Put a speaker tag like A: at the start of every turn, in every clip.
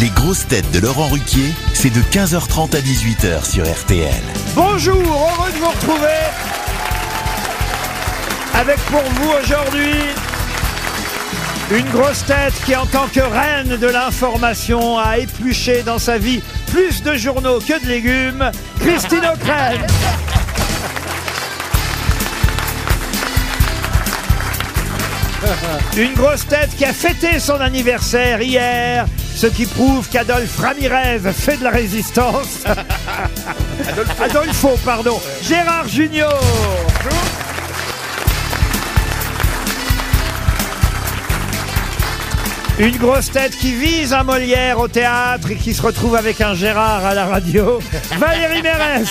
A: Les grosses têtes de Laurent Ruquier, c'est de 15h30 à 18h sur RTL.
B: Bonjour, heureux de vous retrouver avec pour vous aujourd'hui une grosse tête qui en tant que reine de l'information a épluché dans sa vie plus de journaux que de légumes, Christine O'Krent. Une grosse tête qui a fêté son anniversaire hier, ce qui prouve qu'Adolphe Ramirez fait de la résistance. Adolfo. pardon. Gérard Junior. Une grosse tête qui vise un Molière au théâtre et qui se retrouve avec un Gérard à la radio. Valérie Mérès.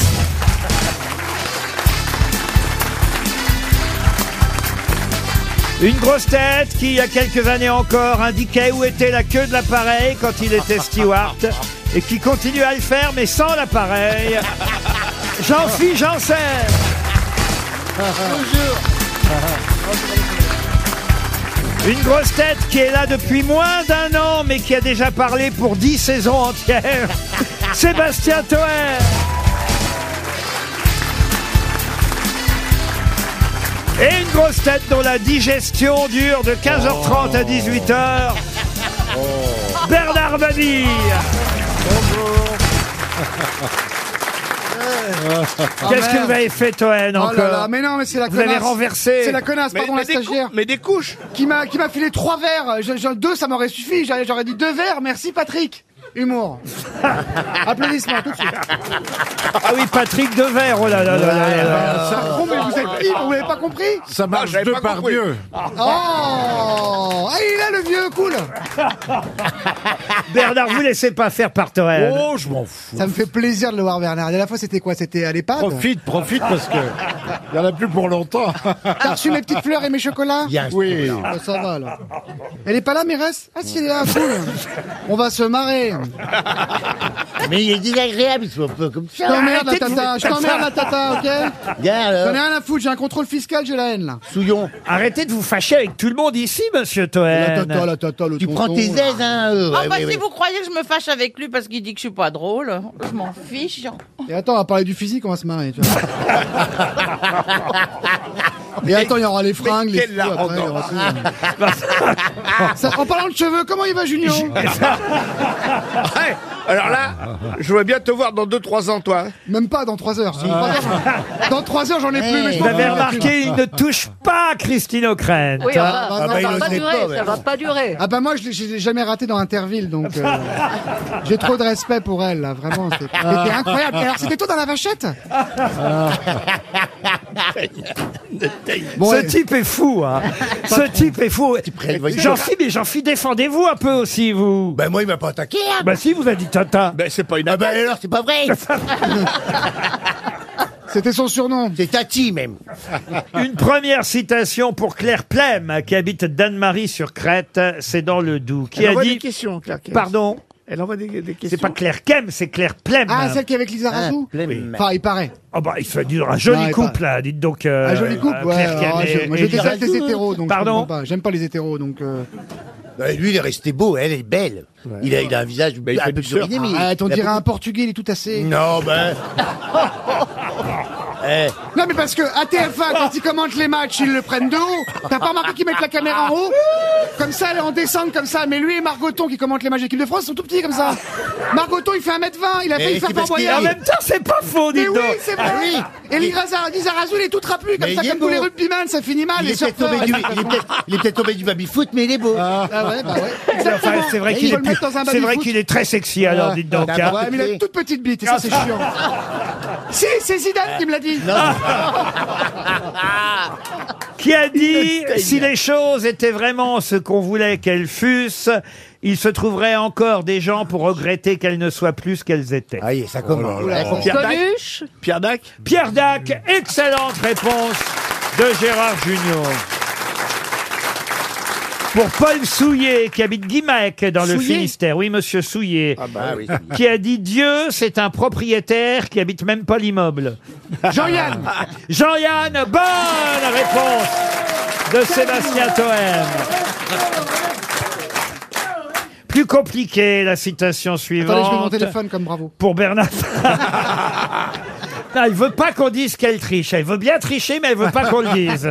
B: Une grosse tête qui, il y a quelques années encore, indiquait où était la queue de l'appareil quand il était steward et qui continue à le faire mais sans l'appareil. J'en suis, j'en sais. Une grosse tête qui est là depuis moins d'un an mais qui a déjà parlé pour dix saisons entières. Sébastien Toer. Et une grosse tête dont la digestion dure de 15h30 à 18h. Bernard Mabille. Qu'est-ce que vous avez fait, Toen,
C: Oh
B: encore
C: là là, mais non, mais c'est la
B: Vous
C: connasse.
B: avez renversé.
C: C'est la connasse, pardon, la stagiaire.
D: mais des couches
C: Qui m'a, qui m'a filé trois verres. Je- je- deux, ça m'aurait suffi. J'aurais, j'aurais dit deux verres. Merci, Patrick. Humour. Applaudissements, tout de suite.
B: Ah oui, Patrick Devers, oh là là là là là Ah, là.
C: Oh, mais vous êtes ivre, vous l'avez pas compris
E: Ah, Ça marche
D: j'avais
E: deux
D: pas
E: par
D: compris.
E: mieux.
B: Ah.
C: Oh Ah, il est là, le vieux, cool
B: Bernard, vous laissez pas faire par Toen.
E: Oh, je m'en fous.
C: Ça me fait plaisir de le voir, Bernard. La dernière fois, c'était quoi C'était à l'EHPAD
E: Profite, profite parce que il y en a plus pour longtemps.
C: T'as reçu mes petites fleurs et mes chocolats
E: oui.
C: Ah, ça va, là. Elle est pas là, Mérès Ah, si, elle est là, cool. On va se marrer.
F: Mais il est désagréable, ils sont un peu comme
C: Je
F: ça.
C: t'emmerde, la
B: arrêtez de
C: tata.
B: vous-
C: Je t'emmerde, la tata, ok
F: Regarde,
E: Euh.
F: hein.
C: J'en ai
F: alors,
C: rien à foutre, j'ai un contrôle fiscal, j'ai la haine là.
F: souillon.
B: Arrêtez de vous fâcher avec tout le monde ici, monsieur
C: La
B: Toen.
C: tata, la tata, le
F: Tu prends
C: tonton,
F: tes
C: là.
F: aises, hein. euh,
G: Ah
F: ouais,
G: bah
F: ouais,
G: si
F: ouais.
G: vous croyez que je me fâche avec lui parce qu'il dit que je suis pas drôle, je m'en fiche.
C: Et attends, on va parler du physique, on va se marrer. Tu vois.
G: Ah,
C: Et attends, il y aura les fringues, les
D: quel
C: cheveux, après, il y aura tout. Ça- en parlant de cheveux, comment il va Junior
D: Ouais. Alors là, je veux bien te voir dans 2-3 ans, toi. hein. Ah.
C: Même pas dans 3 heures. Dans trois heures, Dans 3 heures, j'en ai plus.
F: Eh,
C: Mais je
B: Vous
C: m'en
B: avez
C: fous,
B: remarqué, il ne touche pas Christine O'Krent.
H: Oui,
C: Ah,
H: enfin,
C: bah, bah,
H: ça
C: il
H: va pas
C: osait
H: durer, ça va pas durer.
C: Ah bah moi, je l'ai- je l'ai jamais raté dans Interville, donc euh, j'ai trop de respect pour elle, là, vraiment. c'est- Ah. C'était
D: Ah.
C: incroyable. Et alors, c'était toi dans la vachette Bon,
B: Ce
C: et-
B: type est fou, hein. Ce type est fou. J'en suis, mais j'en suis, défendez-vous un peu aussi, vous.
E: Ben moi, il m'a pas attaqué.
B: Bah si, vous a dit Tata. Ah,
D: Ben, c'est pas une attaque.
F: Ben alors, c'est pas vrai.
C: C'était son surnom.
F: C'est Tati, même.
B: Une première citation pour Claire Plem, qui habite Danemarie sur Crète, c'est dans le Doubs, qui a dit...
D: questions, Claire. Kem.
B: Pardon
D: Elle envoie des, des questions.
B: C'est pas Claire Kem, c'est Claire Plem.
C: Ah, celle qui est avec Lisa Razou
F: Pleine.
C: Enfin, Ah, il paraît.
B: Oh bah, il se dit un joli
C: Non, elle
B: couple, là, dites donc. euh,
C: Un joli couple,
B: euh,
C: ouais.
B: Claire Kem
C: alors,
B: et-
C: Ah, je- Moi,
B: et
C: je déteste
B: Lisa
C: les
B: Razou.
C: hétéros, donc je
B: Pardon
C: comprends pas. J'aime pas les hétéros, donc. euh,
F: Ben, lui, il est resté beau, elle est belle. Il, a, Bah, il a un visage
D: il
F: un
D: fait
F: peu
D: du surf.
F: surfait, mais...
C: Arrête, Ah, on
F: il a
C: dirait un
F: beaucoup-
C: portugais, il est tout assez.
F: Ah, Non, ben... Eh,
C: Non, mais parce que à
F: Ah.
C: TF1, quand ils commentent les matchs, ils le prennent de haut. T'as pas remarqué qu'ils mettent la caméra en haut Comme ça, elle est en descente, comme ça. Mais lui et Margoton, qui commentent les matchs d'équipe de France, sont tout petits, comme ça. Margoton, il fait 1m20, il a
F: Mais
C: failli
F: c'est
C: faire
F: parce qu'il
C: Fort
B: En
F: est-
C: Boyard.
B: même temps, c'est pas faux, dites
C: Mais oui,
B: donc. Ah
C: c'est vrai.
F: oui.
C: Et Lisa Razou, il est tout trapu, comme
F: Mais
C: ça,
F: il est
C: comme tous les
F: beau.
C: rugbyman, ça finit mal.
F: il
C: les
F: est peut-être
C: surfeurs.
F: tombé du, il est peut-être- il est peut-être tombé du baby-foot, mais il est beau.
C: Ah ouais, bah ouais.
B: Enfin, c'est vrai
C: Et
B: qu'il
C: ils
B: est,
C: veulent mettre dans un
B: c'est vrai
C: baby-foot.
B: qu'il est très sexy, alors,
F: Ah,
B: dites donc.
F: ah,
B: hein.
F: bah
C: Ouais, mais il a une toute petite bite, et ça c'est chiant. si, c'est Zidane qui me l'a dit.
B: qui a dit si les choses étaient vraiment ce qu'on voulait qu'elles fussent, il se trouverait encore des gens pour regretter qu'elles ne soient plus ce qu'elles étaient.
F: Ah, ça commence.
D: Oh Pierre Dac.
H: Coluche
D: Pierre Dac
B: Pierre Dac, excellente réponse de Gérard Junior. Pour Paul Souillet, qui habite Guimec dans le
C: Souillet
B: Finistère. Oui, monsieur Souillet.
F: Ah,
E: ben.
F: bah oui.
B: Qui a dit Dieu, c'est un propriétaire qui habite même pas l'immeuble.
C: Jean-Yann,
B: Jean-Yann, bonne réponse de Sébastien Toen. Plus compliqué, la citation suivante.
C: Attendez, je vais mon téléphone comme bravo.
B: Pour Bernard. Non, elle Ah, veut pas qu'on dise qu'elle triche. Elle veut bien tricher, mais elle veut pas qu'on le dise.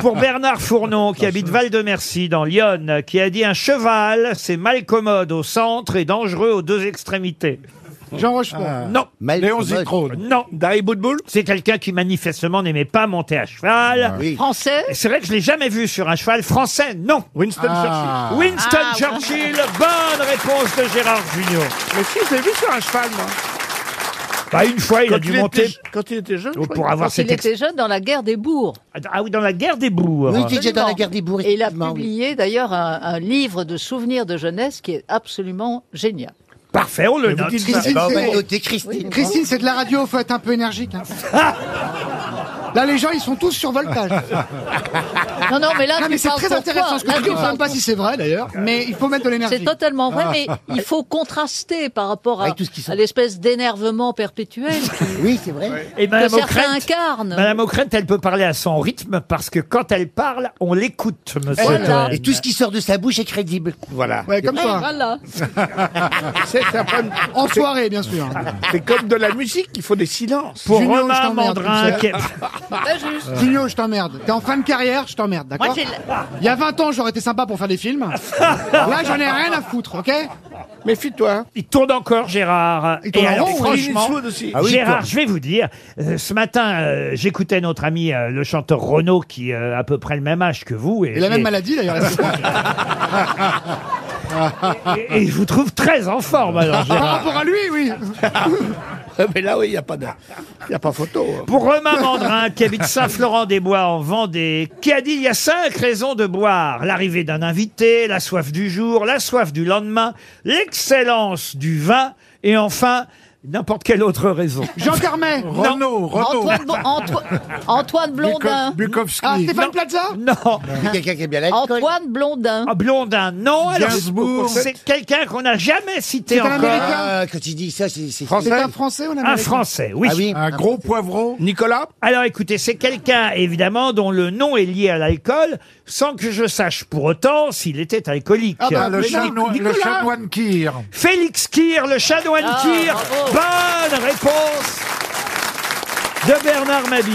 B: Pour Bernard Fournon, qui habite Val-de-Mercy, dans l'Yonne, qui a dit un cheval, c'est malcommode au centre et dangereux aux deux extrémités. Ah.
C: Jean Rochefort.
B: Non.
F: Mal-
E: Léon
F: mal-
E: Zitrone.
B: Non.
D: Dari Boudboul
B: C'est quelqu'un qui manifestement n'aimait pas monter à cheval.
F: Ah, Oui.
G: Français
B: Et C'est vrai que je l'ai jamais vu sur un cheval français, non.
D: Winston
E: Ah.
B: Winston
G: Ah,
B: Churchill, bonne réponse de Gérard Junior.
D: Churchill. Ah, Mais si, je l'ai vu sur un cheval, moi.
B: Bah, une fois, il a dû
D: il
B: monter
D: était, quand il était jeune. je
B: Oh,
D: crois.
B: pour avoir
H: Bah, Il
B: cette ex-
H: était jeune dans la guerre des bourgs.
B: Ah oui, dans la guerre des bourgs.
F: Oui, tu étais dans la
H: Absolument.
F: guerre des bourgs.
H: Et il a
F: effectivement, oui.
H: publié d'ailleurs un, un livre de souvenirs de jeunesse qui est absolument génial.
B: Parfait, on le
E: vous
B: note.
E: dites-
F: Eh
C: Christine,
F: ben, on va
C: c'est-
F: le noter Christine.
C: Christine, c'est de la radio, faut être un peu énergique. hein. Là, les gens, ils sont tous sur voltage.
H: Non, non, mais là,
C: Non,
H: tu
C: mais c'est
H: parles
C: très
H: pour toi.
C: intéressant ce que
H: Là,
C: tu
H: tu
C: dis. Je sais
H: parles
C: même pas
H: pour-
C: si c'est vrai d'ailleurs, mais il faut mettre de
H: C'est
C: l'énergie. Ah.
H: totalement vrai, mais il faut contraster par rapport à,
F: Avec tout ce qui sort.
H: à l'espèce d'énervement perpétuel qui-
F: Oui, c'est vrai.
B: Et
H: que
B: Madame
H: certains
B: Ockrent,
H: incarnent.
B: Madame Ockrent, elle peut parler à son rythme parce que quand elle parle, on l'écoute, monsieur.
H: Voilà.
B: Toen.
F: Et tout ce qui sort de sa bouche est crédible.
D: Voilà.
C: Ouais, comme
H: Ouais,
C: toi.
H: voilà.
D: C'est c'est un problème-
C: En soirée, bien sûr.
D: c'est comme de la musique, il faut des silences.
B: Pour
C: Junior, je
B: Romain
C: t'emmerde,
B: Mandrin,
C: comme
B: qui est-
G: Pas juste.
C: Junio, je t'emmerde. T'es en fin de carrière, je t'emmerde,
G: Moi,
C: d'accord
G: j'ai la-
C: Il y a 20 ans, j'aurais été sympa pour faire des films. Là, j'en ai rien à foutre, ok
D: Méfie-toi. hein.
B: il tourne encore, Gérard.
C: Il tourne
B: Et
C: en
B: alors,
C: rond, oui.
B: franchement,
D: Clint Eastwood aussi.
F: Ah oui,
B: Gérard,
F: toi.
B: je vais vous dire, euh, ce matin, euh, j'écoutais notre ami euh, le chanteur Renaud, qui euh, a à peu près le même âge que vous.
C: Et la même
B: et-
C: maladie, d'ailleurs. la seconde.
B: Et, et je vous trouve très en forme, alors,
C: Par
B: Gérard.
C: rapport à lui, oui.
D: Mais là, oui, il n'y a pas de, il y a pas photo. hein.
B: Pour Romain Mandrin, qui habite Saint-Florent-des-Bois en Vendée, qui a dit il y a cinq raisons de boire. L'arrivée d'un invité, la soif du jour, la soif du lendemain, l'excellence du vin et enfin n'importe quelle autre raison.
C: Jean Carmet.
E: Renaud, Renaud.
H: Antoine, Bo- Anto- Antoine Blondin.
E: Buko- Bukowski.
C: Ah, Stéphane Plaza
B: Non,
F: C'est Quelqu'un qui aime bien l'alcool.
H: Antoine Blondin.
B: Ah, Blondin, non. Alors,
E: Gainsbourg.
B: c'est quelqu'un qu'on n'a jamais cité
C: C'est un
B: encore.
C: Américain.
F: Ah, quand il dit ça, c'est. c'est-
C: C'est un Français ou
B: Un
C: un Américain
B: Français, oui.
F: Ah oui.
E: Un gros poivron.
D: Nicolas
B: Alors écoutez, c'est quelqu'un évidemment dont le nom est lié à l'alcool, sans que je sache pour autant s'il était alcoolique.
C: Ah bah,
E: Ah, le,
C: Mais non,
E: chanoine, le
C: Nicolas.
E: chanoine Kir.
B: Félix Kir, le chanoine
H: Ah,
B: Kir.
H: bravo.
B: Bonne réponse de Bernard Mabille.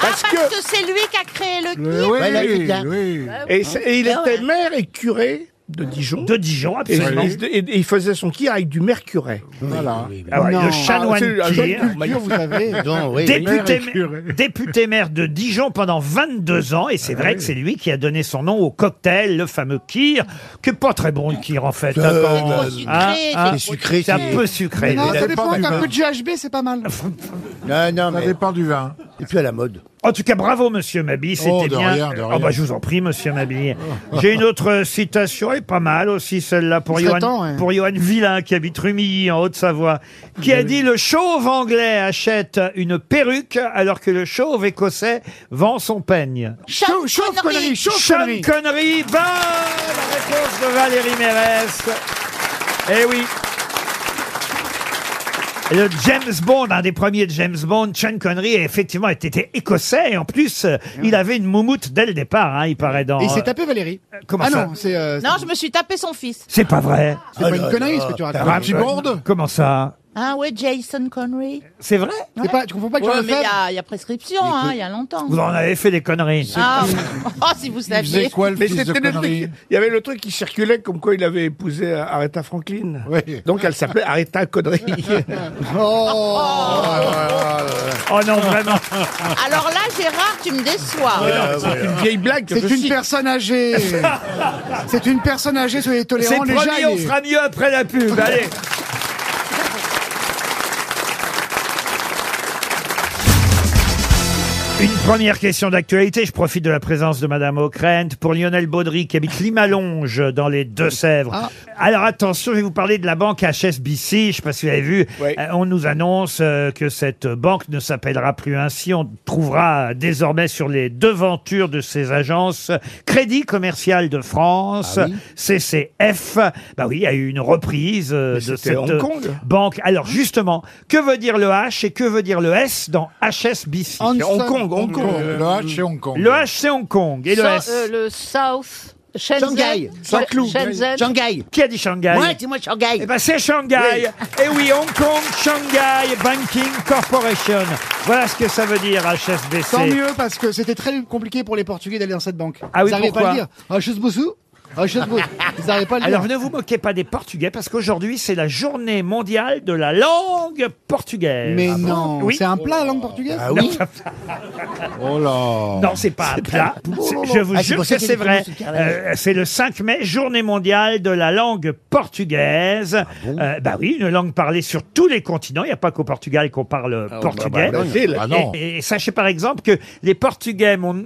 D: Parce
G: ah,
D: que-
G: parce que c'est lui qui a créé le
E: Oui,
G: tir.
F: Voilà,
E: oui,
B: Bah
F: putain.
E: oui.
D: Et, c'est- et il
H: Ah ouais.
D: était maire et curé de Dijon.
B: De Dijon,
D: Et,
B: absolument.
D: il- et- et il faisait son tir avec du mercuray. Voilà.
B: Ah ouais,
C: Non.
B: le chanoine
D: Ah, c'est-
B: Kir.
D: ah,
C: Culture, vous savez.
F: Non, oui, oui.
B: Député,
E: Maire et curé.
B: député maire de Dijon pendant 22 ans, et c'est vrai que c'est lui qui a donné son nom au cocktail, le fameux Kir, que pas très bon le Kir en fait. hein, quand-
G: Trop
F: Euh,
B: Ah,
G: sucré,
B: ah,
G: trop
F: C'est sucré,
B: c'est un
F: c'est-
B: peu sucré.
C: Non, ça
E: avait
C: dépend
E: pas
C: qu'un
E: mal.
C: peu de GHB, c'est pas mal.
F: Non, non,
E: Ça
F: mais.
E: dépend du vin.
F: C'est plus à la mode.
B: En tout cas, bravo, monsieur Mabille, c'était
E: Oh, de
B: bien.
E: rien, de
B: Oh,
E: rien.
B: bah, je vous en prie, monsieur Mabille. J'ai une autre euh, citation, et pas mal aussi, celle-là, pour
C: Il serait
B: Johan,
C: temps, hein. ouais.
B: pour Johan Villain, qui habite Rumilly, en Haute-Savoie, qui a dit Le chauve anglais achète une perruque, alors que le chauve écossais vend son peigne.
C: Chauve, chauve connerie, chauve
B: Sean
C: connerie.
B: Connery, bonne réponse de Valérie Mérès. Eh oui. Le James Bond, un des premiers de James Bond, Sean Connery, effectivement, était, était écossais. Et en plus, euh, il avait une moumoute dès le départ, hein, il paraît dans...
C: Ah Et il s'est tapé Valérie.
B: comment
C: ah
B: ça
C: non, c'est euh,
G: Non, je me suis tapé son fils.
B: C'est pas vrai. Oh
C: c'est pas une connerie ce que tu
E: Un
C: racontes.
E: petit bond
B: Comment ça
G: Ah ouais, Jason Connery.
B: C'est vrai
C: C'est pas- tu comprends pas que
G: Ouais,
C: je le
G: mais il
C: fais
G: y a, il y a prescription, hein, il y a longtemps.
B: Vous en avez fait des conneries.
G: Ah, oh, si vous
E: Il faisait
G: saviez.
E: quoi le
D: Mais
E: fils de
D: c'était le
E: connerie
D: truc. Il y avait le truc qui circulait comme quoi il avait épousé euh, Aretha Franklin.
E: Oui.
D: Donc elle s'appelait Aretha Connery.
G: oh,
B: Oh non, vraiment.
G: Alors là, Gérard, tu me déçois.
D: c'est une vieille blague. que
C: C'est
D: je
C: une
D: cite.
C: personne âgée. c'est une personne âgée, soyez
B: C'est
C: tolérants. Déjà,
B: promis, on
C: il est-
B: fera mieux après la pub. Allez. Une première question d'actualité. Je profite de la présence de Madame Ockrent pour Lionel Baudry qui habite Limalonge dans les Deux-Sèvres.
D: Ah.
B: Alors attention, je vais vous parler de la banque HSBC. Je ne sais pas si vous avez vu.
D: Ouais.
B: Euh, On nous annonce euh, que cette banque ne s'appellera plus ainsi. On trouvera désormais sur les devantures de ces agences Crédit Commercial de France,
D: Ah
B: CCF. Bah oui, il y a eu une reprise euh,
D: Mais
B: de
D: c'était
B: cette
D: Hong
B: euh,
D: Kong.
B: banque. Alors justement, que veut dire le H et que veut dire le S dans HSBC
D: Oh,
C: Hanson.
D: Hong Kong, Hong Kong.
E: Le H, c'est Hong Kong.
B: Le H c'est Hong Kong et le
H: Sa-
B: S.
H: euh, le South Shenzhen.
F: Shanghai. Saint-Cloud.
H: Shenzhen.
F: Shanghai.
B: Qui a dit Shanghai
F: Ouais, dis-moi Shanghai.
B: Eh ben c'est Shanghai. Et oui, Hong Kong, Shanghai Banking Corporation. Voilà ce que ça veut dire HSBC.
C: Tant mieux, parce que c'était très compliqué pour les Portugais d'aller dans cette banque.
B: Ah oui,
C: Ils n'arrivaient pas à
B: pourquoi
C: le dire. Ah, je suis bossou. Ah, je suis bossou. Ils n'arrivaient pas à le
B: Alors
C: dire.
B: ne vous moquez pas des Portugais parce qu'aujourd'hui c'est la journée mondiale de la langue portugaise.
C: Mais non,
B: Ah Oui.
C: c'est un plat la langue portugaise
F: Ah oui
E: Oh là
B: Non, c'est pas un plat. C'est- Je vous
F: Ah, c'est
B: jure
F: pour
B: que
F: ça qu'il y a
B: c'est
F: des
B: vrai.
F: trucs au carré.
B: Euh, c'est le 5 mai, journée mondiale de la langue portugaise. Euh, bah oui, une langue parlée sur tous les continents. Il n'y a pas qu'au Portugal qu'on parle portugais.
E: Ah non
B: et, et sachez par exemple que les Portugais m'ont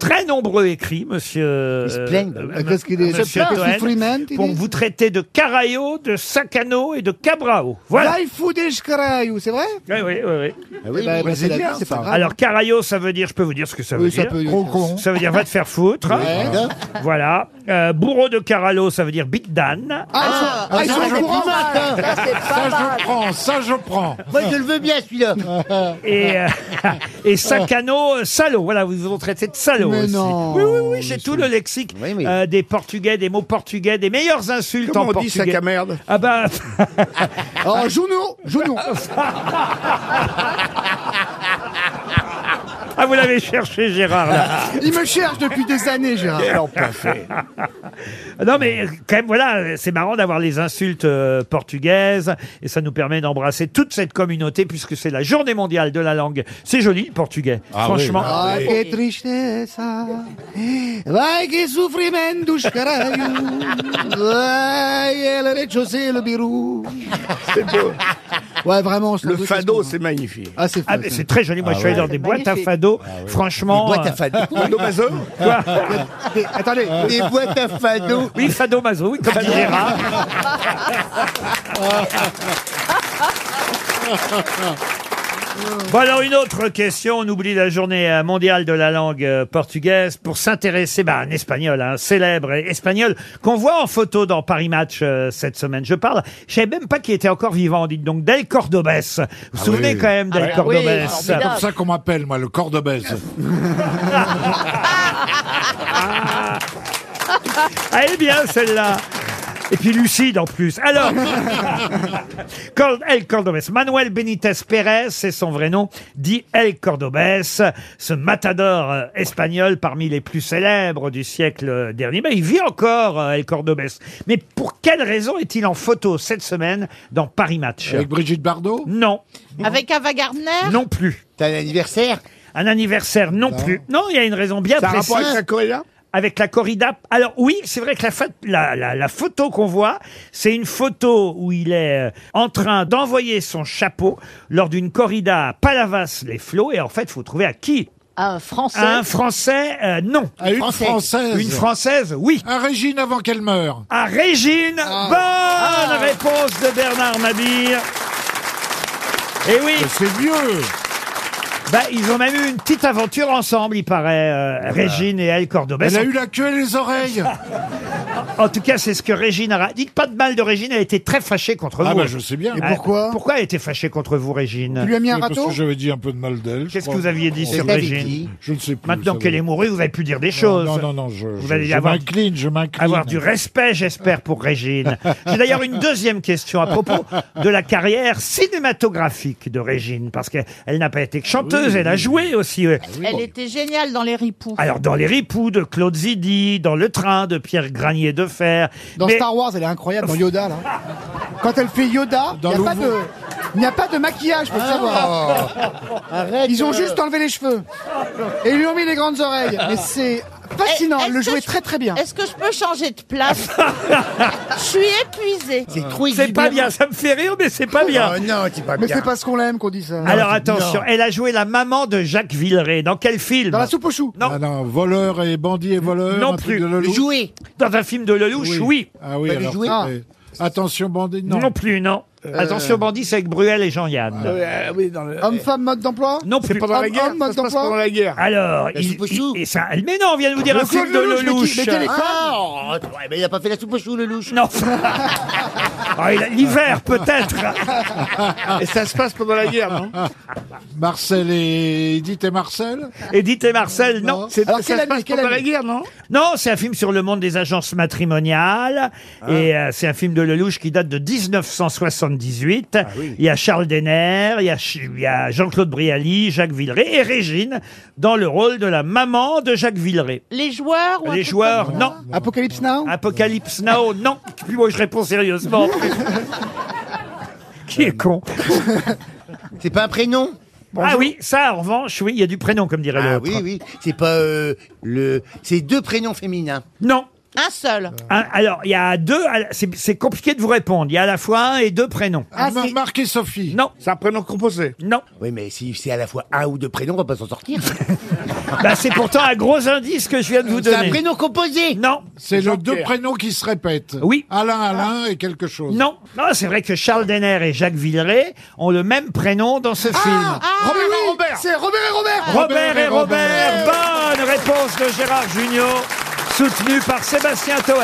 B: très nombreux écrit, monsieur.
F: Ils se plaignent.
C: Euh, Qu'est-ce qu'il est
B: Monsieur
C: Qu'est-ce
B: Toen,
C: qu'il Freeman, tu
B: pour
C: dis
B: vous traiter de Carayo, de Sacano et de Cabrao. Voilà.
C: Life food et Shkaraïou, c'est vrai
B: Oui, oui, oui, oui.
E: Ah oui,
C: Eh ben,
E: mais
C: bah, c'est la
E: brésilien,
C: vie, c'est
E: ça.
C: pas grave.
B: Alors Carayo, ça veut dire, je peux vous dire ce que ça veut
C: Oui,
B: dire.
C: ça peut.
E: Gros con.
B: Ça veut dire va te faire foutre. Voilà. Euh, bourreau de Caralo, ça veut dire Big Dan.
C: Ah, ils
H: hein. ça,
C: sont au
H: c'est
C: courant,
H: pas
C: hein. ça.
H: mal. Ça, c'est pas
E: Ça,
H: mal.
E: je prends, ça, je prends.
F: Moi, je le veux bien, celui-là.
B: Et, euh, et Sacano, euh, salaud. Voilà, vous vous ont traité de salaud
C: Mais
B: aussi.
C: non,
B: oui, oui, oui, j'ai tout le lexique
F: Oui, oui.
B: euh, des portugais, des mots portugais, des meilleures insultes
D: Comment
B: en
D: on dit
B: portugais.
D: sac à merde
B: ah bah,
C: Alors, Juno, Juno.
B: ah, vous l'avez cherché Gérard là.
C: Il me cherche depuis des années, Gérard.
B: Non mais euh, quand même voilà, euh, c'est marrant d'avoir les insultes euh, portugaises et ça nous permet d'embrasser toute cette communauté puisque c'est la journée mondiale de la langue. C'est joli le portugais. Franchement,
C: Ah, que tristeza. Vai que sofrimento, Shkaraïou. Vai, el rez-de-chaussée, le birou.
D: C'est beau.
C: Ouais, vraiment, on se
D: Le
C: doute,
D: fado,
C: ce
D: c'est magnifique.
C: qu'on- Ah, c'est
B: ah,
C: fou,
B: mais
C: ça.
B: c'est très joli. Moi, je suis allé dans des boîtes à
H: magnifique.
B: fado. Franchement,
F: Boîte à
B: euh,
F: fado.
D: Fado Mazur
C: Ah, Et- Euh, Attendez,
F: Des boîtes à fado.
B: oui, fado mazo, oui, comme dit Gérard. Bon alors une autre question, on oublie la journée euh, mondiale de la langue euh, portugaise pour s'intéresser bah, à un espagnol, un célèbre espagnol qu'on voit en photo dans Paris Match euh, cette semaine. Je parle, je savais même pas qu'il était encore vivant, dites donc Del Cordobès. Vous vous souvenez
E: oui.
B: quand même Del
H: Ah oui,
B: Cordobès
E: C'est
H: formidable.
E: comme ça qu'on m'appelle, moi, le corps de baisse.
B: Ah, Elle est bien celle-là. Et puis lucide en plus. Alors, Cor- El Cordobés, Manuel Benitez Pérez, c'est son vrai nom, dit El Cordobés, ce matador euh, espagnol parmi les plus célèbres du siècle euh, dernier. Mais il vit encore, euh, El Cordobés. Mais pour quelle raison est-il en photo cette semaine dans Paris Match
E: Avec Brigitte Bardot
B: Non,
G: Avec Ava Gardner
B: non plus.
F: T'as un anniversaire
B: Un anniversaire, non, plus. Non, il y a une raison bien
D: Ça a
B: précise.
D: rapport avec la corrida
B: avec la corrida. Alors oui, c'est vrai que la, fa- la, la- la photo qu'on voit, c'est une photo où il est euh, en train d'envoyer son chapeau lors d'une corrida à Palavas-les-Flots. Et en fait, faut trouver à qui
H: Un Français.
B: À un Français, euh, non.
E: À une
F: Français.
E: Française.
B: Une Française, oui.
E: Un Régine avant qu'elle meure. Ah.
B: À Régine, bonne réponse de Bernard Mabir. Et oui,
E: Mais C'est vieux.
B: bah, ils ont même eu une petite aventure ensemble, il paraît, euh, Régine et El Cordobés.
E: Ah bah. Elle a eu la queue et les oreilles.
B: En tout cas, c'est ce que Régine a... ra- Dites pas de mal de Régine, elle était très fâchée contre
E: Ah
B: vous.
E: bah je sais bien.
B: Ah,
C: pourquoi
B: Pourquoi elle était fâchée contre vous,
C: tu
B: Régine
C: lui as mis un
E: Oui, parce
C: râteau
E: que j'avais dit un peu de mal d'elle. je
B: Qu'est-ce que
E: crois.
B: vous aviez dit sur
F: t'avais
B: Régine
F: dit.
E: Je ne sais plus.
B: Maintenant
E: ça
B: qu'elle
E: veut-
B: est mourue, vous avez pu dire des
E: Non,
B: choses.
E: non, non, non, je,
B: Vous
E: je-
B: allez
E: je
B: avoir-
E: m'incline, je m'incline.
B: Avoir du respect, j'espère, pour Régine. J'ai d'ailleurs une deuxième question à propos de la carrière cinématographique de Régine, parce qu'elle elle n'a pas été que chanteuse, elle a joué aussi.
E: Ah
B: euh,
G: Elle était géniale dans Les Ripoux.
B: Alors dans Les Ripoux de Claude Zidi, dans Le Train de Pierre Granier de Fer.
C: Dans
B: mais-
C: Star Wars, elle est incroyable, dans Yoda,
E: hein.
C: là. Quand elle fait Yoda, il
E: Dans
C: n'y a, pas
E: Louvre.
C: de... y a pas de maquillage, pour
B: Ah.
C: savoir.
F: Arrête.
C: Ils ont
F: euh,
C: juste enlevé les cheveux. Et ils lui ont mis les grandes oreilles. Mais c'est fascinant,
G: Eh,
C: elle
G: est-ce
C: le
G: que
C: jouait
G: je-
C: très très bien.
G: Est-ce que je peux changer de place Je suis épuisée.
F: C'est trop
B: C'est pas
F: exubérant.
B: bien, ça me fait rire, mais c'est pas bien.
E: Ah,
F: Oh non, c'est pas
C: Mais
F: bien.
C: c'est parce qu'on l'aime qu'on dit ça.
B: Alors attention, elle a joué la maman de Jacques Villeray. Dans quel film
C: Dans la soupe aux choux.
B: Non.
E: Ah non, voleur et bandit et voleur.
B: Non
E: Euh, un truc
B: plus.
E: De Lelouch.
F: Jouer.
B: Dans un film de Lelouch, oui.
E: Ah oui,
F: Pas du
E: alors, Euh.
F: jouet.
E: eh, Attention, bandit.
B: Non.
E: Non.
B: plus, non. Euh. Attention, bandit, c'est avec Bruel et Jean-Yann.
D: Euh, oui, dans le-
C: Homme-femme, mode d'emploi
B: Non, c'est
D: pendant la
C: Homme,
D: guerre.
C: homme,
D: ça se
C: mode
D: passe
C: d'emploi
D: pendant la guerre.
B: Alors,
F: La
B: il,
F: soupe aux
B: il-
F: choux.
B: et ça- mais non, on vient de vous dire un film
C: Claude
B: de
C: Lelouch, mais qui-
B: Lelouch.
C: mais quel est-
F: Ah, oh, ouais, mais il a pas fait la soupe au chou, le louche.
B: Non. Ah, il a- L'hiver, peut-être.
D: Et ça se passe pendant la guerre, non
E: Marcel et Edith et Marcel
B: Edith et Marcel, non.
D: C'est-
C: Alors,
D: Ça
C: quelle
D: se passe
C: année, quelle
D: pendant la
C: année
D: guerre, non
B: Non, c'est un film sur le monde des agences matrimoniales. Et euh, c'est un film de Lelouch qui date de 1978. Il y a Charles Denner, il y a, Ch- il y a Jean-Claude Brialy, Jacques Villeray et Régine dans le rôle de la maman de Jacques Villeray.
G: Les joueurs ou un
B: Les
G: truc
B: joueurs,
G: comme ça
B: non.
C: Apocalypse Now
B: Apocalypse Now, non. Puis moi, je réponds sérieusement. Qui est con
F: C'est pas un prénom
B: Ah oui, ça, en revanche, oui, il y a du prénom, comme dirait
F: Ah
B: l'autre.
F: oui, oui. C'est pas euh, le. C'est deux prénoms féminins.
B: Non.
G: Un seul.
B: Un- alors, il y a deux. à la- C'est c'est compliqué de vous répondre. Il y a à la fois un et deux prénoms.
E: Mar- Ah, Marc et Sophie.
B: Non,
D: C'est un prénom composé.
B: non.
F: Ah, Oui, mais si c'est à la fois un ou deux prénoms, on va pas s'en sortir.
B: Bah, c'est pourtant un gros indice que je viens de vous
F: C'est un
B: donner.
F: prénom composé.
B: Non,
E: C'est le
D: Jean-Pierre.
E: deux prénoms qui se répètent.
B: Oui.
E: Alain, Alain et quelque chose.
B: non. Non, c'est vrai que Charles Denner et Jacques Villeray ont le même prénom dans ce
E: Ah
B: film.
C: Robert
D: et
C: Ah oui,
D: Robert.
C: C'est Robert et Robert
B: Ah.
C: Ah,
B: Robert et Robert, bonne réponse de Gérard Junior, soutenu par Sébastien Toen.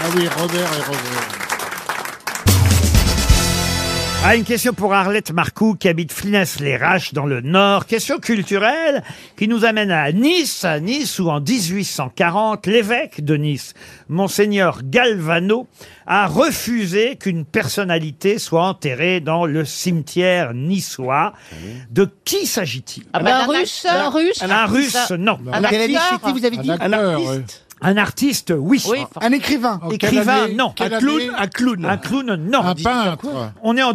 E: Ah oui, Robert et Robert.
B: Ah, une question pour Arlette Marcoux qui habite Flinas-les-Raches dans le Nord. Question culturelle qui nous amène à Nice, à Nice où en 1840, l'évêque de Nice, Monseigneur Galvano, a refusé qu'une personnalité soit enterrée dans le cimetière niçois. De qui s'agit-il
G: Ah bah,
H: un
G: d'un
H: russe, un
G: acteur. Ah,
H: russe.
B: Un russe, non.
G: Un
F: Quelle année
G: acteur.
F: c'était, vous avez dit
E: Un acteur. oui.
B: Un artiste, oui.
G: Oui, for-
C: Un écrivain.
E: En quelle
B: Écrivain,
E: année
B: non.
E: Quelle
D: Un clown,
E: année
D: un clown.
B: Un clown, non.
E: Un peintre.
B: On est en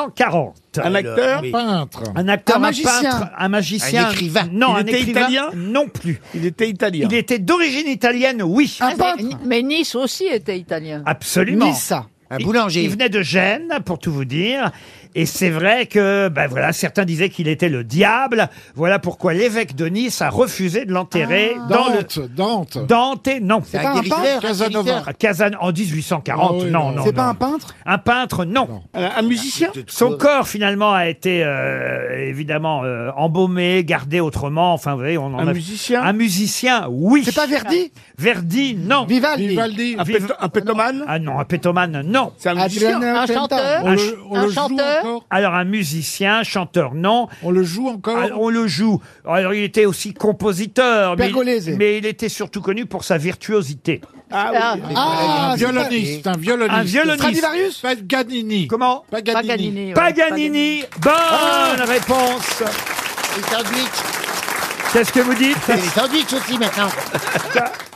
B: 1840.
D: Un acteur
F: Oui.
E: Peintre.
B: Un acteur,
C: Un magicien.
B: peintre, un magicien.
F: Un écrivain.
B: Non,
D: Il
B: un
D: était
B: écrivain,
D: italien
B: Non plus.
D: Il était italien.
B: Il était d'origine italienne, oui. Ah,
C: Un peintre.
H: Ah ben, Ni- Mais Nice aussi était italien.
B: Absolument.
C: Nice.
F: Un
B: Il-
F: boulanger.
B: Il, venait de Gênes, pour tout vous dire. Et c'est vrai que, ben voilà, certains disaient qu'il était le diable. Voilà pourquoi l'évêque de Nice a refusé de l'enterrer dans le
E: Dante. Dante.
B: Dante. Non.
F: C'est
C: pas un
F: un guérisseur.
C: peintre
E: Casanova.
B: À Casane en 1840.
E: Ah oui,
B: non,
E: non.
B: non.
C: C'est pas
B: non.
C: un peintre Euh,
B: Un peintre, non.
D: Un, un
E: Ah,
D: musicien
B: Son corps finalement a été euh, évidemment euh, embaumé, gardé autrement. Enfin, vous voyez, on en
D: Un
B: a-
D: musicien
B: Un musicien, oui.
C: C'est pas Verdi
B: Verdi, non.
C: Vivaldi
E: Vivaldi.
B: Ah,
D: Un, péto- un pétomane
B: Ah non, un pétomane, non.
D: C'est un musicien
C: Adriana
H: Un
C: Penta.
H: chanteur.
E: On
B: Un
E: le, on
H: un
E: le joue
H: chanteur.
E: encore
B: Alors un musicien, chanteur, non.
E: On le joue encore
B: Ah, on le joue. Alors il était aussi compositeur, mais,
C: Pergolese.
B: mais il était surtout connu pour sa virtuosité.
D: Ah oui.
C: Ah,
E: Un violoniste. Un violoniste.
B: Un violoniste.
C: Stradivarius
E: Paganini.
B: Comment
E: Paganini.
H: Paganini, ouais,
B: Paganini. Bonne réponse.
F: Les sandwichs.
B: C'est ce que vous dites
F: C'est les sandwichs aussi maintenant.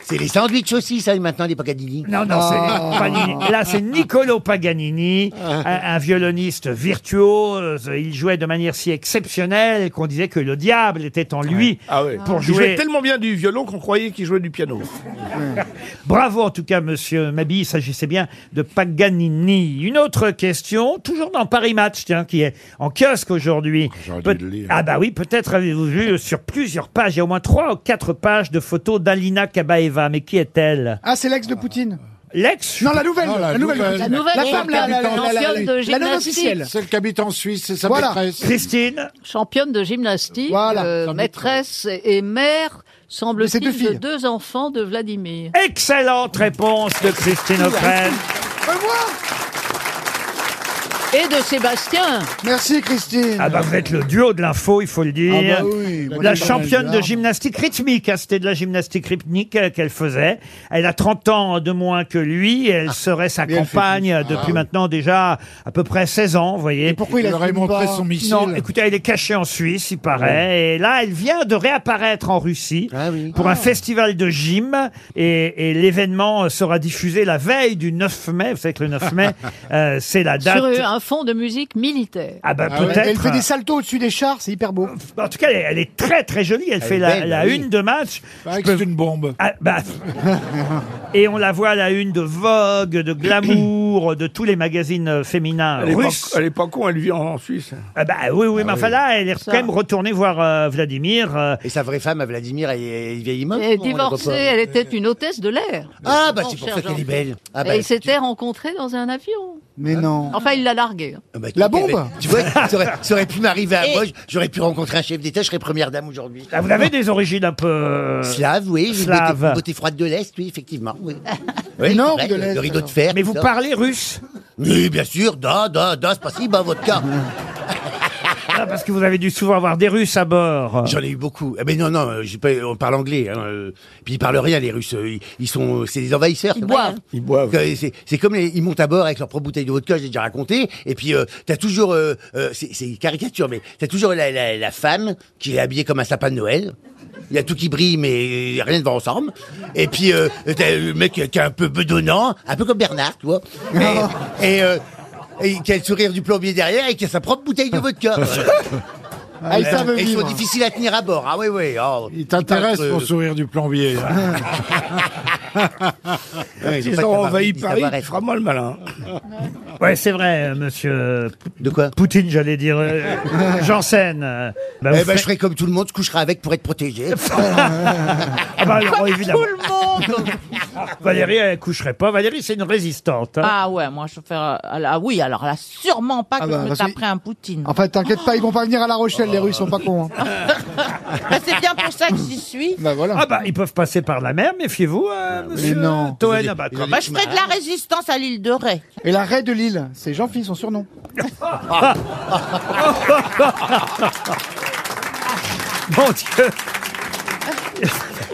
F: c'est les sandwichs aussi, ça, maintenant, les Paganini. Oh.
B: Non, non,
E: Ah.
B: c'est Paganini. Là, c'est Niccolo Paganini, un, un violoniste virtuose. Il jouait de manière si exceptionnelle qu'on disait que le diable était en lui
D: Ah oui.
B: pour
D: Il jouait
B: jouer.
D: tellement bien du violon qu'on croyait qu'il jouait du piano.
B: Bravo en tout cas, monsieur Mabi, il s'agissait bien de Paganini. Une autre question, toujours dans Paris Match, tiens, qui est en kiosque aujourd'hui.
E: J'aurais dû
B: Peut-
E: le lire.
B: Ah bah oui, peut-être avez-vous vu sur plusieurs pages, il y a au moins trois ou quatre pages de photos d'Alina Kabaeva. Mais qui est-elle
C: Ah, c'est l'ex de Poutine.
B: L'ex
C: Non, la nouvelle.
E: Non, la
C: la nouvelle.
E: nouvelle.
H: La nouvelle
C: La
H: est
C: femme, la, la, la, la, la,
H: championne de
C: la non
H: gymnastique.
C: officielle.
E: Celle qui habite en Suisse, c'est sa
C: Voilà.
E: maîtresse.
B: Christine
H: Championne de gymnastique,
C: Voilà,
H: euh,
E: ça me-
H: maîtresse et mère, semble-t-il,
C: De ses deux
H: de
C: filles.
H: deux enfants de Vladimir.
B: Excellente réponse de Christine
C: Ah, bah,
B: O'Krent.
C: Au revoir.
H: Et de Sébastien.
C: Merci, Christine.
B: Ah bah vous êtes le duo de l'info, il faut le dire.
E: Ah bah oui, moi,
B: La
E: j'ai pas
B: championne
E: mal
B: de
E: d'armes.
B: gymnastique rythmique, hein, c'était de la gymnastique rythmique euh, qu'elle faisait. Elle a 30 ans de moins que lui, et elle serait sa compagne euh, depuis maintenant déjà à peu près 16 ans, vous voyez.
C: Pourquoi il
E: Il
C: a
E: aurait
C: filmé
E: montré
C: pas
B: hein.
E: son missile.
B: Non, écoutez, elle est cachée en Suisse, il paraît. Et là, elle vient de réapparaître en Russie
F: Ah oui.
B: pour un festival de gym. Et, et l'événement sera diffusé la veille du 9 mai. Vous savez que le 9 mai, euh, c'est la date.
H: Sur un fond de musique militaire.
B: Ah bah
E: Ah ouais.
B: peut-être.
C: Elle fait des saltos au-dessus des chars, c'est hyper beau.
B: En tout cas, elle, elle est très très jolie. Elle, fait
F: est
B: la,
F: belle,
B: la
F: oui.
B: une de match.
E: Paraît que c'est une bombe.
B: Ah, bah, et on la voit à la une de Vogue, de Glamour, de tous les magazines euh, féminins
D: Elle est, pas,
B: russes.
D: elle est pas con, elle vit en, en Suisse.
B: Ah bah, oui, oui, mais enfin là, elle est
H: Ça.
B: quand même retournée voir euh, Vladimir. euh,
F: Et sa vraie femme, à Vladimir, elle, elle vieillit
H: Elle
F: moche.
H: est
F: non, la
H: divorcée,
F: pauvre.
H: elle était une hôtesse de l'air.
F: Ah, bah
H: Mon
F: c'est pour
H: cher
F: ça qu'elle est
H: Jean.
F: belle. Ah,
H: Et
F: bah,
H: ils s'étaient rencontrés dans un avion.
C: Mais non.
H: Enfin, il l'a hein. larguée.
F: Ah bah, tu-
C: La bombe
F: mais- Tu vois, ça aurait, ça aurait pu m'arriver à
G: Et-
F: moi, j'aurais pu rencontrer un chef d'État, je serais première dame aujourd'hui.
B: ah, vous avez des origines un peu... euh,
F: Slave, oui, j'ai une beauté,
B: Slave.
F: une beauté froide de l'Est, oui, effectivement. Oui. Oui,
C: Nord
F: c'est
C: de
F: le-
C: l'Est,
F: Le rideau de
C: alors.
F: fer.
B: Mais
F: tout
B: vous
F: ça.
B: parlez russe
F: Oui, bien sûr, da, da, da, c'est pas si, bah, vodka.
B: Ah, Parce que vous avez dû souvent avoir des Russes à bord.
F: J'en ai eu beaucoup. Eh ben non, non, euh, j'ai pas, on parle anglais. Hein, euh, puis ils parlent rien, les Russes. euh, Ils, ils sont, c'est des envahisseurs.
H: Ils
F: c'est vrai,
H: boivent.
F: hein.
D: Ils boivent.
F: Que- C'est, c'est comme les, ils montent à bord avec leur propre bouteille de vodka, j'ai déjà raconté. Et puis euh, t'as toujours, euh, euh, c'est, c'est une caricature, mais t'as toujours la, la, la femme qui est habillée comme un sapin de Noël. Il y a tout qui brille, mais euh, rien ne va ensemble. Et puis euh, t'as le mec qui est un peu bedonnant, un peu comme Bernard, tu vois. Et, et, euh, et qui a le sourire du plombier derrière et qui a sa propre bouteille de vodka.
C: Ah, ils
F: Euh,
C: savent
F: et ils sont
C: vivre.
F: difficiles à tenir à bord. Ah oui, oui. oh.
E: Il t'intéresse pour
F: Ils parlent, euh,
E: sourire du plombier.
F: ouais,
D: S'ils
F: pas
D: ont
F: de
D: envahi
F: cabaret,
D: Paris,
F: cabaret.
D: tu feras moi le malin.
B: Ouais, c'est vrai, euh, monsieur euh,
F: De quoi
B: Poutine, j'allais dire. euh, Janssen. euh, bah, vous
F: Eh ben,
B: ferez-
F: je ferai comme tout le monde, je coucherai avec pour être protégé.
B: Ah bah, alors, évidemment.
G: Tout le monde
B: Valérie, elle coucherait pas. Valérie, c'est une résistante. hein.
G: Ah ouais, moi je fais... euh, Ah oui, alors là, sûrement pas que
C: Ah bah,
G: je me
C: parce que-
G: taperai un Poutine.
C: Enfin, t'inquiète pas, ils vont pas venir à La Rochelle, les Russes sont pas cons. hein.
G: Ah, c'est bien pour ça que j'y suis.
C: Bah voilà. Ah,
B: Ah bah, ils peuvent passer par la mer, méfiez-vous, hein, monsieur
C: non.
B: Toen. Ah bah, quand
G: Moi je ferai de la résistance à l'île de Ré.
C: Et la raie de Lille, c'est Jean-Phil, son surnom.
B: Ah. même, Mon Dieu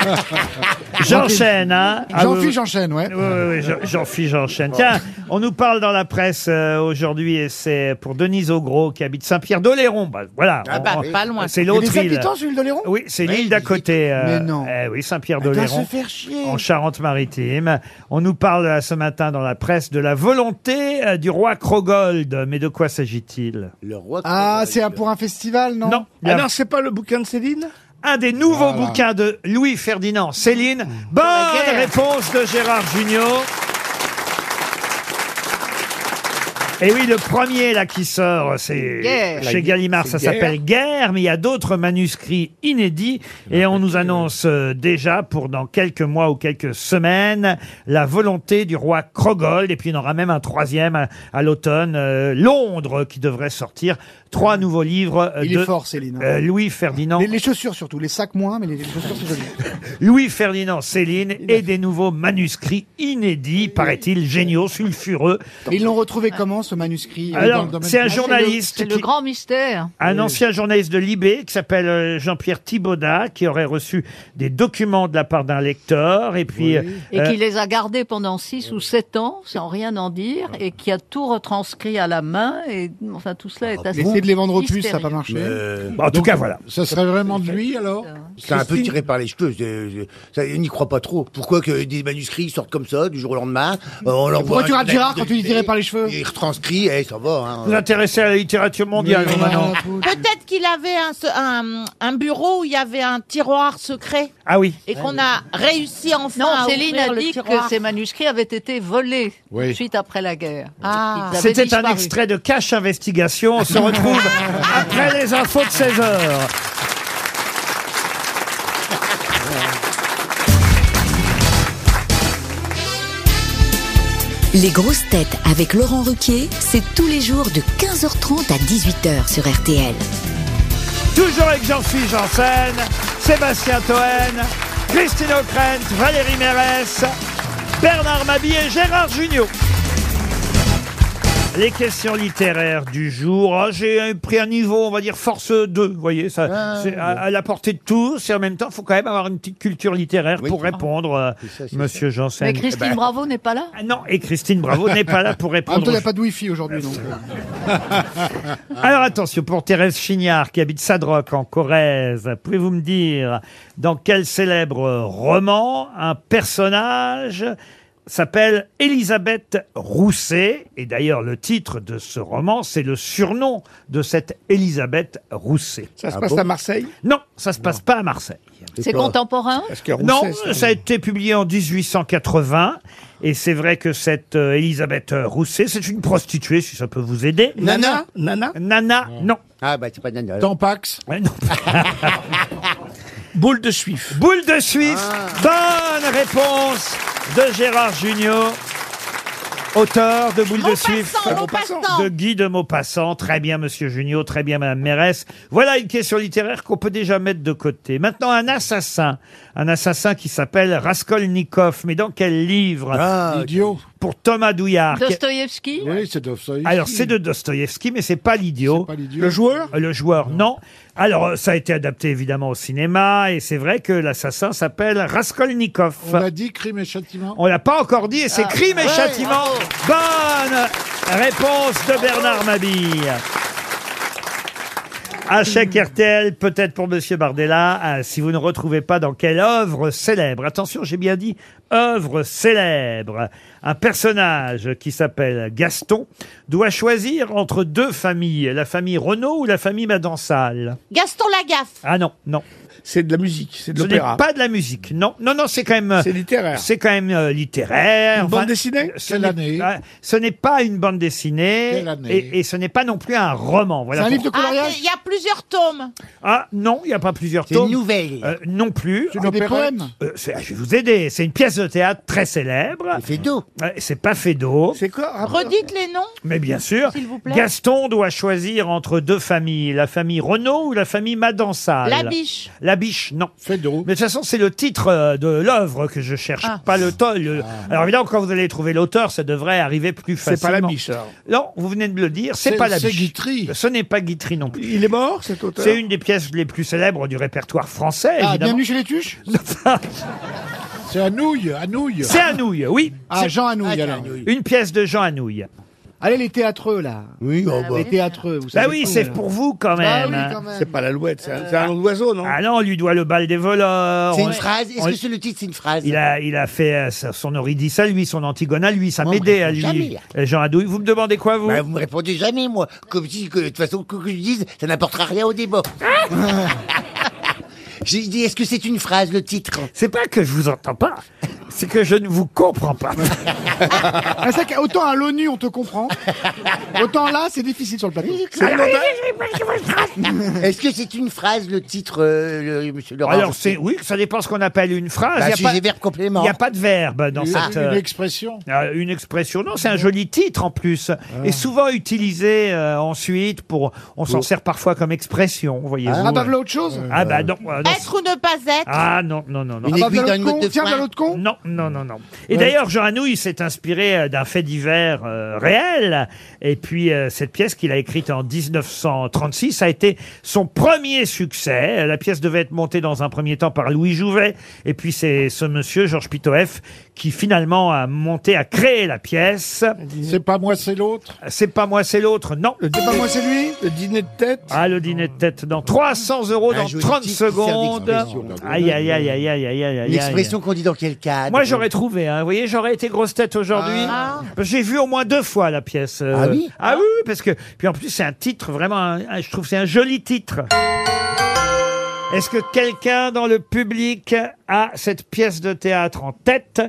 B: J'enchaîne, hein Ah oui,
C: Jean-Phil,
B: oui.
C: j'enchaîne, ouais.
B: Oui, oui, oui, Jean- Jean-Phil, j'enchaîne. Tiens, on nous parle dans la presse euh, aujourd'hui et c'est pour Denise Augros qui habite Saint-Pierre-d'Oléron. Bah, voilà.
G: Ah bah,
B: On-
G: pas loin.
B: C'est
C: Et
B: l'autre
C: les
B: île.
C: habitants, Jules Doléron
B: Oui, c'est l'île
F: Oui,
B: d'à côté. euh,
C: Mais non.
B: eh oui,
C: Elle doit se
B: Saint-Pierre-d'Oléron.
C: faire chier.
B: en Charente-Maritime. On nous parle euh, ce matin dans la presse de la volonté euh, du roi Krogold. Mais de quoi s'agit-il
F: Le roi.
C: Ah,
F: Cromwell.
C: c'est un- pour un festival, non
B: Non, il y
D: Ah
B: a
D: non, c'est pas le bouquin de Céline
B: un des nouveaux bouquins de Louis-Ferdinand Céline. Bonne
G: guerre.
B: réponse de Gérard Junior. Et oui, le premier là qui sort, c'est
H: Guerre.
B: chez Gallimard, ça s'appelle Guerre, mais il y a d'autres manuscrits inédits et on nous annonce euh, déjà pour dans quelques mois ou quelques semaines la volonté du roi Krogold et puis il y en aura même un troisième à, à l'automne, euh, Londres, qui devrait sortir trois nouveaux livres euh,
C: Il
B: de
C: est fort, Céline. hein.
B: euh, Louis-Ferdinand
C: Les, les chaussures surtout, les sacs moins, mais les, les chaussures c'est joli.
B: Louis-Ferdinand Céline et des nouveaux manuscrits inédits, paraît-il, géniaux, sulfureux.
C: Et ils l'ont retrouvé comment ce manuscrit euh, dans
B: Alors,
C: le domaine-
B: c'est un
H: Ah, c'est le-
B: journaliste,
H: C'est le
B: qui-
H: grand mystère.
B: un ancien journaliste de Libé qui s'appelle euh, Jean-Pierre Thibaudat, qui aurait reçu des documents de la part d'un lecteur, et puis... euh,
H: Et
B: euh,
H: qui les a gardés pendant 6 ou 7 ans, sans rien en dire, et qui a tout retranscrit à la main, et enfin tout cela est assez...
C: Essayer Ah, de les vendre aux puces,
H: Mystérieux.
C: ça n'a pas marché.
F: Euh,
B: en tout cas, voilà.
E: Ça serait vraiment de lui alors
F: C'est un peu tiré par les cheveux. c'est- c'est- ça, ils n'y croient pas trop. Pourquoi que des manuscrits sortent comme ça du jour au lendemain euh, on leur
C: Pourquoi tu rates Gérard quand tu dis tiré par les cheveux
F: Il retranscrit, eh, ça va. Hein.
B: Vous intéressez à la littérature mondiale, vous, maintenant
G: Peut-être qu'il avait un, se- un, un bureau où il y avait un tiroir secret
B: Ah oui.
G: et qu'on a réussi enfin
H: Non,
G: à
H: Céline
G: ouvrir
H: a
G: le
H: dit que
G: tiroir.
H: ces manuscrits avaient été volés
E: Oui.
H: suite après la guerre.
G: Ah.
H: Ils avaient
B: C'était un
H: disparu.
B: extrait de Cache Investigation. On se retrouve après les infos de 16 heures.
I: Les grosses têtes avec Laurent Ruquier, c'est tous les jours de 15h30 à 18h sur RTL.
B: Toujours avec Jean-Philippe Janssen, Sébastien Toen, Christine O'Krent, Valérie Mérès, Bernard Mabie et Gérard Junior. Les questions littéraires du jour. Ah, J'ai euh, pris un niveau, on va dire, force 2, vous voyez, ça,
C: Ah,
B: c'est à, à la portée de tous. Et en même temps, il faut quand même avoir une petite culture littéraire pour répondre, euh, monsieur Janssen.
H: Mais Christine Bravo n'est pas là
B: Eh Ah Non, et Christine Bravo n'est pas là pour
C: En même temps, il n'y
B: répondre.
C: a pas de wifi aujourd'hui, donc. euh,
B: Ah. Alors attention, pour Thérèse Chignard qui habite Sadroc en Corrèze, pouvez-vous me dire dans quel célèbre roman un personnage s'appelle Elisabeth Rousset. Et d'ailleurs, le titre de ce roman, c'est le surnom de cette Elisabeth Rousset. Ah
C: Ça se passe à Marseille
B: Non, ça se passe pas à Marseille.
H: C'est contemporain
C: Parce que
B: Non,
C: Rousset, c'est-
B: ça a été publié en 1880. Et c'est vrai que cette euh, Elisabeth Rousset, c'est une prostituée, si ça peut vous aider.
C: Nana Nana
B: Nana, non.
F: Ah bah c'est pas Nana. alors.
E: Tampax
B: Ouais, non.
D: Boule de suif. Ah.
B: Boule de Suif. Bonne réponse de Gérard Junior. Auteur de Boule de Suif.
G: Maupassant, Maupassant.
B: De Guy de Maupassant. Très bien, monsieur Junio. Très bien, madame Mérès. Voilà une question littéraire qu'on peut déjà mettre de côté. Maintenant, un assassin. Un assassin qui s'appelle Raskolnikov. Mais dans quel livre
E: Idiot.
B: Pour Thomas Douillard. qui-
H: Dostoïevski
E: Oui, c'est Dostoïevski.
B: Alors, c'est de Dostoïevski, mais c'est pas l'idiot.
E: Pas l'idiot.
D: Le joueur
B: Euh, Le joueur, non. Alors, euh, ça a été adapté évidemment au cinéma, et c'est vrai que l'assassin s'appelle Raskolnikov.
E: On a dit crime et châtiment.
B: On l'a pas encore dit, et c'est crime et châtiment. Bonne réponse de Bernard Mabille. Un chèque RTL, peut-être pour Monsieur Bardella, euh, si vous ne retrouvez pas dans quelle œuvre célèbre. Attention, j'ai bien dit œuvre célèbre. Un personnage qui s'appelle Gaston doit choisir entre deux familles, la famille Renault ou la famille Madansal.
G: Gaston Lagaffe.
B: Ah non, non.
D: C'est de la musique, c'est de
B: Ce n'est
D: l'opéra.
B: pas de la musique. Non, non, non, c'est quand même.
D: C'est littéraire.
B: C'est quand même euh, littéraire.
D: Une bande dessinée
B: ce
E: Quelle
B: n'est-
E: année
B: ah, Ce n'est pas une bande dessinée.
E: Quelle année
B: Et, et ce n'est pas non plus un roman.
E: C'est
B: Voilà.
E: un livre de
G: Ah,
E: coloriage
G: il y a plusieurs tomes.
B: Ah non, il n'y a pas plusieurs
F: C'est une
B: tomes.
F: nouvelle.
B: Euh, non plus.
E: C'est une
C: Des
E: opérette
C: poèmes
B: Euh, c'est- je vais vous aider. C'est une pièce de théâtre très célèbre.
F: Il fait d'eau.
B: Euh, C'est pas Fédo,
D: C'est quoi rapport
G: Redites les noms.
B: mais bien sûr.
G: S'il vous plaît.
B: Gaston doit choisir entre deux familles, la famille Renault ou la famille Madansal.
G: La biche.
B: La biche, non.
E: Fédot.
B: Mais de toute façon, c'est le titre euh, de l'œuvre que je cherche,
G: Ah.
B: pas le tol. le- Alors évidemment, quand vous allez trouver l'auteur, ça devrait arriver plus facilement.
D: Ah. C'est pas la biche, alors.
B: Non, vous venez de le dire, c'est pas la
E: C'est
B: biche.
E: Guitry.
B: Ce n'est pas Guitry non plus.
D: Il est mort, cet auteur
B: C'est une des pièces les plus célèbres du répertoire français,
E: Ah,
B: évidemment.
E: bienvenue chez les Tuches C'est Anouille, Anouille.
B: C'est Anouille, oui.
E: Ah, Jean Anouille,
C: Ah,
E: alors.
B: Une pièce de Jean Anouille.
C: Allez, les théâtreux, là.
F: Oui, oh, bah.
C: Les théâtreux, vous savez.
B: Bah oui,
C: tout,
B: c'est
C: là.
B: pour vous quand
C: Ah
B: même.
C: oui,
B: hein.
C: quand même.
D: C'est pas l'alouette, c'est un, c'est un nom d'oiseau, non
B: Ah non, on lui doit le bal des voleurs.
F: Euh, C'est une
B: On-
F: phrase. Est-ce
B: on-
F: que c'est le titre C'est une phrase.
B: Il a, il a fait euh, sa- son Eurydice à lui, son Antigone à lui, sa Médée à lui.
F: jamais. hein.
B: Euh, Jean Anouille, vous me demandez quoi, vous
F: Bah, vous me répondez jamais, moi. Comme si, que, de toute façon, que, que je dise, ça n'apportera rien au débat. J'ai dit, est-ce que c'est une phrase, le titre
B: C'est pas que je vous entends pas, c'est que je ne vous comprends pas.
C: Ah, c'est vrai qu'autant à l'ONU, on te comprend. Autant là, c'est difficile sur le plateau.
F: Est-ce que c'est une phrase, le titre, euh, le, monsieur Laurent
B: Alors c'est oui, ça dépend ce qu'on appelle une phrase.
F: Bah,
B: Il Ah, y a
F: si
B: pas-
F: j'ai verbe
B: il
F: complément.
B: n'y a, pas de verbe dans
E: Une,
B: cette
E: une
B: euh,
E: expression.
B: euh, une expression. Non, c'est un joli titre en plus,
F: Ah.
B: et souvent utilisé euh, ensuite pour. On s'en sert parfois comme expression, voyez-vous.
C: Ah, bah, voilà autre chose.
B: Ah, bah, non, euh, non.
G: Être ou ne pas être.
B: Ah non non non non.
F: Une
C: Ah, bah,
F: aiguille
C: voilà
F: dans une
C: l'autre
F: botte
C: con.
F: de
C: Tiens, voilà
F: foin.
C: l'autre con.
B: Non, non, non, non. Et d'ailleurs, Jean Anouilh s'est inspiré euh, d'un fait divers euh, réel. Et puis, euh, cette pièce qu'il a écrite en 1936 a été son premier succès. Euh, La pièce devait être montée dans un premier temps par Louis Jouvet. Et puis, c'est ce monsieur, Georges Pitoef, qui finalement a monté, a créé la pièce.
E: C'est pas moi, c'est l'autre.
B: C'est pas moi, c'est l'autre. Non.
D: Le
C: C'est
D: dîner,
C: pas moi, c'est lui
D: le dîner de tête
B: Ah, le dîner de tête dans 300 euros
F: Un
B: dans
F: joli
B: 30
F: titre qui sert
B: secondes.
F: d'expression.
B: Aïe, aïe, aïe, aïe, aïe, aïe, aïe,
F: Une
B: aïe, aïe.
F: expression qu'on dit dans quel cadre
B: Moi, j'aurais trouvé. Hein. Vous voyez, j'aurais été grosse tête aujourd'hui.
G: Ah.
B: J'ai vu au moins deux fois la pièce. euh.
F: Ah oui
B: Ah oui, oui, parce que puis en plus c'est un titre vraiment. un- un- je trouve que c'est un joli titre. Est-ce que quelqu'un dans le public a cette pièce de théâtre en tête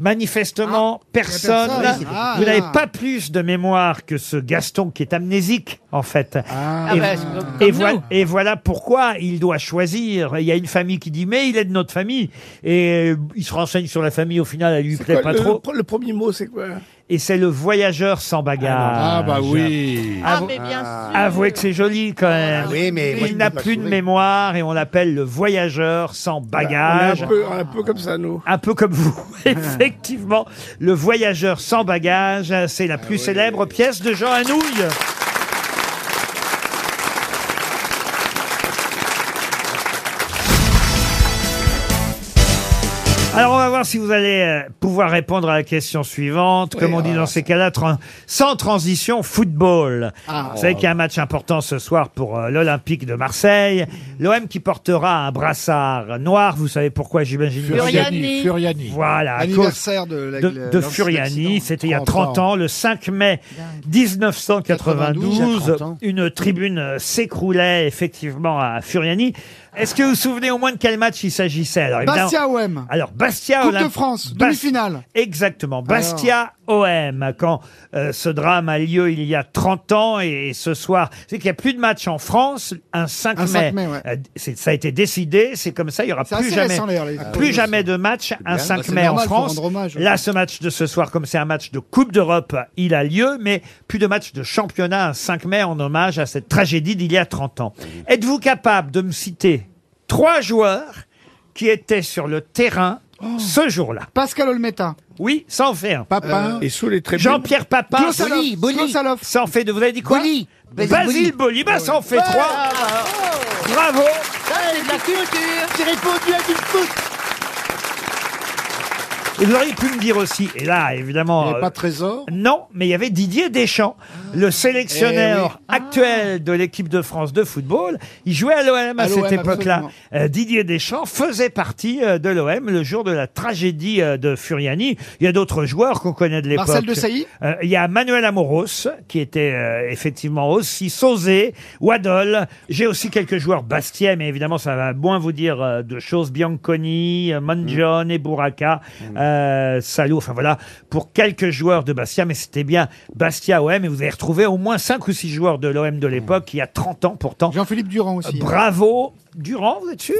B: Manifestement, personne.
C: personne. Oui, c'est- Ah.
B: Vous n'avez pas plus de mémoire que ce Gaston qui est amnésique, en fait.
H: Ah
B: Et-
H: bah, c'est comme-
B: et,
H: comme
B: voilà,
H: nous.
B: et voilà pourquoi il doit choisir. Il y a une famille qui dit mais il est de notre famille et euh, il se renseigne sur la famille. Au final, elle lui
D: C'est
B: plaît
D: quoi,
B: pas
D: le,
B: trop.
D: le- le premier mot, c'est quoi
B: Et c'est le voyageur sans bagage.
E: Ah, bah oui.
G: Ah,
B: Avou-
G: mais bien sûr.
B: Avouez que c'est joli quand même.
F: Ah, Oui, mais moi, je
B: il
F: peux
B: n'a
F: pas
B: plus de
F: trouver.
B: mémoire et on l'appelle le voyageur sans
D: Bah, on, est
B: bagage.
D: un peu, on est un peu comme ça, nous.
B: Un peu comme vous, effectivement. Le voyageur sans bagage, c'est la plus célèbre pièce de Jean Anouilh. Alors, on va voir si vous allez euh, pouvoir répondre à la question suivante. Comme on dit dans ces cas-là, tran- sans transition, football. Vous savez qu'il y a un match important ce soir pour euh, l'Olympique de Marseille. L'OM qui portera un brassard noir. Vous savez pourquoi, j'imagine.
E: Furiani. Furiani.
B: Voilà, à cause
C: Anniversaire de, la,
B: de,
C: la-
B: de
C: l'accident.
B: Furiani. C'était il y a
E: 30
B: 30 ans, le 5 mai 1992. Une tribune euh, s'écroulait effectivement à Furiani. Est-ce que vous vous souvenez au moins de quel match il s'agissait Alors, évidemment-
C: Bastia OM.
B: Ah, Alors, Bastia
C: Coupe de
B: Olymp-
C: France,
B: Bas-
C: demi-finale.
B: Exactement. Bastia OM, quand euh, ce drame a lieu il y a 30 ans et, ce soir, c'est qu'il n'y a plus de match en France, un 5
C: Un
B: mai.
C: 5 mai, ouais.
B: Euh, c'est- ça a été décidé, c'est comme ça, il n'y aura
C: C'est
B: plus
C: assez
B: jamais, Ah,
C: récent, d'ailleurs, les-
B: Euh, plus
C: les-
B: jamais de match un 5
C: c'est
B: mai
C: normal,
B: en
C: faut
B: France.
C: rendre hommage, ouais.
B: Là, ce match de ce soir, comme c'est un match de Coupe d'Europe, il a lieu, mais plus de match de championnat un 5 mai en hommage à cette tragédie d'il y a 30 ans. Êtes-vous capable de me citer trois joueurs qui étaient sur le terrain ce jour-là
C: Pascal Olmeta.
B: oui, ça en fait un.
E: Papin.
D: Euh, Et sous les trépieds.
B: Jean-Pierre Papin.
C: Claude Saloff.
F: Boli, Boli.
C: Claude Saloff.
B: Ça en fait deux. Vous avez dit quoi
F: Boli. Basile
B: Basile Boli. Bah, ça en fait trois. Bravo.
F: J'ai répondu à du foot.
B: Et vous auriez pu me dire aussi, et là,
E: Il
B: évidemment.
E: n'y
B: euh,
E: a pas trésor
B: non, mais il y avait Didier Deschamps, le sélectionneur
C: Eh
B: actuel de l'équipe de France de football. Il jouait à l'OM à,
C: À l'O M,
B: cette époque-là.
C: absolument.
B: Euh, Didier Deschamps faisait partie euh, de l'OM le jour de la tragédie euh, de Furiani. Il y a d'autres joueurs qu'on connaît de l'époque.
C: Marcel Desailly.
B: Euh, Il y a Manuel Amoros, qui était euh, effectivement aussi Sauzé, Waddle. J'ai aussi quelques joueurs Bastia, mais évidemment, ça va moins vous dire euh, de choses. Bianconi, euh, Mangione,
C: Mm.
B: et Bouraka, euh, Salou. Enfin voilà, pour quelques joueurs de Bastia, mais c'était bien Bastia OM. Et vous avez retrouvé au moins cinq ou six joueurs de l'OM de l'époque, il y a 30 ans pourtant.
C: Mm. Jean-Philippe Durand
B: Euh,
C: aussi. hein.
B: Bravo. Durand, vous êtes sûr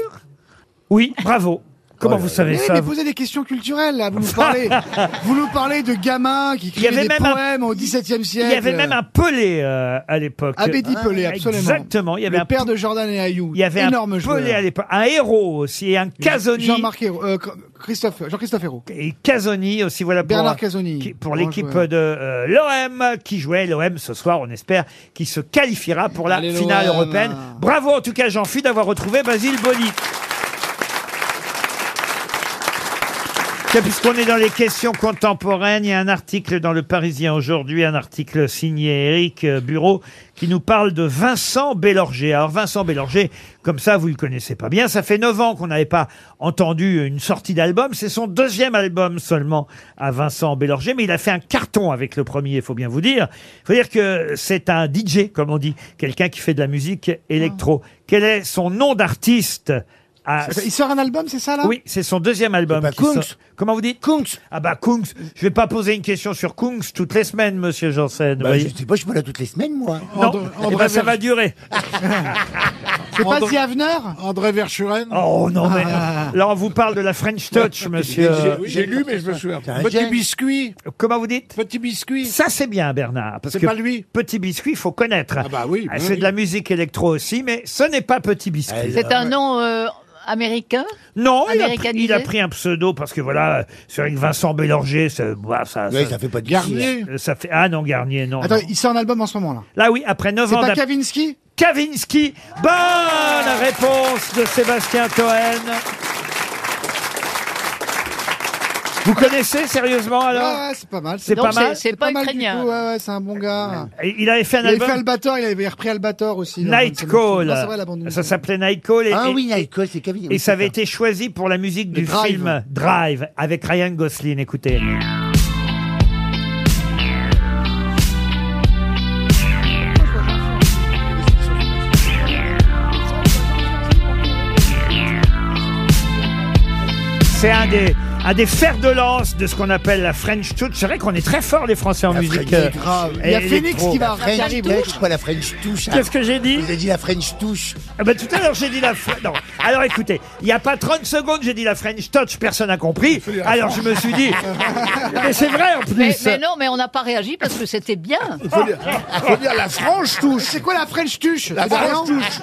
B: Oui, bravo. Comment Oh, vous savez
C: Mais Oh oui,
B: ça
C: mais
B: vous
C: posez des questions culturelles, là. Vous nous parlez, vous nous parlez de gamins qui
B: y avait
C: écrivaient des
B: même un-
C: poèmes au XVIIe siècle.
B: Il y avait même un Pelé euh, à l'époque.
C: Abedi Ah, Pelé, absolument.
B: Exactement. Il y avait
C: le
B: un
C: père de Jordan et Ayou.
B: Il y avait
C: énorme
B: un
C: joueur.
B: Pelé à l'époque, un héros aussi, et un Casoni.
C: Jean-Marc Hérault, euh, Christophe, Jean-Christophe Hérault.
B: Et Casoni aussi, voilà pour,
C: Bernard Casoni.
B: qui- pour
C: Grand
B: l'équipe
C: joueur.
B: de euh, l'OM qui jouait l'OM ce soir, on espère, qui se qualifiera pour la
C: Allez,
B: finale
C: l'OM.
B: européenne. Bravo en tout cas jean philippe d'avoir retrouvé Basile Boli. Tiens, Puisqu'on est dans les questions contemporaines, il y a un article dans Le Parisien aujourd'hui, un article signé Eric euh, Bureau, qui nous parle de Vincent Bélorger. Alors Vincent Bélorger, comme ça, vous le connaissez pas bien. Ça fait 9 ans qu'on n'avait pas entendu une sortie d'album. C'est son deuxième album seulement à Vincent Bélorger, mais il a fait un carton avec le premier, il faut bien vous dire. Il faut dire que c'est un DJ, comme on dit, quelqu'un qui fait de la musique électro. Quel est son nom d'artiste à...
C: Il sort un album, Ah. c'est ça là
B: Ah, Oui, c'est son deuxième album.
F: pas
B: qui sort-
F: Kungs.
B: Comment vous dites
F: Kungs.
B: ah bah Kungs, je vais pas poser une question sur Kungs toutes les semaines, monsieur Janssen. vous
F: Bah, je
B: voyez.
F: sais pas, je suis pas là toutes les semaines, moi.
B: Non,
E: André-
B: eh ben,
E: André
B: ça va durer.
C: C'est pas Ah.
E: André-
C: The Avener
E: André Verschuren
B: Oh non, mais
F: Ah.
B: là on vous parle de la French Touch, monsieur.
D: J'ai- J'ai lu, mais je me souviens.
F: C'est un
E: Petit
F: jet.
E: biscuit
B: Comment vous dites
E: Petit biscuit
B: Ça c'est bien Bernard, parce
E: C'est
B: que
E: pas lui
B: Petit Biscuit, faut connaître.
E: Ah bah oui, bah
B: c'est
E: oui.
B: de la musique électro aussi, mais ce n'est pas Petit Biscuit.
H: C'est un nom euh, américain
B: Non, il a, pris,
H: Américanisé.
B: il a pris un pseudo parce que voilà, c'est vrai que Vincent Bélanger, c'est- bah, ça,
F: Ouais,
B: ça,
F: ça fait pas de
E: Garnier
B: ça fait ah non Garnier non.
C: Attends,
B: non.
C: il sort un album en ce moment là.
B: Là oui, après 9
C: C'est
B: ans
C: pas
B: d'ab-
C: Kavinsky
B: Kavinsky. Bonne réponse de Sébastien Toen. Vous connaissez sérieusement alors
C: Ouais, c'est pas mal.
B: C'est pas
H: Donc,
B: mal.
H: C'est pas
C: mal du
H: ukrainien.
C: tout, Ouais, ouais, c'est un bon gars.
B: Il avait fait un
C: Il avait fait
B: album
C: Albator, il avait repris Albator aussi. dans
B: Night
C: un de ses morceaux.
B: Call.
C: Non, c'est vrai, la bande
B: ça s'appelait Night Call et,
F: Ah
B: et-
F: oui, l'alcool, c'est Kevin.
B: et ça avait été choisi pour la musique du
C: Drive.
B: film Drive avec Ryan Gosling. Écoutez. C'est un des, un des fers de lance de ce qu'on appelle la French Touch. C'est vrai qu'on est très fort les Français en musique. euh,
F: grave.
C: Il y a
B: électro.
C: Phoenix qui va
F: French
C: arriver.
F: touche, pas la French touche. Ah,
B: Qu'est-ce que j'ai dit
F: J'ai dit la French touche.
B: Ah bah, tout à l'heure, j'ai dit la French. Non. Alors écoutez, il n'y a pas 30 secondes, j'ai dit la French Touch, personne n'a compris. Alors je me suis dit. Mais c'est vrai en plus.
H: mais, mais non, mais on n'a pas réagi parce que c'était bien.
D: Faut dire, faut dire la franche touche.
C: C'est quoi la French Touche
D: La
C: C'est Dorian
D: franche touche.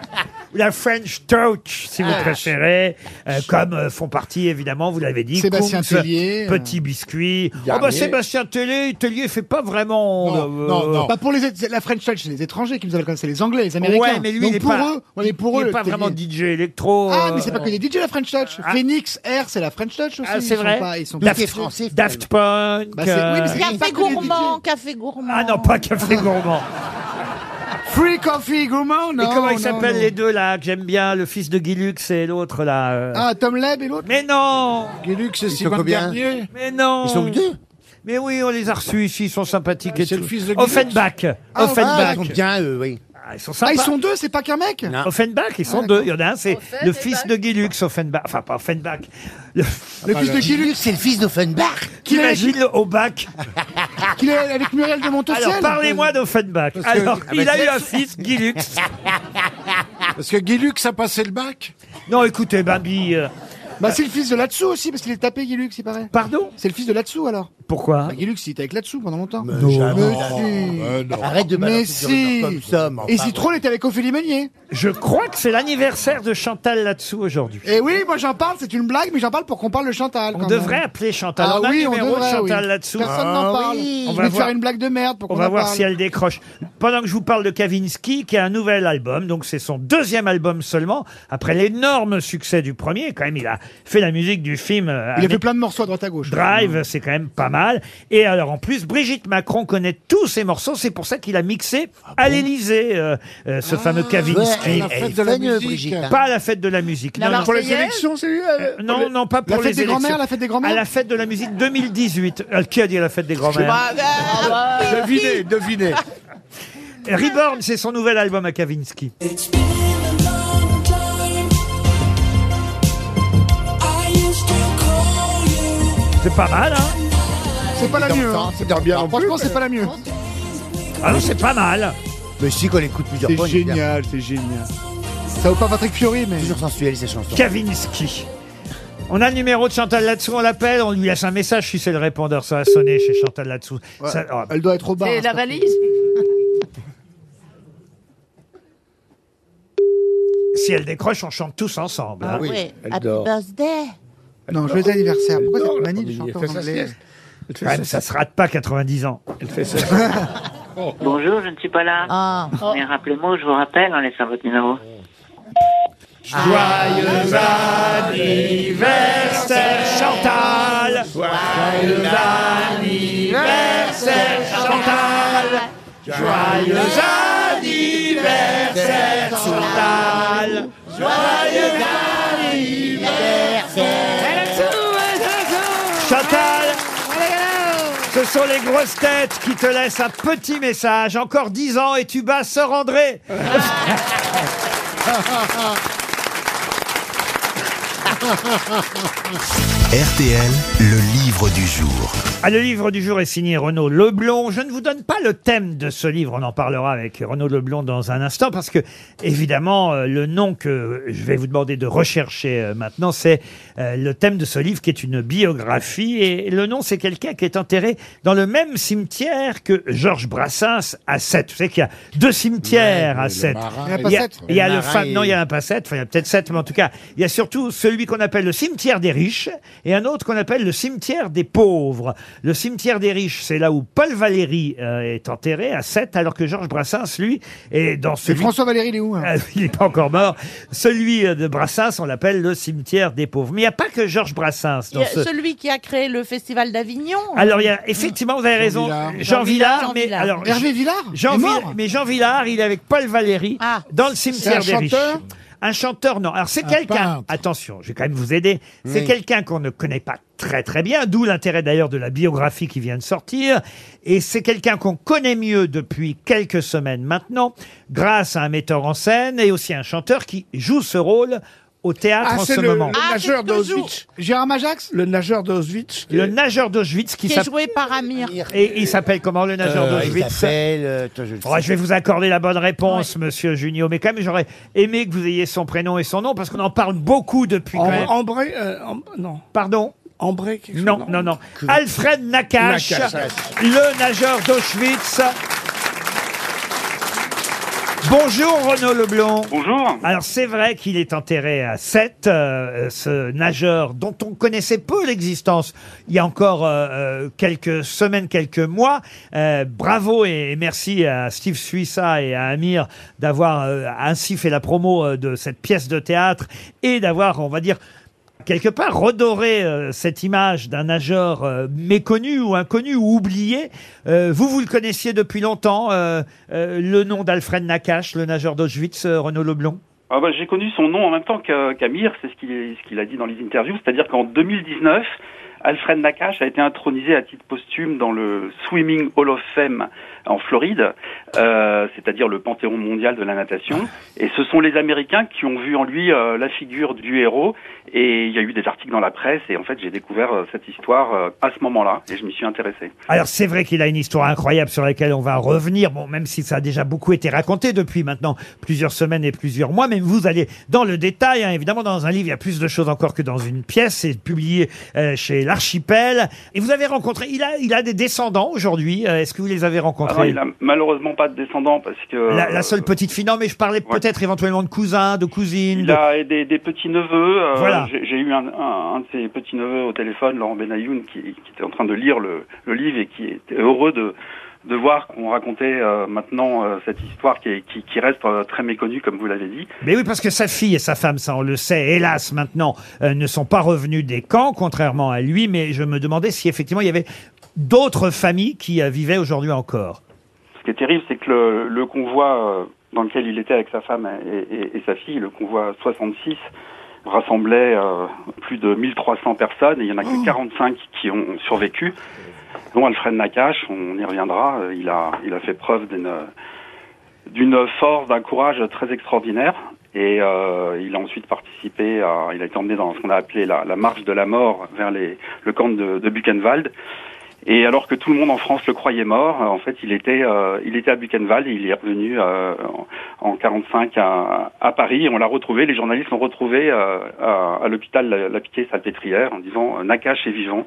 B: la French Touch, si vous préférez, euh, comme euh, font partie, évidemment, vous l'avez dit,
E: Sébastien
B: Kungs,
E: Tellier, euh,
B: Petit Biscuit. Oh
E: Garnier.
B: bah Sébastien Tellier, Tellier fait pas vraiment...
E: Non,
B: euh,
E: non, non.
C: Pas pour les, la French Touch, c'est les étrangers qui nous avaient connaissé, les Anglais, les Américains.
B: Ouais, mais lui,
C: Donc
B: il est
C: pour
B: pas-
C: eux, on est pour
B: il
C: eux.
B: est pas
C: le
B: vraiment
C: télé-
B: DJ électro.
C: Ah,
B: euh,
C: mais c'est pas que des DJ la French Touch.
B: Ah.
C: Phoenix Air, c'est la French Touch aussi.
B: Ah, c'est
C: Ils sont
B: vrai.
C: pas- ils sont
B: Daft,
C: pas-
F: français,
B: Daft Punk.
C: Bah, c'est- oui, mais
B: euh,
C: c'est- pas
G: Café
C: que des
G: gourmand, café gourmand.
B: Ah non, pas Café Gourmand.
C: Free Coffee Gourmand, non
B: et comment ils
C: non,
B: s'appellent
C: non.
B: les deux là que j'aime bien, le fils de Guilux et l'autre là euh.
C: Ah, Tom Leb et l'autre
B: Mais non
E: Guilux et Simone
F: combien
E: Garnier.
B: Mais non
F: Ils sont que deux.
B: Mais oui, on les a reçus ici, ils sont sympathiques et
E: c'est
B: tout.
E: le fils de Guilux.
B: Offenbach.
C: Ah,
F: Ah,
B: Offenbach.
F: ils sont bien, eux, oui.
B: Ah, ils sont
C: Ah,
B: sympas.
C: ils sont deux, c'est pas qu'un mec
F: Non.
B: Offenbach, ils sont deux. Il y en a un, c'est le fils de Guilux, Offenbach. Enfin, pas Offenbach. Le-
C: Le fils de Guilux,
F: C'est le fils d'Offenbach.
B: Qui imagine au bac
C: qu'il est avec Muriel de Montauciel
B: Alors, parlez-moi d'Offenbach. Alors, Ah il a eu un fils, Guilux.
E: Parce que Guilux a passé le bac.
B: Non, écoutez, Babi. euh,
C: Bah, c'est le fils de Latsou aussi, parce qu'il est tapé Guilux, il paraît.
B: Pardon
C: C'est le fils de Latsou alors
B: Pourquoi
C: bah, Guilux, il était avec Latsou pendant longtemps.
E: Euh, non.
F: Arrête de
C: Mais
F: balancer sur les
C: si.
F: gens comme ça, mais
C: Et
F: enfin,
C: Citrone était avec Ophélie Meunier.
B: Je crois que c'est l'anniversaire de Chantal là-dessous aujourd'hui.
C: Et oui, moi j'en parle, c'est une blague, mais j'en parle pour qu'on parle de Chantal.
B: On
C: quand
B: devrait
C: même.
B: appeler Chantal.
C: Ah
B: on a
C: oui,
B: un
C: on
B: numéro
C: devrait.
B: de Chantal
C: oui.
B: là-dessous.
C: Personne n'en parle.
B: On
C: On
B: va
C: va
B: voir.
C: faire une blague de merde pour qu'on
B: On va
C: en
B: voir
C: parle.
B: si elle décroche. Pendant que je vous parle de Kavinsky, qui a un nouvel album, donc c'est son deuxième album seulement, après l'énorme succès du premier, quand même, il a fait la musique du film euh,
C: Il a
B: Amé-
C: fait plein de morceaux à droite à gauche.
B: Drive, c'est quand même pas mal. Et alors, en plus, Brigitte Macron connaît tous ses morceaux, c'est pour ça qu'il a mixé
C: Ah
B: à l'Élysée euh, euh, ce fameux Kavinsky.
E: elle a-
F: elle
E: fête
F: est
E: de la
F: fan, euh,
E: musique.
F: Brigitte.
B: Pas à la fête de la musique.
H: La
B: non, non.
H: Marseillaise.
E: c'est lui
B: Euh, Non, non, pas pour
C: La fête
B: les
C: des
B: élections.
C: grands-mères, la fête des grands-mères
B: À la fête de la musique 2018. Euh, qui a dit la fête des grands-mères
C: Ah,
D: Devinez, devinez.
B: Reborn, c'est son nouvel album à Kavinsky. C'est pas mal, hein
C: C'est pas la mieux. hein.
F: C'est dans bien.
C: Franchement, c'est pas la mieux.
B: Ah non, c'est pas mal.
F: Mais si qu'on écoute plusieurs
C: C'est
F: fois, on est bien.
C: génial, c'est génial. Ça vaut pas Patrick Fiori, mais.
F: Toujours sensuel, ces chansons.
B: Kavinsky. On a le numéro de Chantal Latsou, on l'appelle, on lui laisse un message si c'est le répondeur, ça a sonné chez Chantal Latsou. Ça- oh,
C: Elle doit être au bar.
H: C'est
C: hein,
H: la
C: cette
H: valise
B: si elle décroche, on chante tous ensemble.
H: Ah
C: Ah,
B: hein.
G: oui,
D: elle
G: Happy
D: dort.
G: birthday.
C: Non, joyeux anniversaire. Pourquoi
D: Non,
C: c'est
D: la
C: manie de
D: famille,
C: chanter
D: elle
C: en
D: fait sa
C: anglais
D: sieste. Elle
B: Quand
D: fait
B: même,
D: sa-
B: ça se rate pas 90 ans.
D: elle fait sa-
J: Bonjour, je ne suis pas là. Oh.
G: Ah.
J: Mais rappelez-moi, je vous rappelle en laissant votre numéro.
B: Ah.
G: Ah.
B: Joyeux anniversaire Chantal Joyeux anniversaire Chantal Joyeux anniversaire Chantal Joyeux anniversaire Chantal ce sont les grosses têtes qui te laissent un petit message. Encore 10 ans et tu bats Sœur André.
A: RTL, le livre du jour.
B: Ah, le livre du jour est signé Renaud Leblon. Je ne vous donne pas le thème de ce livre, on en parlera avec Renaud Leblon dans un instant, parce que, évidemment, euh, le nom que je vais vous demander de rechercher euh, maintenant, c'est euh, le thème de ce livre qui est une biographie. Et le nom, c'est quelqu'un qui est enterré dans le même cimetière que Georges Brassens à Sète. Vous savez qu'il y a deux cimetières à Sète.
E: marin.
C: Il y en a pas
B: Il y a,
C: sept.
B: il y a le
F: Marin
B: fameux, non,
F: et-
B: il y en a pas sept, enfin, il y en a peut-être sept, mais en tout cas, il y a surtout celui qu'on appelle le cimetière des riches et un autre qu'on appelle le cimetière des pauvres. Le cimetière des riches, c'est là où Paul Valéry euh, est enterré à Sète, alors que Georges Brassens, lui, est dans
C: C'est
B: celui...
C: François Valéry, il est où hein
B: Ah, Il n'est pas encore mort. Celui euh, de Brassens, on l'appelle le cimetière des pauvres. Mais il n'y a pas que Georges Brassens
G: Il
B: dans
G: y a
B: ce...
G: Celui qui a créé le festival d'Avignon.
B: Alors, il y a, effectivement, vous avez raison,
E: Villard.
B: Jean
G: Jean Villard,
B: Villard, mais...
G: Jean
B: Alors,
C: Hervé Villard
B: Jean
C: Il est
B: Vill-
C: mort
B: mais Jean Villard, il est avec Paul Valéry
G: Ah.
B: dans le cimetière
C: C'est un
B: des
C: chanteur
B: riches. Un chanteur, non. Alors c'est quelqu'un.
E: peintre.
B: Attention, je vais quand même vous aider. C'est quelqu'un qu'on ne connaît pas très très bien, d'où l'intérêt d'ailleurs de la biographie qui vient de sortir. Et c'est quelqu'un qu'on connaît mieux depuis quelques semaines maintenant, grâce à un metteur en scène et aussi un chanteur qui joue ce rôle au théâtre
D: Ah,
B: en
D: c'est
B: ce
D: le, le
B: moment.
G: Ah,
D: nageur
G: c'est ce que joue.
D: d'Auschwitz.
C: Gérard Majax
D: Le nageur d'Auschwitz.
B: Le nageur d'Auschwitz qui
G: qui est
B: s'appelle.
G: joué par Amir.
B: Et il s'appelle comment le nageur
F: Euh, il
B: d'Auschwitz
F: s'appelle, euh, attends, je le
B: Oh,
F: sais.
B: je vais vous accorder la bonne réponse, monsieur Junio, mais quand même, j'aurais aimé que vous ayez son prénom et son nom, parce qu'on en parle beaucoup depuis quand même.
D: Ambré, euh, Am- non.
B: Pardon
D: Ambré, quelque
B: Non,
D: chose.
B: non, non. Alfred Nakache,
D: Nakache,
B: le nageur d'Auschwitz. Bonjour Renaud Leblon. Bonjour. Alors c'est vrai qu'il est enterré à 7, ce nageur dont on connaissait peu l'existence il y a encore euh, euh, quelques semaines, quelques mois. Euh, bravo et, et merci à Steve Suissa et à Amir d'avoir euh, ainsi fait la promo euh, de cette pièce de théâtre et d'avoir, on va dire, quelque part redorer euh, cette image d'un nageur euh, méconnu ou inconnu ou oublié. Euh, vous, vous le connaissiez depuis longtemps, euh, euh, le nom d'Alfred Nakache, le nageur d'Auschwitz, euh, Renaud Leblon.
K: Ah bah, j'ai connu son nom en même temps qu'à- qu'Amir, c'est ce qu'il ce qu'il a dit dans les interviews, c'est-à-dire qu'en 2019, Alfred Nakache a été intronisé à titre posthume dans le Swimming Hall of Fame en Floride, euh, c'est-à-dire le panthéon mondial de la natation. Et ce sont les Américains qui ont vu en lui euh, la figure du héros. Et il y a eu des articles dans la presse. Et en fait, j'ai découvert euh, cette histoire euh, à ce moment-là et je m'y suis intéressé.
B: Alors c'est vrai qu'il a une histoire incroyable sur laquelle on va revenir, bon même si ça a déjà beaucoup été raconté depuis maintenant plusieurs semaines et plusieurs mois, mais vous allez dans le détail, hein. évidemment dans un livre il y a plus de choses encore que dans une pièce, c'est publié euh, chez l'Archipel, et vous avez rencontré, il a, il a des descendants aujourd'hui, Euh, est-ce que vous les avez rencontrés
K: Alors, Ah, il a malheureusement pas de descendants parce que
B: la, la seule petite fille, non mais je parlais peut-être éventuellement de cousins, de cousines,
K: Il
B: de-
K: a des, des petits-neveux. euh,
B: Voilà.
K: J'ai j'ai eu un, un- un de ses petits-neveux au téléphone, Laurent Benayoun, qui, qui était en train de lire le, le livre et qui était heureux de, de voir qu'on racontait euh, maintenant euh, cette histoire qui, est- qui- qui reste euh, très méconnue, comme vous l'avez dit.
B: Mais oui, parce que sa fille et sa femme, ça on le sait, hélas maintenant, euh, ne sont pas revenus des camps, contrairement à lui. Mais je me demandais si effectivement il y avait d'autres familles qui euh, vivaient aujourd'hui encore.
K: Ce qui est terrible, c'est que le, le convoi euh, dans lequel il était avec sa femme et, et- et sa fille, le convoi 66, rassemblait euh, plus de 1300 personnes et il y en a que 45 qui ont survécu, dont Alfred Nakache, on y reviendra, euh, il a, il a fait preuve d'une d'une force, d'un courage très extraordinaire. Et euh, il a ensuite participé, à, il a été emmené dans ce qu'on a appelé la, la marche de la mort vers les, le camp de, de Buchenwald. Et alors que tout le monde en France le croyait mort, euh, en fait, il était, euh, il était à Buchenwald, et il est revenu euh, en, en 45 à, à Paris. Et on l'a retrouvé, les journalistes l'ont retrouvé euh, à, à l'hôpital La, La Pitié-Salpêtrière en disant euh, Nakache est vivant,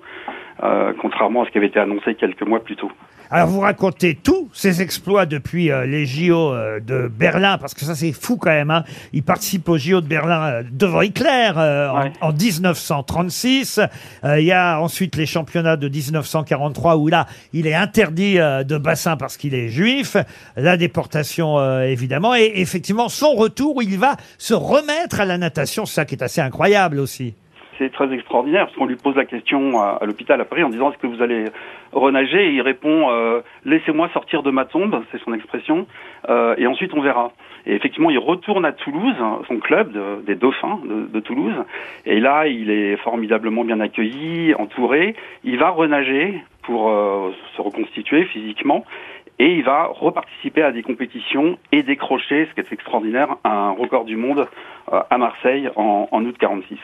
K: euh, contrairement à ce qui avait été annoncé quelques mois plus tôt.
B: Alors vous racontez tous ses exploits depuis euh, les JO euh, de Berlin, parce que ça c'est fou quand même. hein. Il participe aux JO de Berlin euh, devant Hitler euh, en- en, 1936. Euh, il y a ensuite les championnats de 1943 où là il est interdit euh, de bassin parce qu'il est juif. La déportation euh, évidemment et effectivement son retour où il va se remettre à la natation, c'est ça qui est assez incroyable aussi.
K: C'est très extraordinaire parce qu'on lui pose la question à, à l'hôpital à Paris en disant est-ce que vous allez renager et il répond euh, laissez-moi sortir de ma tombe, c'est son expression, euh, et ensuite on verra. Et effectivement, il retourne à Toulouse, hein, son club de- des Dauphins de, de Toulouse, et là il est formidablement bien accueilli, entouré. Il va renager pour euh, se reconstituer physiquement. Et il va reparticiper à des compétitions et décrocher, ce qui est extraordinaire, un record du monde euh, à Marseille en, en août 46.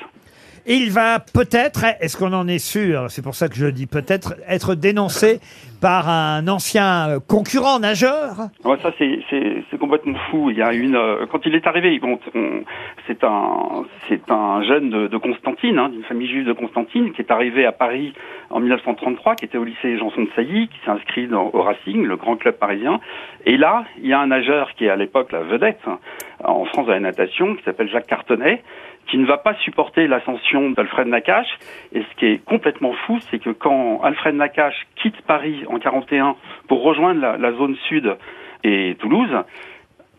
B: Et il va peut-être, est-ce qu'on en est sûr, c'est pour ça que je dis peut-être, être dénoncé par un ancien euh, concurrent nageur
K: Ouais, ça c'est c'est c'est complètement fou. Il y a une euh, quand il est arrivé, bon, on- c'est un c'est un jeune de, de Constantine, hein, d'une famille juive de Constantine, qui est arrivé à Paris en 1933, qui était au lycée Janson de Sailly, qui s'est inscrit dans, au Racing, le grand club parisien. Et là, il y a un nageur qui est à l'époque la vedette hein, en France de la natation, qui s'appelle Jacques Cartonnet, qui ne va pas supporter l'ascension d'Alfred Nakache. Et ce qui est complètement fou, c'est que quand Alfred Nakache quitte Paris en 41 pour rejoindre la, la zone sud et Toulouse,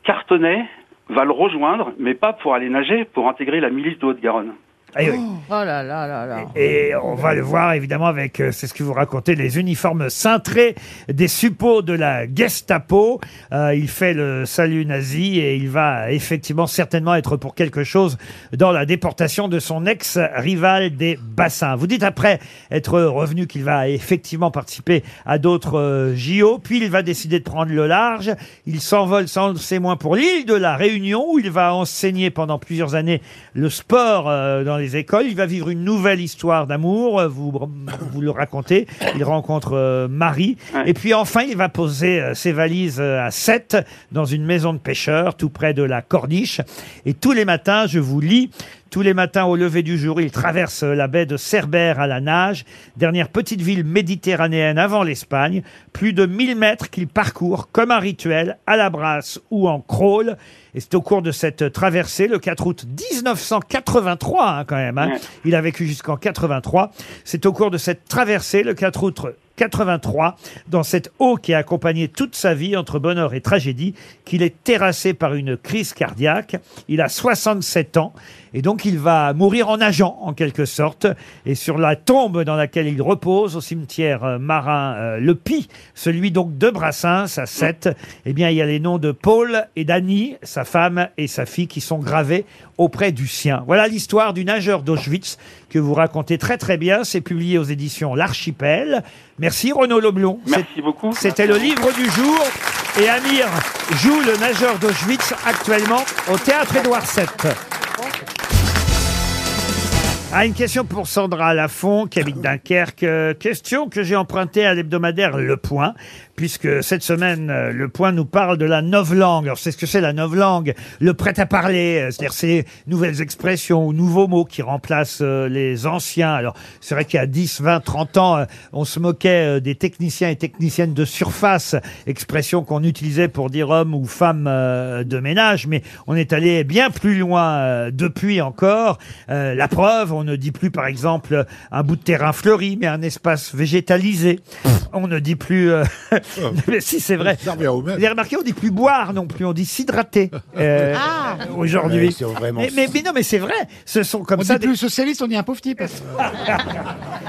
K: Cartonnet va le rejoindre, mais pas pour aller nager, pour intégrer la milice de Haute-Garonne.
G: Oh là là là là.
B: Ah Et on va le voir évidemment avec, euh, c'est ce que vous racontez, les uniformes cintrés des suppôts de la Gestapo. Euh, il fait le salut nazi et il va effectivement certainement être pour quelque chose dans la déportation de son ex-rival des bassins. Vous dites après être revenu qu'il va effectivement participer à d'autres euh, JO, puis il va décider de prendre le large. Il s'envole sans le témoin pour l'île de la Réunion où il va enseigner pendant plusieurs années le sport euh, dans les écoles. Il va vivre une nouvelle histoire d'amour. euh, Vous, vous le racontez. Il rencontre euh, Marie. Et puis enfin, il va poser euh, ses valises euh, à 7 dans une maison de pêcheurs tout près de la Corniche. Et tous les matins, je vous lis Tous les matins au lever du jour, il traverse euh, la baie de Cerbère à la nage, dernière petite ville méditerranéenne avant l'Espagne. Plus de 1000 mètres qu'il parcourt comme un rituel à la brasse ou en crawl. Et c'est au cours de cette traversée, le 4 août 1983, hein, quand même. hein. Il a vécu jusqu'en 83. C'est au cours de cette traversée, le 4 août 83, dans cette eau qui a accompagné toute sa vie entre bonheur et tragédie, qu'il est terrassé par une crise cardiaque. Il a 67 ans et donc il va mourir en nageant en quelque sorte. Et sur la tombe dans laquelle il repose au cimetière euh, marin euh, Le Pi, celui donc de Brassens à 7, eh bien il y a les noms de Paul et d'Annie, sa femme et sa fille qui sont gravés auprès du sien. Voilà l'histoire du nageur d'Auschwitz que vous racontez très très bien. C'est publié aux éditions L'Archipel. Merci Renaud Leblon. Merci beaucoup. C'était le livre du jour. Et Amir joue le nageur d'Auschwitz actuellement au théâtre Édouard VII. Ah, une question pour Sandra Lafont, qui habite Dunkerque. Euh, Question que j'ai empruntée à l'hebdomadaire Le Point, puisque cette semaine, euh, Le Point nous parle de la novlangue. Alors, c'est ce que c'est la novlangue, le prêt-à-parler, euh, c'est-à-dire ces nouvelles expressions ou nouveaux mots qui remplacent euh, les anciens. Alors, c'est vrai qu'il y a 10, 20, 30 ans, euh, on se moquait euh, des techniciens et techniciennes de surface, expression qu'on utilisait pour dire homme ou femme euh, de ménage, mais on est allé bien plus loin euh, depuis encore. Euh, la preuve, on ne dit plus par exemple un bout de terrain fleuri, mais un espace végétalisé. On ne dit plus... euh,
F: Ah.
B: mais si c'est vrai. Vous avez remarqué, on dit plus boire non plus, on dit s'hydrater euh,
C: Ah.
B: aujourd'hui.
F: Ouais, c'est vraiment-
B: Mais, mais- mais non, mais c'est vrai, ce sont comme
C: on
B: ça...
C: dit
B: des-
C: plus socialiste, on dit un pauvre type.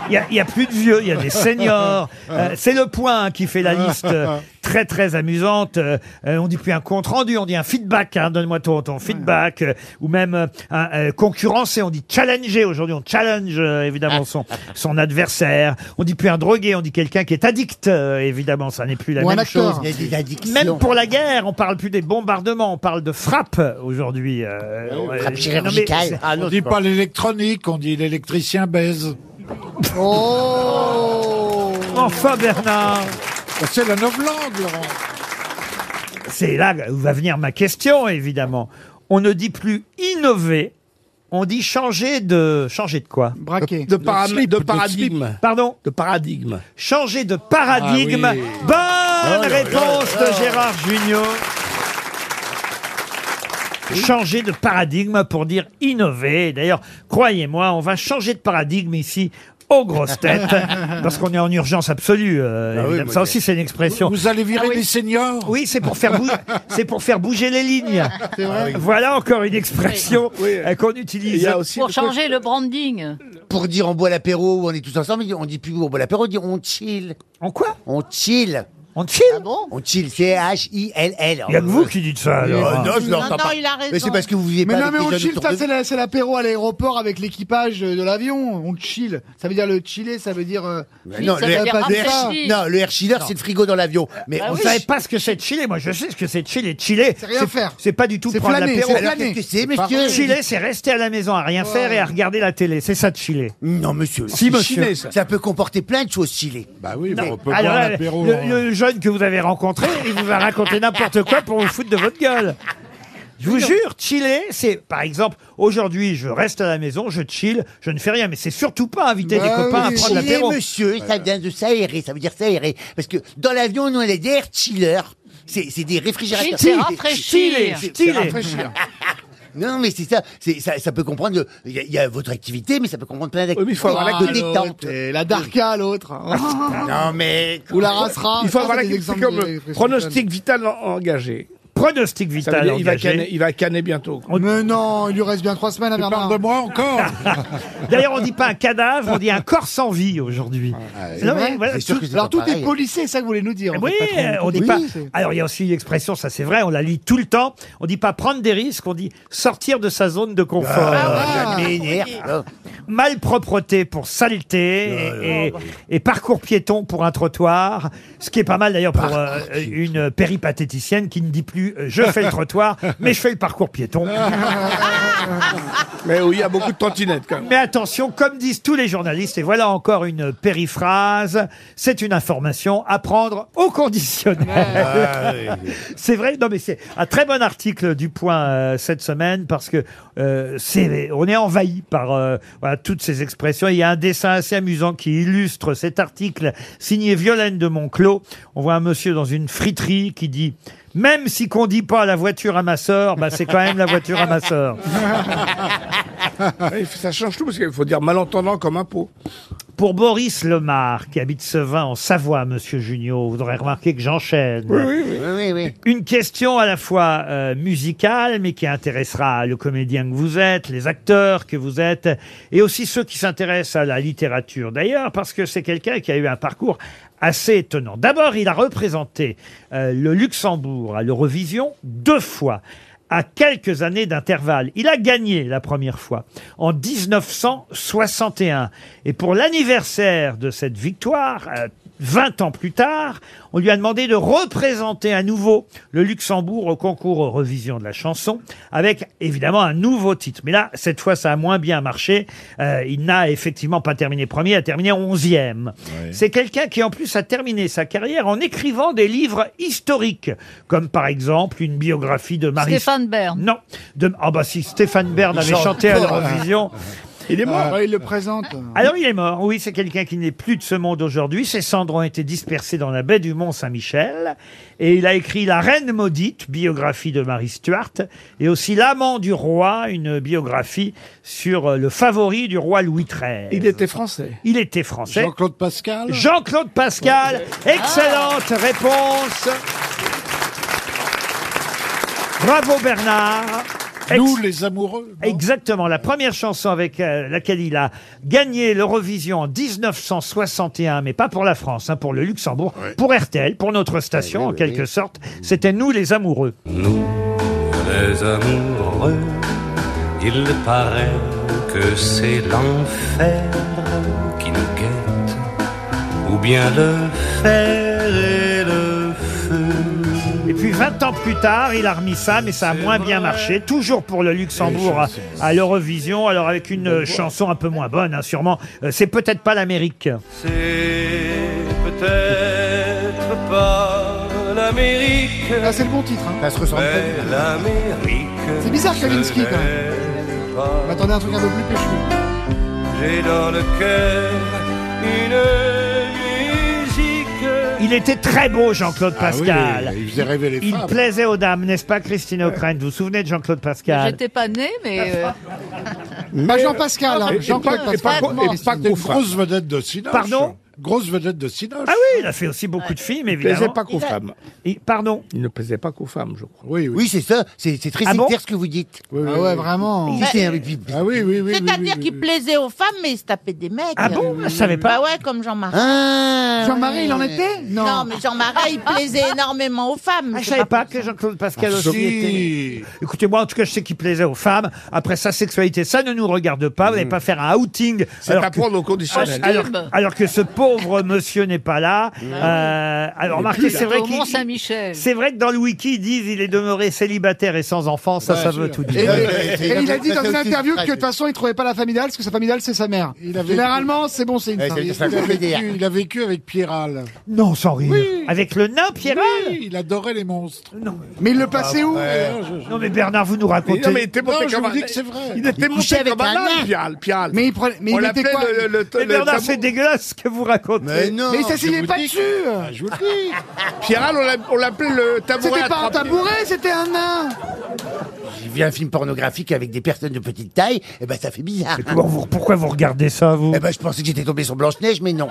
B: il y a- il y a, plus de vieux, il y a des seniors. Euh, c'est le point hein, qui fait la liste euh, très très amusante. Euh, euh, on dit plus un compte rendu, on dit un feedback. hein, Donne-moi ton, ton feedback. euh, ou même euh, un, euh, concurrencer, on dit challenger. Aujourd'hui, on challenge euh, évidemment son, son adversaire. On dit plus un drogué, on dit quelqu'un qui est addict. euh, évidemment, ça n'est plus la
F: Ou un
B: même
F: acteur.
B: chose.
F: Il y a des addictions.
B: Même pour la guerre, on parle plus des bombardements, on parle de frappe aujourd'hui.
F: Ah
B: euh, euh, non, mais c'est- Ah, non,
E: on
B: c'est
E: dit pas l'électronique, on dit l'électricien baise.
C: Oh
B: Enfin Bernard
L: Oh,
E: C'est la novlangue, Laurent.
B: C'est là où va venir ma question, évidemment. On ne dit plus innover, on dit changer de... Changer de quoi
C: Braquer.
B: De, param- de paradigme. Pardon De paradigme. Changer de paradigme.
L: Ah oui.
B: Bonne
L: Oh là là
B: réponse
L: là là.
B: de Gérard Junior. Changer de paradigme pour dire innover. D'ailleurs, croyez-moi, on va changer de paradigme ici aux grosses têtes, parce qu'on est en urgence absolue. euh,
E: Ah oui,
B: évidemment.
E: moi,
B: Ça
E: j'ai-
B: aussi, c'est une expression.
E: Vous allez virer les seniors
B: Oui, c'est pour faire bouger, c'est pour faire bouger les lignes.
E: C'est vrai. Ah oui.
B: Voilà encore une expression euh, qu'on utilise.
H: Pour changer le branding.
F: Pour dire on boit l'apéro, on est tous ensemble, on dit plus on boit l'apéro, on dit on chill.
B: En quoi
F: On chill.
B: On chill
G: Ah
F: On chill, C-H-I-L-L.
B: Il y a que vous qui dites ça, alors.
F: Euh, non, je l'entends
G: Ah Non, non,
F: pas.
G: il a raison.
F: Mais c'est parce que vous vivez
C: Mais
F: pas
C: non, mais
F: avec
C: on
F: les jeunes
C: chill,
F: autour
C: ça,
F: de
C: c'est
F: vous.
C: la- c'est l'apéro à l'aéroport avec l'équipage euh, de l'avion. On chill. Ça veut dire le chiller, ça veut dire. euh,
F: Mais non,
C: ça
F: le,
C: veut pas
F: le
C: dire
F: air-
C: ça.
F: non, le air chiller, c'est le frigo dans l'avion.
G: Bah
F: Mais
B: on ne savait pas ce que c'est de chiller. Moi, je sais ce que c'est de chiller. Chiller,
F: C'est rien faire.
B: C'est pas du tout
F: C'est
B: prendre
F: flâner,
B: l'apéro.
F: c'est Alors, flâner. qu'est-ce que c'est,
B: pas-
F: monsieur
B: Chiller, c'est rester à la maison à rien faire et à regarder la télé. C'est ça de chiller.
F: Non, monsieur.
B: Si,
F: c'est
B: monsieur.
F: chiller, ça. Ça peut comporter plein de choses chillées.
E: Bah oui,
B: Non. Alors, là,
E: hein.
B: le, le jeune que vous avez rencontré, il vous a raconté n'importe quoi pour vous foutre de votre gueule. Je vous jure, chiller, c'est par exemple aujourd'hui, je reste à la maison, je chill, je ne fais rien, mais c'est surtout pas inviter
C: Ah
B: des copains à prendre
F: chiller,
B: l'apéro.
F: Bah Eh, monsieur, ça vient de s'aérer, ça veut dire s'aérer. Parce que dans l'avion, nous, on a des air chillers. C'est c'est des réfrigérateurs. Des-
B: C'est rafraîchir.
F: C'est- c'est- c'est
B: Chiller.
F: rafraîchir. Non, mais c'est ça, c'est- ça. Ça peut comprendre. le- Il y, a- il y a votre activité, mais ça peut comprendre plein d'activités.
C: mais il faut avoir
F: de
C: l'activité.
F: détente.
C: Et la Darka, l'autre. hein.
F: Non, mais.
C: Ou la racera.
D: Il faut
C: Ça,
D: avoir
C: c'est
D: la
C: des
D: c'est
C: exemples
D: comme
C: de- de-
D: pronostic vital en- engagé.
B: Pronostic
D: Ça veut
B: vital
D: dire, il, va
B: engagé.
D: canner, il va canner bientôt. quoi.
C: Mais non, il lui reste bien trois semaines à Bernard.
E: de moi encore
B: D'ailleurs, on dit pas un cadavre, on dit un corps sans vie aujourd'hui. Non, mais voilà, tout-
C: Alors tout
F: hein.
C: est policé, c'est ça que vous voulez nous dire. en
B: Oui,
C: fait, patron.
B: euh,
C: Tout
B: on dit
C: est
B: pas.
C: policé.
B: Alors il y a aussi l'expression, ça c'est vrai, on la lit tout le temps. On dit pas prendre des risques, on dit sortir de sa zone de confort. euh,
F: Ah, ça m'énerve.
B: Malpropreté pour saleté et, et- et parcours piéton pour un trottoir. Ce qui est pas mal d'ailleurs pour euh, une péripatéticienne qui ne dit plus cul, je fais le trottoir, mais je fais le parcours piéton.
M: Ah,
B: mais oui, il y a beaucoup de trottinettes quand même. Mais attention, comme disent tous les journalistes, et voilà encore une périphrase, c'est une information à prendre
L: Ah,
B: au
L: oui,
B: conditionnel.
L: oui.
B: C'est vrai, non mais c'est un très bon article du Point euh, cette semaine parce que euh, c'est, on est envahi par euh, voilà, toutes ces expressions. Il y a un dessin assez amusant qui illustre cet article signé Violaine de Monclos. On voit un monsieur dans une friterie qui dit même si qu'on dit pas la voiture à ma sœur, bah c'est quand même la voiture à ma sœur.
D: Ouais, ça change tout parce qu'il faut dire malentendant comme un pot.
B: Pour Boris Lemar, qui habite Sevin en Savoie, Monsieur Junio, vous aurez remarqué que j'enchaîne.
F: oui, oui.
B: Une question à la fois euh, musicale, mais qui intéressera le comédien que vous êtes, les acteurs que vous êtes, et aussi ceux qui s'intéressent à la littérature d'ailleurs, parce que c'est quelqu'un qui a eu un parcours assez étonnant. D'abord, il a représenté euh, le Luxembourg à l'Eurovision deux fois à quelques années d'intervalle. Il a gagné la première fois en 1961. Et pour l'anniversaire de cette victoire, euh, 20 ans plus tard, on lui a demandé de représenter à nouveau le Luxembourg au concours Eurovision de la chanson, avec évidemment un nouveau titre. Mais là, cette fois, ça a moins bien marché. Euh, il n'a effectivement pas terminé premier, il a terminé onzième. C'est quelqu'un qui, en plus, a terminé sa carrière en écrivant des livres historiques, comme par exemple une biographie de Marie...
H: Stéphane Bern.
B: Non. De... Ah bah si Stéphane Bern
E: Il
B: avait
E: chante
B: chanté à
E: pas. hein. Ah,
B: l'Eurovision.
E: Il est mort.
B: Euh,
E: il le présente.
B: alors il est mort, oui, c'est quelqu'un qui n'est plus de ce monde aujourd'hui. Ses cendres ont été dispersées dans la baie du Mont Saint-Michel. Et il a écrit La Reine maudite, biographie de Marie Stuart, et aussi L'amant du roi, une biographie sur euh, le favori du roi Louis XIII. Il était français. Il était français.
E: Jean-Claude Pascal.
B: Jean-Claude Pascal, excellente réponse. Bravo Bernard. Nous les amoureux. Exactement, la première chanson avec euh, laquelle il a gagné l'Eurovision en 1961, mais pas pour la France, hein, pour le Luxembourg, pour RTL, pour notre station en quelque sorte, c'était Nous les amoureux.
N: Nous, les amoureux, il paraît que c'est l'enfer qui nous guette, ou bien le fer et le
B: Et puis 20 ans plus tard, il a remis ça, mais ça a moins bien marché. Toujours pour le Luxembourg à- à l'Eurovision, alors avec une euh, chanson un peu moins bonne, hein, sûrement. Euh, C'est peut-être pas l'Amérique.
N: C'est peut-être pas l'Amérique.
C: Ah, c'est le bon titre. hein.
N: mais l'Amérique.
C: C'est bizarre,
N: ce
C: Kalinski, quand même.
N: n'est pas
C: On attendait un truc un peu plus péchu.
N: J'ai dans le cœur une musique.
B: Il était très beau, Jean-Claude
E: Ah oui,
B: Pascal.
E: il faisait rêver les
B: Il
E: femmes.
B: plaisait aux dames, n'est-ce pas, Christine O'Krent Vous vous souvenez de Jean-Claude Pascal
H: J'étais pas née, mais. euh,
C: Pas Jean-Pascal, hein,
E: Et- et
C: Jean-Claude
E: pas- et pas-
C: Pascal.
E: et pas-
C: Christine
E: une
C: O'Krent.
E: grosse vedette de Sinoche.
B: Pardon
E: Grosse vedette de Sinoche.
B: Ah oui, il a fait aussi beaucoup de films,
D: Il ne plaisait
B: évidemment.
D: pas qu'aux femmes.
B: pardon
D: Il ne plaisait pas qu'aux femmes, je crois.
E: Oui,
F: Oui, c'est ça. C'est c'est très
D: Ah bon
F: sectaire ce que vous dites.
D: Ah ouais, vraiment.
F: Si, c'est
C: hein,
F: un-
E: Ah oui, oui, oui.
G: C'est-à-dire qu'il plaisait aux femmes, mais il se tapait des mecs.
F: Ah bon
G: Euh,
F: Je savais pas.
G: Bah ouais, comme Jean-Marie.
C: Jean-Marie, il en était
G: non. mais Jean-Marie, il plaisait énormément aux femmes.
B: Ah, je savais pas que Jean-Claude Pascal
E: Ah,
B: aussi
E: si.
B: était- Écoutez, moi, en tout cas, je sais qu'il plaisait aux femmes. Après, sa sexualité, ça ne nous regarde pas. Vous n'allez pas faire un outing.
D: Mm. C'est à prendre au conditionnel.
B: Alors,
D: Costume.
B: alors que ce pauvre monsieur n'est pas là.
C: Ah
B: Euh, alors, remarquez, c'est vrai
H: au
B: qu'il...
H: Mont Saint-Michel.
B: C'est vrai que dans le wiki, ils disent il est demeuré célibataire et sans enfant, ça,
E: Ouais,
B: ça
E: sûr.
B: veut tout
C: Et,
B: dire.
C: et il a dit dans une interview que de toute façon il trouvait pas la famille idéale parce que sa famille idéale c'est sa mère. Généralement c'est bon c'est une
E: Il,
C: famille.
E: a vécu, il a vécu avec Pierral.
B: Non, sans rire. Avec le nain Pierral
E: Oui, il adorait les monstres.
B: Non.
C: Mais il le passait
N: Ah,
C: où
E: euh,
B: Non, mais Bernard, vous nous racontez.
D: non, mais il était monté
E: Non, je
D: comme
E: vous
D: un-
E: dis que c'est vrai.
D: Il était monté comme un âne, Pial, Pial.
C: Mais il prenait- mais
D: On
C: il était
D: l'appelait
C: quoi
D: le- le- le-
B: Mais
D: le
B: Bernard,
D: tabou.
B: c'est dégueulasse ce que vous racontez.
C: Mais il s'asseyait pas dessus.
F: Ah,
E: Je vous le dis.
D: Pierral, on l'a- on l'appelait le tabouret.
C: C'était pas un
D: attrapé.
C: tabouret, c'était un nain.
F: J'ai vu un film pornographique avec des personnes de petite taille, et ben ça fait bizarre.
B: Comment vous- pourquoi vous regardez ça, vous
F: Eh ben je pensais que j'étais tombé sur Blanche-Neige, mais non.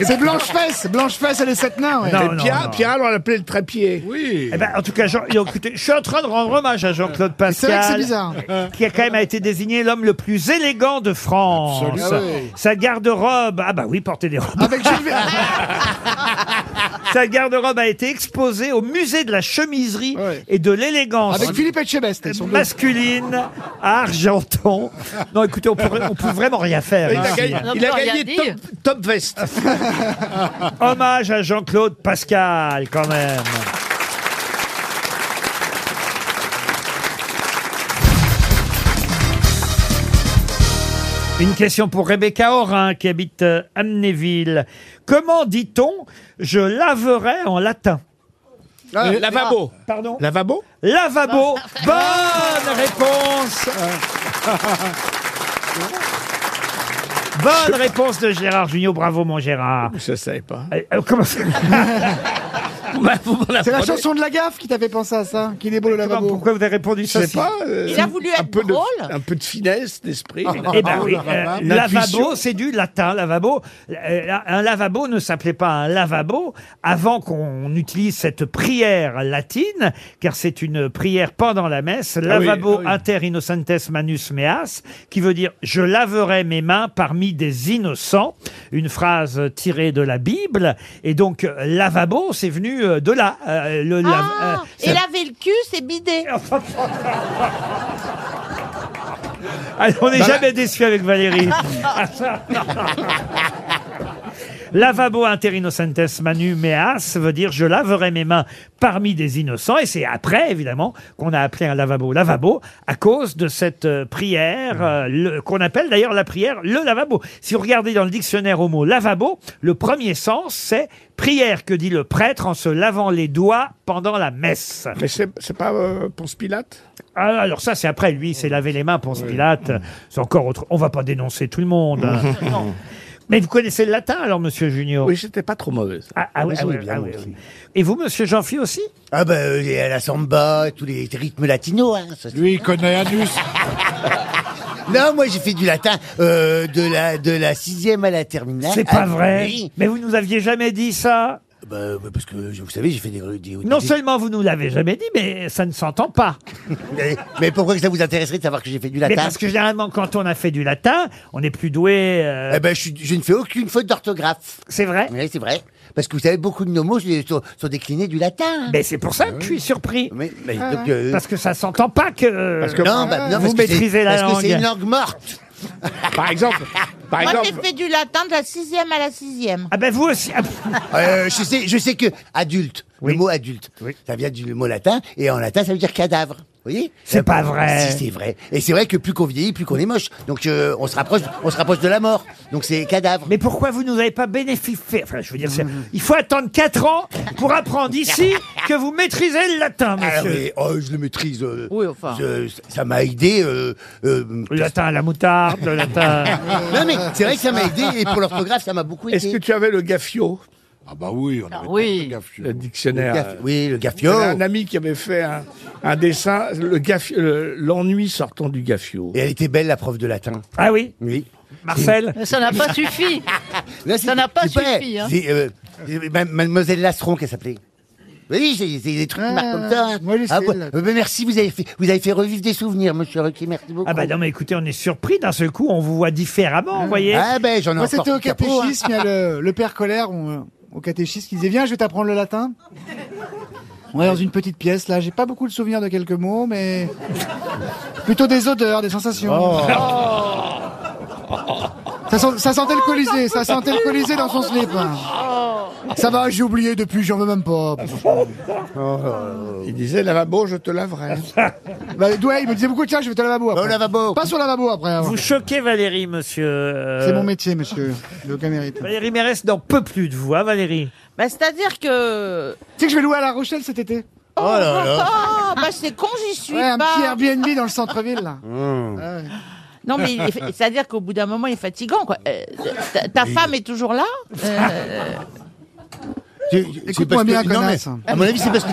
C: C'est Blanche Fesse, Blanche Fesse elle est sept nains. ouais.
B: Non,
D: Et
B: non,
D: Pierre-
B: non.
D: Pierral, on l'appelait le trépied.
E: Oui.
B: Eh ben, en tout cas, Jean- écoutez, je suis en train de rendre hommage à Jean-Claude
C: C'est vrai
B: Pascal.
C: que c'est bizarre.
B: qui a quand même été désigné l'homme le plus élégant de France.
E: Absolument. Ah oui.
B: Sa garde-robe, ah bah oui, porter des robes.
C: Avec Gilles, Ver-
B: Sa garde-robe a été exposée au musée de la chemiserie et de l'élégance.
C: Avec Philippe Etchebest. elles sont deux.
B: Masculine à Argenton. Non, écoutez, on pourrait- on peut vraiment rien faire. hein,
D: Il a
B: ici.
D: gagné- Non, il a on peut gagné rien top-
B: Vest. Hommage à Jean-Claude Pascal, quand même. Une question pour Rebecca Orin qui habite euh, Amnéville. Comment dit-on je laverai en latin
D: Ah, lavabo.
B: Pardon
D: Lavabo
B: Lavabo. Bonne réponse. Bonne réponse de Gérard Junior. Bravo, mon Gérard. Euh,
D: Je ne savais pas.
B: comment ça
C: C'est la chanson de la gaffe qui t'a fait penser à ça, qu'il est beau le lavabo.
B: Pourquoi vous avez répondu
D: ça, si- Il a voulu
C: être
D: hein, euh, un peu de-
C: drôle.
D: un peu de finesse d'esprit.
F: Ah,
B: Eh ben oui, euh,
D: Une intuition.
B: lavabo, c'est du latin, lavabo. Euh, Un lavabo ne s'appelait pas un lavabo avant qu'on utilise cette prière latine, car c'est une prière pendant la messe,
D: Ah oui,
B: lavabo
D: ah oui.
B: inter innocentes manus meas, qui veut dire je laverai mes mains parmi des innocents, une phrase tirée de la Bible. Et donc, euh, lavabo, c'est venu euh, de là. euh, le lav- euh,
G: Ah,
B: ça-
G: et laver le cul, c'est bidé.
B: Ah, on n'est
D: Bah
B: jamais déçu avec Valérie. Lavabo inter innocentes manu meas veut dire je laverai mes mains parmi des innocents et c'est après évidemment qu'on a appelé un lavabo lavabo à cause de cette euh,
D: Mm.
B: prière euh, le- qu'on appelle d'ailleurs la prière le lavabo. Si vous regardez dans le dictionnaire au mot lavabo, le premier sens c'est prière que dit le prêtre en se lavant les doigts pendant la messe.
D: Mais c'est c'est pas euh, Ponce Pilate Mm.
B: Ah, alors ça, c'est après, lui, c'est laver les mains, Ponce Pilate. C'est encore autre... On va pas dénoncer tout le monde. hein.
D: Non.
B: Mais vous connaissez le latin, alors, monsieur Junior
D: Oui, j'étais pas trop mauvaise.
B: Ah, ah oui, ah oui, ah oui, oui. Et vous, monsieur Jean-Phi, aussi
F: Ah ben, euh, les- la samba, tous les rythmes latinos. Hein, Lui, il connaît Anus. non, moi, j'ai fait du latin euh, de, la, de la sixième à la terminale.
B: C'est pas
F: Ah,
B: vrai.
F: oui.
B: Mais vous nous aviez jamais dit ça.
F: Bah, bah, parce que, je- vous savez, j'ai fait des... des-
B: Non
F: des-
B: seulement vous nous l'avez jamais dit, mais ça ne s'entend pas.
F: mais, mais pourquoi que ça vous intéresserait de savoir que j'ai fait du latin
B: Mais parce que généralement, quand on a fait du latin, on est plus doué. euh,
F: Eh ben, je, suis- je ne fais aucune faute d'orthographe.
B: C'est vrai
F: Oui, c'est vrai. Parce que vous savez, beaucoup de nos mots je les- sont, sont déclinés du latin.
B: Mais c'est pour ça que je suis surpris.
F: Mais, mais
B: Ah
F: donc,
B: ouais.
F: euh,
B: Parce que ça s'entend pas que, euh,
F: Parce que- Non, bah, non, parce
B: vous
F: que c'est-
B: maîtrisez la
F: parce que c'est une
B: langue.
F: langue morte.
D: Par exemple, par
G: Moi, j'ai fait du latin de la sixième à la sixième.
B: Ah ben vous aussi.
F: Euh, je, sais, je sais que adulte, le mot adulte, ça vient du mot latin, et en latin, ça veut dire cadavre. Vous voyez
B: C'est
F: Euh,
B: pas vrai.
F: Si, c'est vrai. Et c'est vrai que plus qu'on vieillit, plus qu'on est moche. Donc, euh, on, se rapproche, on se rapproche de la mort. Donc, c'est cadavre.
B: Mais pourquoi vous nous avez pas bénéficié Enfin, je veux dire, c'est-
F: Hum.
B: il faut attendre 4 ans pour apprendre ici que vous maîtrisez le latin,
F: Ah
B: monsieur.
F: oui, oh, je le maîtrise. euh,
B: Oui, enfin.
F: je- ça m'a aidé. euh, euh,
B: Le latin à la moutarde, le latin.
F: non, mais c'est vrai que ça m'a aidé, et pour l'orthographe, ça m'a beaucoup aidé.
D: Est-ce que tu avais le gaffio
E: Ah bah oui, on avait
H: oui.
E: tous le gaffio.
D: Le dictionnaire.
F: Le gaff- oui, le gaffio.
D: J'avais un ami qui avait fait un, un dessin, le gaffio- le- l'ennui sortant du gaffio.
F: Et elle était belle, la prof de latin.
B: Ah oui
F: Oui.
B: Marcel
H: Mais ça n'a pas suffi.
F: Là,
H: Ça n'a pas
F: vrai.
H: suffi, hein.
F: C'est, euh, euh, ma- Mademoiselle Lastron qu'elle s'appelait. Oui, c'est c'est des trucs qui
H: Bah,
F: marquent comme ça. hein.
C: moi, je sais,
F: bon,
C: là.
F: euh, ben, merci, vous avez, fait, vous avez fait revivre des souvenirs, monsieur Ruquier, merci beaucoup.
B: Ah bah non, mais écoutez, on est surpris d'un seul coup, on vous voit différemment, vous voyez.
F: Ah ben, j'en ai
C: Moi,
F: encore
C: c'était au
F: sous le capot, hein.
C: catéchisme, il y a le, le père colère on, euh, au catéchisme qui disait Viens, je vais t'apprendre le latin. On est dans une petite pièce là, j'ai pas beaucoup de souvenirs de quelques mots, mais plutôt des odeurs, des sensations.
N: Oh.
M: Oh.
C: Ça, sent- ça sentait le Colisée, ça sentait le Colisée dans son slip. Ça va, j'ai oublié depuis, j'en veux même pas.
D: Il disait lavabo, je te laverai.
C: Bah, ouais, il me disait beaucoup Tiens, je vais au lavabo après.
F: au lavabo.
C: Pas sur le lavabo après. hein.
B: Vous choquez Valérie, monsieur. euh,
C: C'est mon métier, monsieur. J'ai aucun mérite.
B: Valérie Mérès n'en peut plus de vous, hein, Valérie
G: Bah, C'est-à-dire que...
C: Tu sais que je vais louer à La Rochelle cet été
G: Oh,
C: là
G: là. bah c'est con, j'y suis
C: Ouais, un
G: pas.
C: petit Airbnb dans le centre-ville là. Ouais.
G: Non, mais il est- c'est-à-dire qu'au bout d'un moment, il est fatigant, quoi. Euh, ta, ta femme est toujours là Euh,
F: Tu- tu- c'est parce
C: bien,
F: que- non,
C: connasse.
F: mais, À mon avis, c'est parce que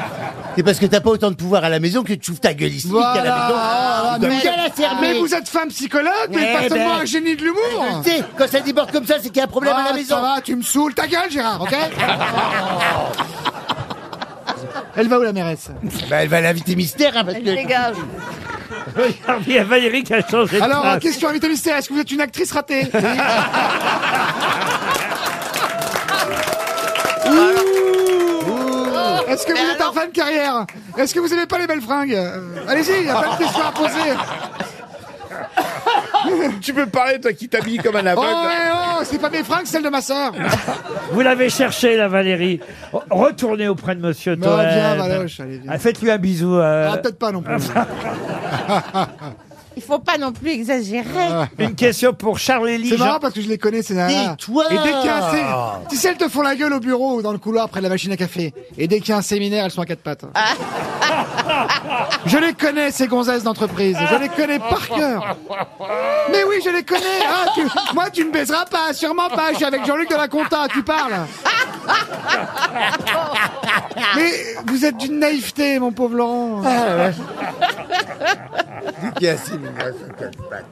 F: c'est parce que t'as pas autant de pouvoir à la maison que tu ouvres ta gueule ici.
C: Voilà.
F: qu'à la maison.
C: Ah,
F: Tu dois-
C: mais,
F: Gueule à fermer.
C: mais vous êtes femme psychologue, mais
F: Eh
C: pas
F: ben.
C: seulement un génie de l'humour.
F: Tu sais, quand ça déborde comme ça, c'est qu'il y a un problème
C: Ah,
F: à la maison.
C: Ça va, tu me saoules. Ta gueule, Gérard, ok Elle va où la mairesse
F: Bah, elle va l'inviter mystère, hein, parce
H: Elle
F: que-
H: dégage.
B: Regardez, il y a Valérie qui a changé de
C: Alors,
B: place.
C: question invité mystère, est-ce que vous êtes une actrice ratée Est-ce que vous êtes en fin de carrière Est-ce que vous aimez pas les belles fringues Euh, Allez-y, il y a pas de questions à poser.
D: tu peux parler, toi qui t'habilles comme un
C: Oh,
D: aveugle.
C: ouais, oh, c'est pas mes fringues, celles de ma sœur.
B: Vous l'avez cherché, la Valérie. Re- Retournez auprès de Monsieur
C: Non, Bah, viens,
B: Toen.
C: Valoche, allez, viens.
B: Ah, Faites-lui un bisou. euh,
C: Ah, peut-être pas non plus.
G: Il faut pas non plus exagérer.
B: Une question pour Charlie
C: Ah. C'est
B: Jean-
C: marrant parce que je les connais, ces nanas.
G: Dis-toi
C: Et dès qu'il y a un sé-
H: Ah.
C: Tu sais, elles te font la gueule au bureau ou dans le couloir près de la machine à café. Et dès qu'il y a un séminaire, elles sont à quatre pattes.
H: Ah.
C: je les connais, ces gonzesses d'entreprise. Je les connais par cœur. Mais oui, je les connais. Ah, tu- Moi, tu me baiseras pas, sûrement pas. Je suis avec Jean-Luc de la Conta, tu parles. Mais vous êtes d'une naïveté, mon pauvre Laurent.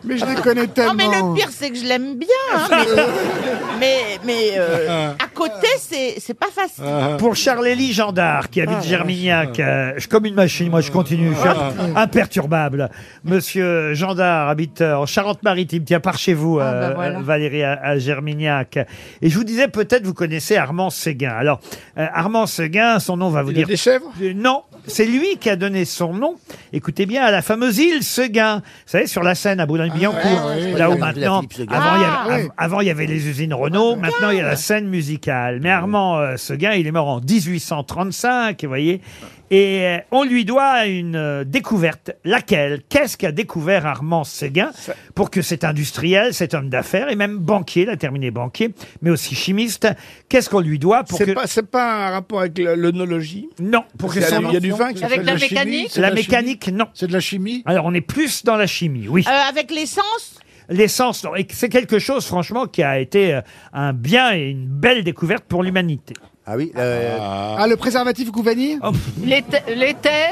C: Mais je les connais tellement.
G: Non, mais le pire, c'est que je l'aime bien. hein, mais mais, mais, euh,
C: Ah.
G: à côté, c'est c'est pas facile.
B: Pour Charlélie Gendard, qui habite
G: Ah,
B: Germignac, euh, je suis comme une machine, moi je continue, je suis
G: Ah.
B: imperturbable. Monsieur Gendard habite euh, en Charente-Maritime, tiens, par chez vous, euh,
O: voilà.
B: Valérie, à, à Germignac. Et je vous disais, peut-être vous connaissez Armand Séguin. Alors, euh, Armand Séguin, son nom va vous
D: Il a
B: dire...
D: des chèvres
B: Euh, Non, c'est lui qui a donné son nom, écoutez bien, à la fameuse île Séguin. Vous savez, sur la Seine, à Boulogne-Billancourt,
F: Ah, ouais, ouais,
B: là où
F: ouais,
B: maintenant...
F: Philippe Séguin.
B: Avant, il y avait-
F: Ah, ouais.
B: avant, il y avait les usines Renault, maintenant il y a la scène musicale. Mais Armand euh, Seguin, il est mort en 1835, vous voyez. Et euh, on lui doit une euh, découverte. Laquelle Qu'est-ce qu'a découvert Armand Seguin pour que cet industriel, cet homme d'affaires et même banquier, il a terminé banquier, mais aussi chimiste, qu'est-ce qu'on lui doit pour
D: C'est
B: que...
D: pas, c'est pas un rapport avec le- l'œnologie
B: Non, pour que
D: Il y a
B: son-
D: du- il y a du vin qui s'appelle chimie, c'est
B: La
D: de chimie.
B: mécanique, non. C'est de la chimie Alors on est plus dans la chimie, oui.
G: Euh, avec l'essence
B: L'essence, non. Et c'est quelque chose, franchement, qui a été euh, un bien et une belle découverte pour l'humanité. Ah oui
C: Ah, le préservatif Gouvani
H: Les, terres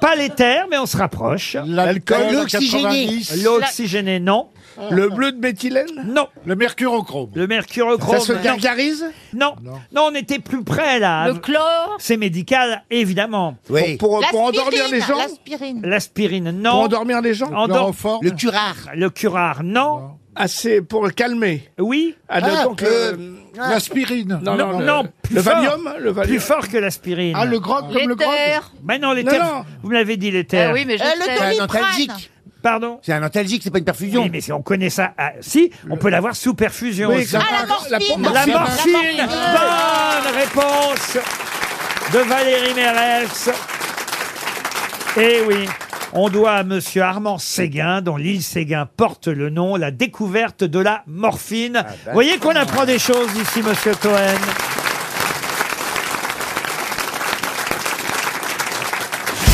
B: Pas l'éther, mais on se rapproche.
E: L'alcool, L'oxygéné. 90.
B: L'oxygéné, non.
E: Le
B: bleu de méthylène Non. Le mercurochrome Le mercurochrome.
D: Ça se
B: non.
D: gargarise
B: non. non. on était plus près, là.
D: Le
G: chlore
B: C'est médical, évidemment.
D: Pour- pour- pour endormir les gens
G: L'aspirine.
B: L'aspirine, non.
D: Pour endormir les gens
B: Endor-
D: chloroforme
B: Le curare. Le curare, non.
D: Ah, c'est pour le calmer
B: Oui.
D: Ah,
E: Ah,
D: donc,
E: euh,
D: le-
E: ah. l'aspirine. Non,
D: Non, non,
B: Euh,
D: le-
E: non,
D: le Valium, le Valium.
B: Plus fort que l'aspirine.
D: Ah, le grog,
E: comme le grog. L'éther.
B: Mais non, l'éther.
E: Non, non.
B: Vous me l'avez dit, l'éther.
E: Ah oui, mais je Euh, le sais.
F: C'est un analgésique.
B: Pardon
F: C'est un analgésique, c'est pas une perfusion.
B: Oui, mais si on connaît ça, ah, si, on peut l'avoir sous perfusion.
F: Oui,
B: aussi.
F: Ah, la morphine.
B: La
F: La
B: morphine.
F: morphine.
B: Bonne réponse de Valérie Mérès. Eh oui. On doit à Monsieur Armand Séguin, dont l'île Séguin porte le nom, la découverte de la
C: Ah
B: morphine.
C: ben.
B: Vous voyez qu'on apprend des choses ici, Monsieur Cohen.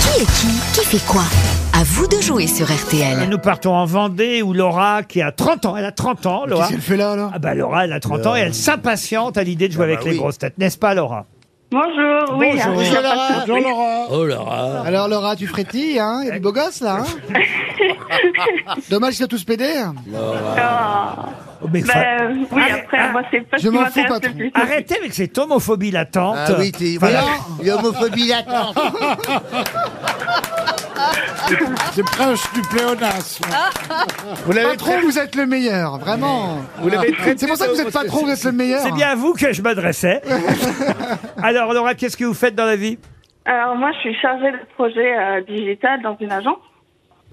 I: Qui est qui Qui fait quoi À vous de jouer sur RTL.
B: Et nous partons en Vendée où Laura, qui a 30 ans, elle a 30 ans, Laura.
C: qu'est-ce qu'elle fait là, Ah
B: Ah bah Laura, elle a 30 ans et elle s'impatiente à l'idée de
C: bah
B: jouer avec les grosses têtes, n'est-ce pas Laura
C: Bonjour,
B: oui, hein,
C: Bonjour,
B: il y a pas de
C: Laura.
B: souci.
C: Bonjour, Laura.
B: Oh Laura.
C: Alors Laura, tu frétilles, hein Il y a du beau gosse là, hein Dommage qu'ils soient tous hein. pédés.
N: Oh.
B: Oh, Mais
C: Bah,
B: fa-
C: oui,
B: Arrête-
C: après, moi, c'est pas ce Je qui m'en fous m'intéresse pas le trop. plus.
B: Arrêtez avec cette homophobie latente.
F: Ah oui, t'es-
B: Voilà.
F: voilà, l'homophobie latente.
E: C'est prince du pléonasme.
C: Vous
E: l'avez
C: patron,
E: très-
C: vous êtes le meilleur, vraiment. Ah.
E: Vous l'avez traité
C: C'est pour ça que vous
E: de-
C: êtes patron, vous êtes le meilleur.
B: C'est bien à vous que je m'adressais. Alors Laura, qu'est-ce que vous faites dans la vie
P: Alors moi, je suis chargée de projet euh, digital dans une agence.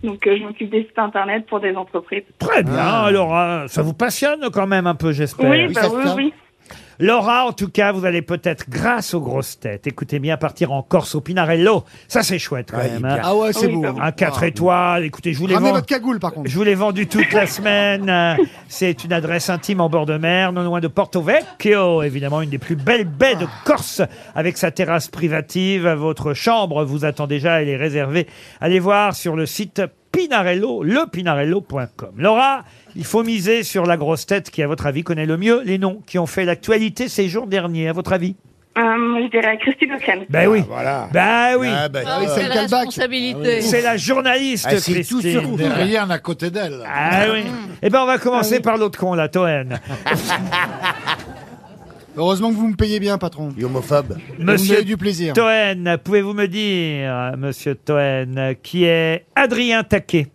P: Donc euh, je m'occupe des sites internet pour des entreprises.
B: Très bien,
C: Ah.
B: Laura. Ça vous passionne quand même un peu, j'espère.
P: Oui, bah oui, oui.
B: Laura, en tout cas, vous allez peut-être, grâce aux grosses têtes, écoutez bien, partir en Corse au Pinarello. Ça, c'est chouette quand même. hein.
C: Ah ouais, c'est Oui, beau.
B: Un 4 étoiles. Écoutez, je vous les
C: Ramenez
B: vends.
C: votre cagoule par contre.
B: Je vous l'ai vendu toute la semaine. Euh, C'est une adresse intime en bord de mer, non loin de Porto Vecchio, évidemment une des plus belles baies de Corse, avec sa terrasse privative. Votre chambre vous attend déjà, elle est réservée. Allez voir sur le site Pinarello, lepinarello.com. Laura, il faut miser sur la grosse tête qui, à votre avis, connaît le mieux les noms qui ont fait l'actualité ces jours derniers, à votre avis
P: Euh, je dirais Christine O'Kane.
B: Ben oui.
D: voilà.
B: Ben oui.
E: Ah, ben, Ah oui, c'est
H: Quelle responsabilité
B: Ah
M: euh,
B: C'est la journaliste,
E: Ah, c'est tout
B: Christine.
E: sur rien à côté d'elle.
B: Ah oui. Eh ben, on va
C: Ah
B: commencer par l'autre con, la Toen.
C: Heureusement que vous me payez bien, patron.
F: Homophobe.
C: Vous me donnez du plaisir.
B: Toen, pouvez-vous me dire, monsieur Toen, qui est Adrien Taquet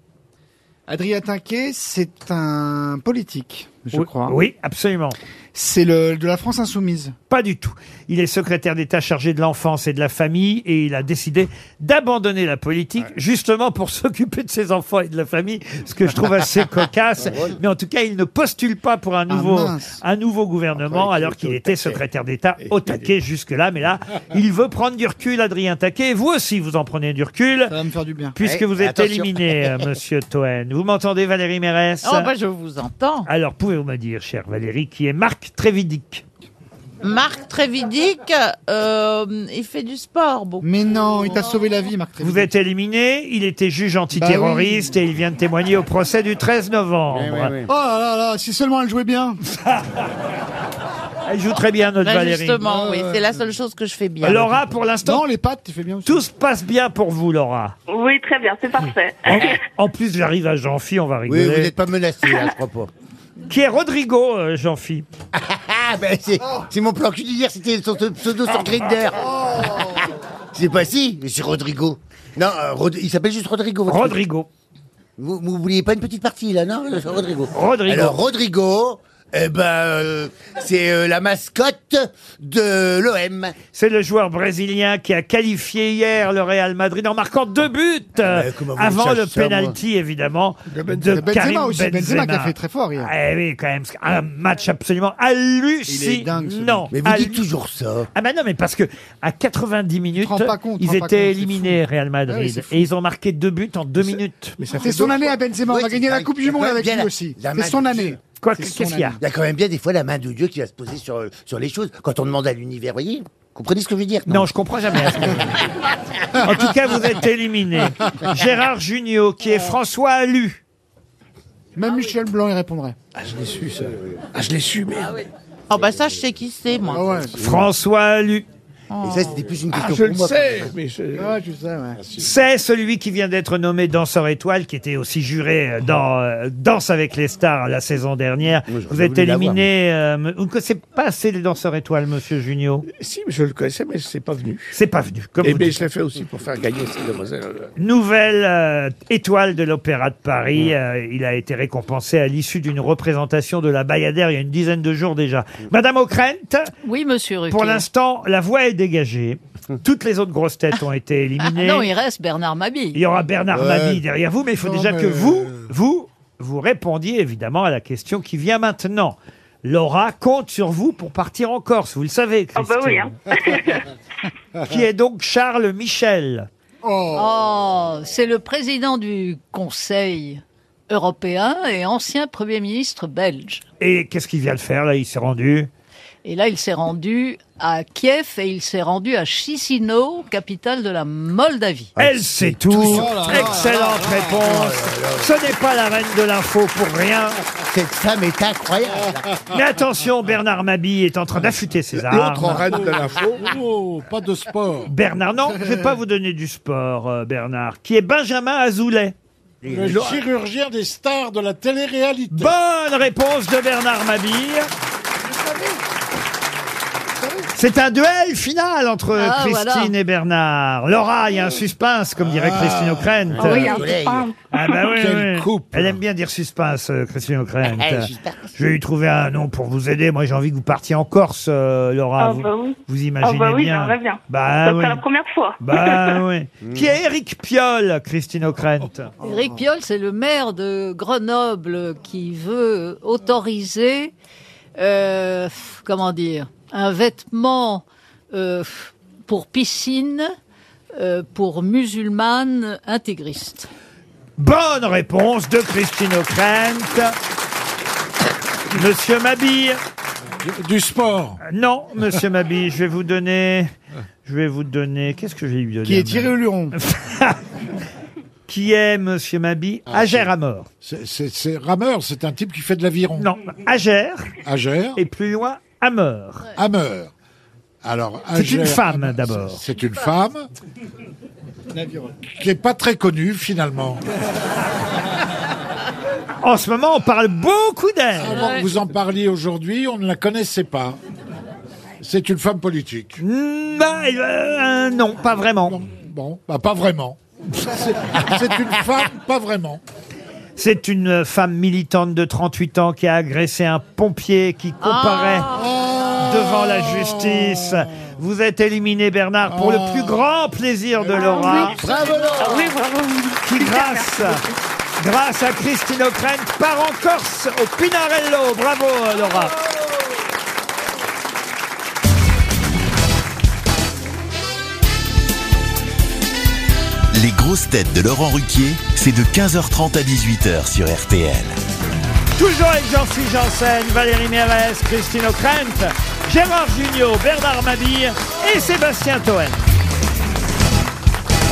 C: Adrien Tinquet, c'est un politique. je
B: oui,
C: crois.
B: Oui, absolument.
C: C'est le de la France insoumise.
B: Pas du tout. Il est secrétaire d'État chargé de l'enfance et de la famille et il a décidé d'abandonner la politique justement pour s'occuper de ses enfants et de la famille, ce que je trouve assez
C: Ah,
B: cocasse. Mais en tout cas, il ne postule pas pour un nouveau,
O: mince.
B: un nouveau gouvernement alors qu'il était secrétaire d'État au taquet jusque-là. Mais là, il veut prendre du recul, Adrien Taquet. Et vous aussi, vous en prenez du recul.
C: Ça va me faire du bien.
B: Puisque
C: Ouais,
B: vous êtes
C: attention.
B: éliminé, euh, monsieur Toen. Vous m'entendez, Valérie Mérès
G: Oh, bah, je vous entends.
B: Alors, pouvez-vous me dire, chère Valérie, qui est Marc Trévidic
G: Marc Trévidic, euh, il fait du sport beaucoup.
C: Mais non, il t'a sauvé la vie, Marc
B: Vous êtes éliminé, il était juge antiterroriste et il vient de témoigner au procès du 13 novembre.
C: Oh là là là, si seulement elle jouait bien.
B: Elle Ah, joue très bien, notre
G: Là,
B: Valérie.
G: Bah, Justement, oui, c'est la seule chose que je fais bien.
B: Laura, pour l'instant. Non, les pattes, tu fais bien Tout se passe bien pour vous, Laura.
P: Oui, très bien, c'est parfait.
B: En, en plus, j'arrive à Jean-Phi, on va rigoler.
F: vous n'êtes
B: pas menacé à ce propos. Qui est Rodrigo, euh, Jean-Phi
F: Ah, ben c'est c'est mon plan cul d'hier, c'était son son pseudo sur Grindr. c'est pas si, mais c'est Rodrigo. Non, euh, Rod- il s'appelle juste Rodrigo. votre
B: Rodrigo.
F: truc. Vous vous oubliez pas une petite partie là, non C'est Rodrigo.
B: Rodrigo.
F: Alors, Rodrigo, eh ben, euh, c'est euh, la mascotte de l'OM.
B: C'est le joueur brésilien qui a qualifié hier le Real Madrid en marquant deux buts euh,
F: Ah. comment vous
B: avant
F: savez
B: le
F: ça, moi
B: penalty évidemment de,
C: de Benzema
B: Karim
C: aussi, Benzema qui a fait très fort hier.
B: Eh oui, quand même un match absolument hallucinant.
C: Il est dingue, ce mec.
F: Mais vous dites
B: Hallu-
F: toujours ça.
B: Ah ben non mais parce que à 90 minutes
C: te rends pas compte, te
B: ils
C: rends
B: étaient
C: pas compte, c'est
B: éliminés
C: fou.
B: Real
C: Ah oui,
B: Madrid
C: c'est fou.
B: et ils ont marqué deux buts en deux minutes.
C: C'est son année à Benzema, on va gagner la Coupe du Monde avec
F: bien
C: lui
F: la-
C: aussi.
F: la
C: C'est
F: main
C: son
F: de
C: année.
F: Dieu.
B: Quoi,
F: C'est
B: qu'est-ce
F: son
B: qu'il y a
F: année. Il y a quand même bien des fois la main de Dieu qui va se poser sur, sur les choses quand on demande à l'univers. Voyez, vous comprenez ce que je veux dire
B: Non, je comprends jamais. En tout cas, vous êtes éliminé. Gérard Junior, qui est François Alu.
C: Oh. Même Michel Blanc y répondrait.
B: Ah, je l'ai su, ça. Ah, je l'ai su, merde.
G: Oh, bah, ça, je sais qui c'est, moi.
B: François Alu.
F: Et ça, c'était plus une
C: Ah,
F: question
C: je
F: pour
C: le
F: moi.
C: sais,
F: mais
C: Ouais, Ah, je sais, ouais.
B: C'est celui qui vient d'être nommé danseur étoile, qui était aussi juré euh, dans euh, Danse avec les stars la saison dernière. Vous êtes
D: voulu
B: éliminé. euh, me- vous ne connaissez pas assez les danseurs étoiles, monsieur Junio
D: Si, je le connaissais, mais c'est pas venu.
B: C'est pas venu. Comme
D: Eh
B: vous
D: bien,
B: dites.
D: je l'ai fait aussi pour faire gagner cette demoiselle.
B: Nouvelle euh, étoile de l'Opéra de Paris. Euh, il a été récompensé à l'issue d'une représentation de la Bayadère il y a une dizaine de jours déjà. Madame O'Krent,
H: Oui, monsieur Ruquier.
B: pour l'instant, la voie est dégagée. Toutes les autres grosses têtes ont été
H: Ah,
B: éliminées.
H: non, il reste Bernard Mabille.
B: Il y aura Bernard
H: Ouais.
B: Mabille derrière vous, mais il faut
H: Non,
B: déjà
H: mais- euh.
B: que vous, vous, vous répondiez évidemment à la question qui vient maintenant. Laura compte sur vous pour partir en Corse, vous le savez,
P: Ah bah
B: Christine.
P: oui, hein.
B: Qui est donc Charles Michel.
H: Oh, c'est le président du Conseil européen et ancien Premier ministre belge.
B: Et qu'est-ce qu'il vient de faire là Il s'est rendu.
H: Et là, il s'est rendu à Kiev et il s'est rendu à Chisinau, capitale de la Moldavie.
B: Elle sait tout.
H: Oh
B: Excellente réponse. Ce n'est pas la reine de l'info pour rien.
F: Cette femme est incroyable.
B: Mais attention, Bernard Mabille est en train d'affûter ses armes.
E: Oh, pas de sport.
B: Bernard, non, je vais pas vous donner du sport, euh, Bernard, qui est Benjamin Azoulay.
E: Le chirurgien des stars de la télé-réalité.
B: Bonne réponse de Bernard Mabille. C'est un duel final entre
H: Ah,
B: Christine
H: voilà.
B: et Bernard. Laura, il y a un suspense, comme dirait Christine O'Krent.
H: Ah oui, il y a un suspense.
B: Ah bah oui,
H: Quel
B: oui. Elle aime bien dire suspense, euh, Christine O'Krent.
H: Eh, suspense.
B: Je vais lui trouver un nom pour vous aider. Moi, j'ai envie que vous partiez en Corse, euh, Laura.
P: Ah
B: vous,
P: bah oui.
B: vous imaginez
P: Ah bah oui,
B: bien.
P: j'aimerais bien.
B: Bah
P: Ça
B: oui.
P: serait la première fois.
B: Bah oui. Qui est Eric Piolle, Christine O'Krent
H: Éric Piolle, c'est le maire de Grenoble qui veut autoriser, euh, pff, comment dire, un vêtement euh, pff, pour piscine euh, pour musulmanes intégristes.
B: Bonne réponse de Christine O'Krent. Monsieur Mabille. Du, sport. Non, monsieur Mabille, je vais vous donner. Je vais vous donner. Qu'est-ce que je vais lui donner
C: Qui est Thierry
B: Luron. Qui est, monsieur Mabille Agère à mort.
E: Ah, C'est- C'est c'est rameur, c'est un type qui fait de l'aviron.
B: Non, Agère.
E: Agère.
B: Et plus loin, Hameur.
E: Hameur. Alors,
B: C'est une
E: Agère-
B: femme d'abord.
E: Ah, C'est une femme qui n'est pas très connue finalement.
B: En ce moment, on parle beaucoup d'elle.
E: Avant que vous en parliez aujourd'hui, on ne la connaissait pas. C'est une femme politique.
B: Mm, bah, euh, non, pas vraiment.
E: Bon, bah, pas vraiment. C'est c'est une femme, pas vraiment.
B: C'est une femme militante de 38 ans qui a agressé un pompier qui
L: Oh.
B: comparait devant la justice. Vous êtes éliminé, Bernard, pour le plus grand plaisir de Laura.
L: Oh. Bravo,
H: Ah
L: Laura. Oui, bravo.
B: Qui, grâce, grâce à Christine O'Krent, part en Corse au Pinarello. Bravo, Laura.
A: Les grosses têtes de Laurent Ruquier, c'est de 15h30 à 18h sur RTL.
B: Toujours avec Jean-Philippe Janssen, Valérie Mérès, Christine O'Krent, Gérard Junior, Bernard Mabille et Sébastien Toen.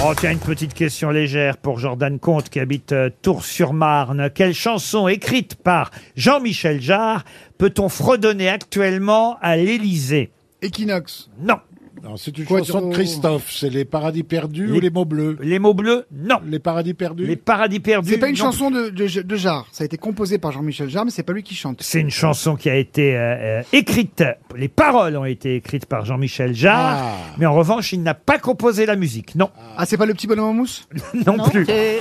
B: Oh, tiens, une petite question légère pour Jordan Comte qui habite euh, Tours-sur-Marne. Quelle chanson écrite par Jean-Michel Jarre peut-on fredonner actuellement à l'Élysée Équinoxe. Non.
E: Non, c'est une
B: Quoi,
E: chanson
B: tu-
E: de Christophe. C'est les paradis perdus
B: Les-
E: ou les mots bleus
B: Les mots bleus, non.
E: Les paradis perdus
B: Les paradis perdus.
C: C'est pas une
B: non.
C: chanson de, de, de Jarre. Ça a été composé par Jean-Michel Jarre, mais c'est pas lui qui chante.
B: C'est une chanson qui a été euh, euh, écrite. Les paroles ont été écrites par Jean-Michel Jarre.
E: Ah.
B: Mais en revanche, il n'a pas composé la musique. Non. Ah, c'est pas le petit bonhomme en mousse non, plus.
H: c'est-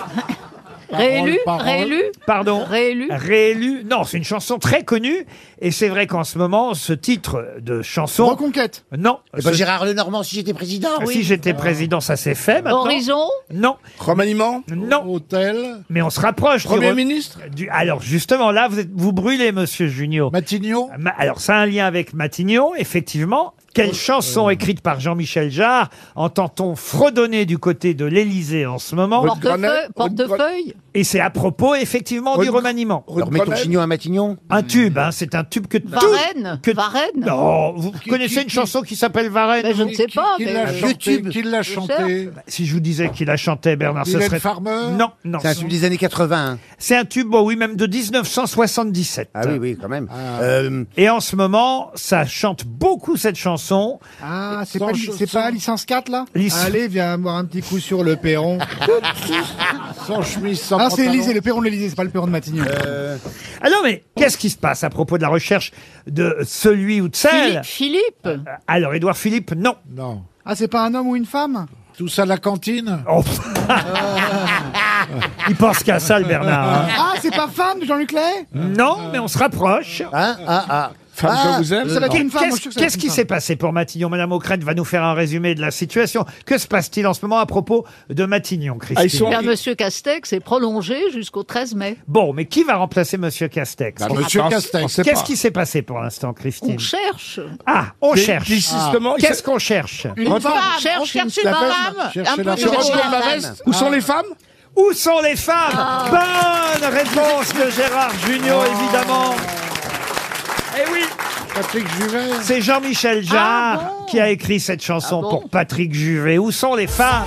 H: Réélu Réélu
B: Pardon
H: Réélu
B: Réélu Non, c'est une chanson très connue. Et c'est vrai qu'en ce moment, ce titre de chanson. Reconquête Non.
F: Eh ben,
B: Ce-
F: Gérard Lenormand, si j'étais président,
B: Ah,
F: oui.
B: Si j'étais président, ça s'est fait maintenant.
H: Horizon
B: Non. Remaniement Non. Hôtel Mais on se rapproche. du
E: Premier
B: re-
E: ministre
B: du- Alors justement, là, vous, êtes- vous brûlez, monsieur Junio. Matignon Alors, ça a un lien avec Matignon, effectivement. Quelle chanson écrite par Jean-Michel Jarre entend-on fredonner du côté de l'Élysée en ce moment
H: Portefeuille- Portefeuille
B: Et c'est à propos, effectivement, du remaniement.
F: Alors, mettons Chignon à Matignon
B: Un tube, hein, c'est un tube que...
H: Varenne
B: que-
H: Varenne
B: Non, vous connaissez une chanson qui s'appelle Varenne
H: Mais je ne sais pas. mais-
B: euh, Bah, Si je vous disais qu'il a chanté, Bernard, ce
F: Mylène
B: serait...
F: Farmer
B: Non, non.
F: C'est un tube des années 80.
B: C'est un tube, bon, oui, même de 1977.
F: Ah oui, oui, quand même. Euh,
B: Et en ce moment, ça chante beaucoup cette chanson.
C: Ah, c'est
B: Sans
C: pas,
B: ch-
C: c'est pas licence 4 là
B: Lic-
C: Allez, viens boire un petit coup sur le perron.
E: sans chemise, sans
C: Ah, c'est
E: pantalon.
C: Élysée, le perron de l'Élysée, c'est pas le perron de Matignon.
B: Ah non, mais qu'est-ce qui se passe à propos de la recherche de celui ou de celle Euh,
H: Philippe, Philippe
B: Alors, Édouard Philippe, non.
E: Non.
C: Ah, c'est pas un homme ou une femme Euh,
E: Tout ça, la cantine
B: Oh, Il pense qu'à ça, le Bernard. hein.
C: Ah, c'est pas femme de Jean-Luc Lay
B: Non, mais on se rapproche.
F: Ah,
B: hein,
F: ah, ah.
C: Femme que Ah, vous aimez ça va être une femme, moi, je
B: euh, Qu'est-ce
C: trouve que ça va
B: qu'est-ce
C: être une
B: qui
C: femme.
B: s'est passé pour Matignon Madame Ockrent va nous faire un résumé de la situation. Que se passe-t-il en ce moment à propos de Matignon, Christine
H: Car Monsieur Castex est prolongé jusqu'au 13 mai.
B: Bon, mais qui va remplacer Monsieur Castex
E: Bah, Monsieur Attends, Castex. on sait
B: Qu'est-ce
E: pas.
B: qui s'est passé pour l'instant, Christine
H: On cherche.
B: Ah, on
E: Des-
B: cherche.
E: des- justement, il
B: Qu'est-ce
E: s'a-
B: qu'on cherche
E: Une Une femme. femme.
G: On cherche une femme, un peu
E: Je
G: de
E: retourne ma
G: femme.
E: veste. Où sont les femmes
B: Ah. Où sont les femmes Bonne réponse de Gérard Junior,
D: Oh.
B: évidemment. Eh oui
E: Patrick Juvet
B: C'est Jean-Michel Jarre qui a écrit cette chanson pour Patrick Juvet. Où sont les femmes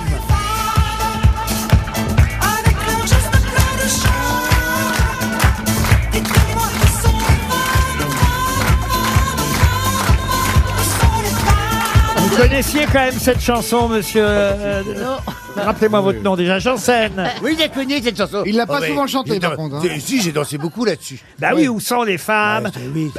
B: Vous connaissiez quand même cette chanson, monsieur euh, Rappelez-moi votre nom déjà, Janssen.
F: Oui, j'ai connu cette chanson.
C: Il l'a pas
F: Oh, mais
C: souvent chanté,
F: j'ai
C: par
F: dan-
C: contre, hein.
F: j'ai- Si, j'ai dansé beaucoup là-dessus.
B: Bah oui, où sont les femmes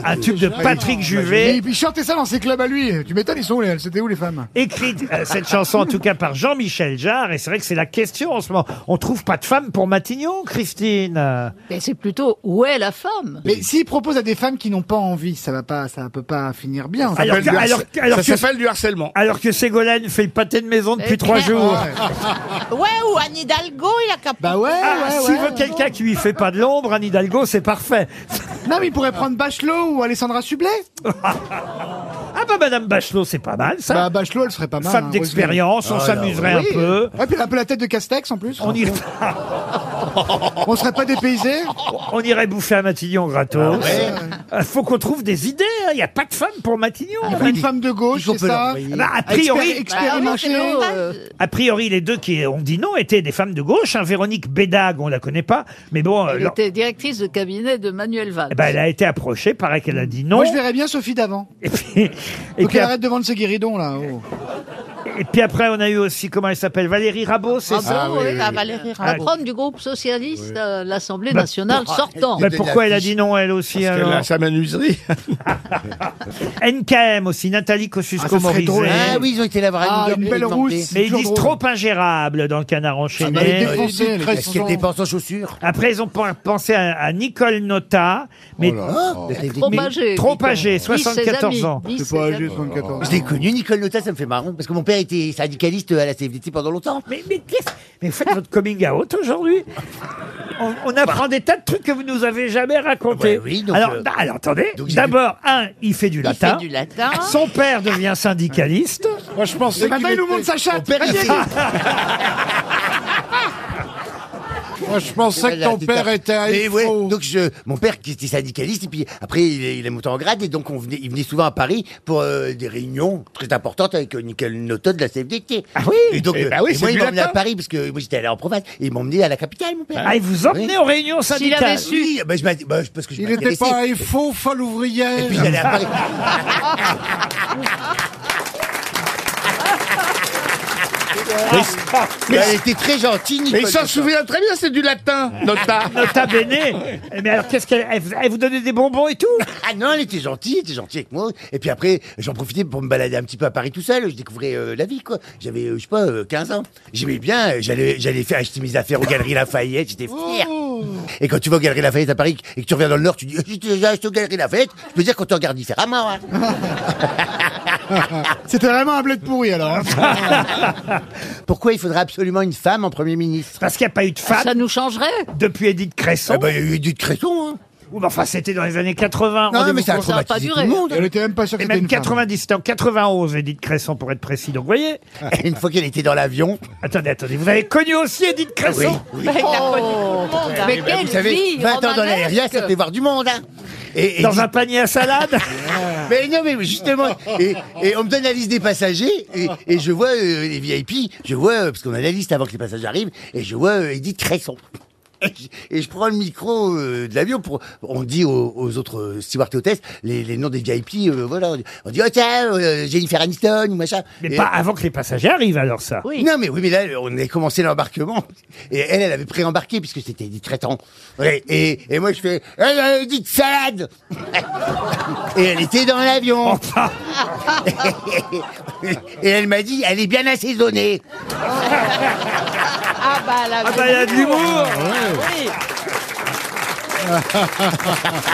B: Un tube de Patrick Juvet.
C: Et puis chanter ça dans ses clubs à lui. Tu m'étonnes, ils sont où les... C'était où les femmes
B: Écrite euh, cette chanson en tout cas par Jean-Michel Jarre et c'est vrai que c'est la question en ce moment. On trouve pas de femme pour Matignon, Christine. Euh,
H: Mais c'est plutôt où est la femme
C: Mais s'il propose à des femmes qui n'ont pas envie, ça va pas, ça peut pas finir bien.
B: Alors que- alors que- alors que-
E: harcèlement.
B: Alors que Ségolène fait le pâté de maison
C: Eh
B: depuis
G: Et
B: trois
C: Euh,
G: clair.
B: jours.
G: Ouais, ou Anne Hidalgo, il a capté.
C: Bah ouais,
B: Ah,
C: ouais,
B: S'il
C: ouais.
B: veut quelqu'un qui lui fait pas de l'ombre, Anne Hidalgo, c'est parfait.
C: Non, mais il pourrait prendre Bachelot ou Alessandra Sublet.
B: Ah bah Madame Bachelot, c'est pas mal ça.
C: Bah, Bachelot, elle serait pas mal.
B: Femme
C: hein,
B: d'expérience, on
C: heureusement.
B: s'amuserait
C: Oui.
B: un peu.
C: Ouais, puis elle a un peu la tête de Castex en plus.
B: On, irait,
C: On serait pas dépaysés Ah
B: on irait bouffer à Matignon gratos. Euh, Faut qu'on trouve des idées. hein. Il n'y a pas de femme pour Matignon.
C: Une femme de gauche, c'est ça
B: Bah, a priori-
C: Expéri- expérimentée.
H: Bah oui, c'est
B: A priori, les deux qui ont dit non étaient des femmes de gauche. hein. Véronique Bédag, on la connaît pas, mais bon, euh,
H: Elle
B: leur-
H: était directrice de cabinet de Manuel Valls.
B: eh ben, elle a été approchée, paraît qu'elle a dit non.
C: Moi, je verrais bien Sophie d'avant.
B: Et puis, et puis
C: Faut qu'elle
B: après-
C: arrête de vendre ses guéridons, là. oh.
B: Et puis après, on a eu aussi, comment elle s'appelle Valérie Rabault, c'est
H: Bravo,
B: ça
H: oui, la Valérie
B: Ah,
H: Rabault. Patronne du groupe socialiste à l'Assemblée
B: Bah,
H: nationale
B: pour-
H: sortant.
B: Mais pourquoi elle a dit non, elle aussi
D: Parce qu'elle a sa
B: menuiserie. NKM aussi, Nathalie Kosciusko-Morizet.
F: Ah oui, ils ont été là voir
B: Ah,
F: à New York
B: une
F: pour
B: belle
F: les demander.
B: rousse, Ah, Mais ils disent trop ingérable dans le canard enchaîné.
F: bah, les défoncés, les Est-ce qu'elle dépense
B: en chaussures Après, ils ont pen- pensé à, à Nicole Nota. Mais, hein mais-
F: Trop
B: mais-
F: âgée,
B: Trop
F: Nicole.
B: âgée,
F: Dix ses
B: 74
F: amis,
B: ans.
F: dix C'est pas ses âgé, amis. Je l'ai connu, Nicole Nota, ça me fait marrant, parce que mon père était syndicaliste à la CFDT pendant longtemps.
B: Mais, mais, mais vous faites votre coming out aujourd'hui on, on apprend des tas de trucs que vous nous avez jamais racontés.
F: Ouais, oui, donc,
B: alors,
F: euh,
B: d- alors, attendez.
F: donc j'ai
B: D'abord, un, il fait du
F: fait
B: latin.
F: du latin.
B: Son père devient syndicaliste. Moi, je
D: Eh
C: Et
D: ben,
C: maintenant, il nous montre sa chatte.
F: Moi, je pensais
E: que ton père était à
F: donc je, mon père qui était syndicaliste, et puis après il est, il est monté en grade, et donc on venait, il venait souvent à Paris pour euh, des réunions très importantes avec euh, Nicole Notot de la CFDT. Ah
B: oui
F: Et donc
B: Eh
F: euh,
B: ben oui,
F: et
B: c'est
F: moi
B: du
F: il m'emmenait
B: latin.
F: à Paris, parce que moi j'étais allé en province, et il m'emmenait à la capitale, mon père.
B: Ah, il vous emmenait aux réunions syndicales.
F: S'il avait su. Oui, bah, je m'int- bah, je- parce que je
E: Il n'était
F: m'intéressais.
E: pas à faux, folle ouvrière.
F: Et puis j'allais à Paris. Mais elle était très gentille,
D: Mais il
F: Nicole
D: s'en
F: Nota.
D: souvient très bien, c'est du latin, Nota.
B: Nota bene. Eh, Mais alors, qu'est-ce qu'elle. Elle, elle vous donnait des bonbons et tout
F: Ah non, elle était gentille, elle était gentille avec moi. Et puis après, j'en profitais pour me balader un petit peu à Paris tout seul. Je découvrais euh, la vie, quoi. J'avais, euh, je sais pas, euh, 15 ans. J'aimais bien, euh, j'allais j'allais faire acheter mes affaires aux Galeries Lafayette, j'étais fier. Et quand tu vas aux Galeries Lafayette à Paris et que tu reviens dans le Nord, tu dis, euh, j'étais déjà acheté aux Galeries Lafayette. Je peux dire qu'on te regarde
G: Ah, bah,
F: différemment. hein.
C: C'était vraiment un bled pourri alors. hein.
F: Pourquoi il faudrait absolument une femme en Premier ministre
B: Parce qu'il n'y a pas eu de femme.
H: Ça nous changerait.
B: Depuis Edith Cresson.
F: Ah bah, il y a eu Edith Cresson, hein.
B: Oui, mais enfin, c'était dans les années 80.
F: Non,
B: rendez-vous
F: mais ça a
B: compte.
F: traumatisé Ça a pas duré. tout le monde. Elle était
B: même
F: pas sûre que
B: Et
F: c'était
B: même
F: une femme.
B: 90, c'était en 91, Edith Cresson, pour être précis. Donc, vous voyez.
F: une fois qu'elle était dans l'avion.
B: Attendez, attendez. Vous avez connu aussi Edith Cresson
F: Oui, oui.
G: Bah, il a connu
H: Oh,
G: tout le
F: Eh
G: monde. hein.
F: ben, vous savez, 20 ans dans l'aérien, ça fait voir du monde. Hein. Et,
B: Dans un panier à salade
F: Mais non, mais justement, et, et on me donne la liste des passagers, et, et je vois euh, les VIP, je vois, euh, parce qu'on a la liste avant que les passagers arrivent, et je vois euh, Edith Cresson. Et je- Et je prends le micro euh, de l'avion pour. On dit aux, aux autres euh, stewards et hôtesses les, les noms des VIP, euh, voilà. On dit, on dit, oh tiens, euh, Jennifer Aniston ou machin.
B: Mais
F: Et-
B: pas avant que les passagers arrivent, alors ça.
F: non, mais oui, mais là, on avait commencé l'embarquement. Et elle, elle avait préembarqué, puisque c'était dit traitant. Ouais, et, et moi, je fais, elle a dit salade Et elle était dans l'avion. et elle m'a dit, elle est bien assaisonnée.
G: Ah bah là.
B: Ah bah, il y a de l'humour
G: Oui.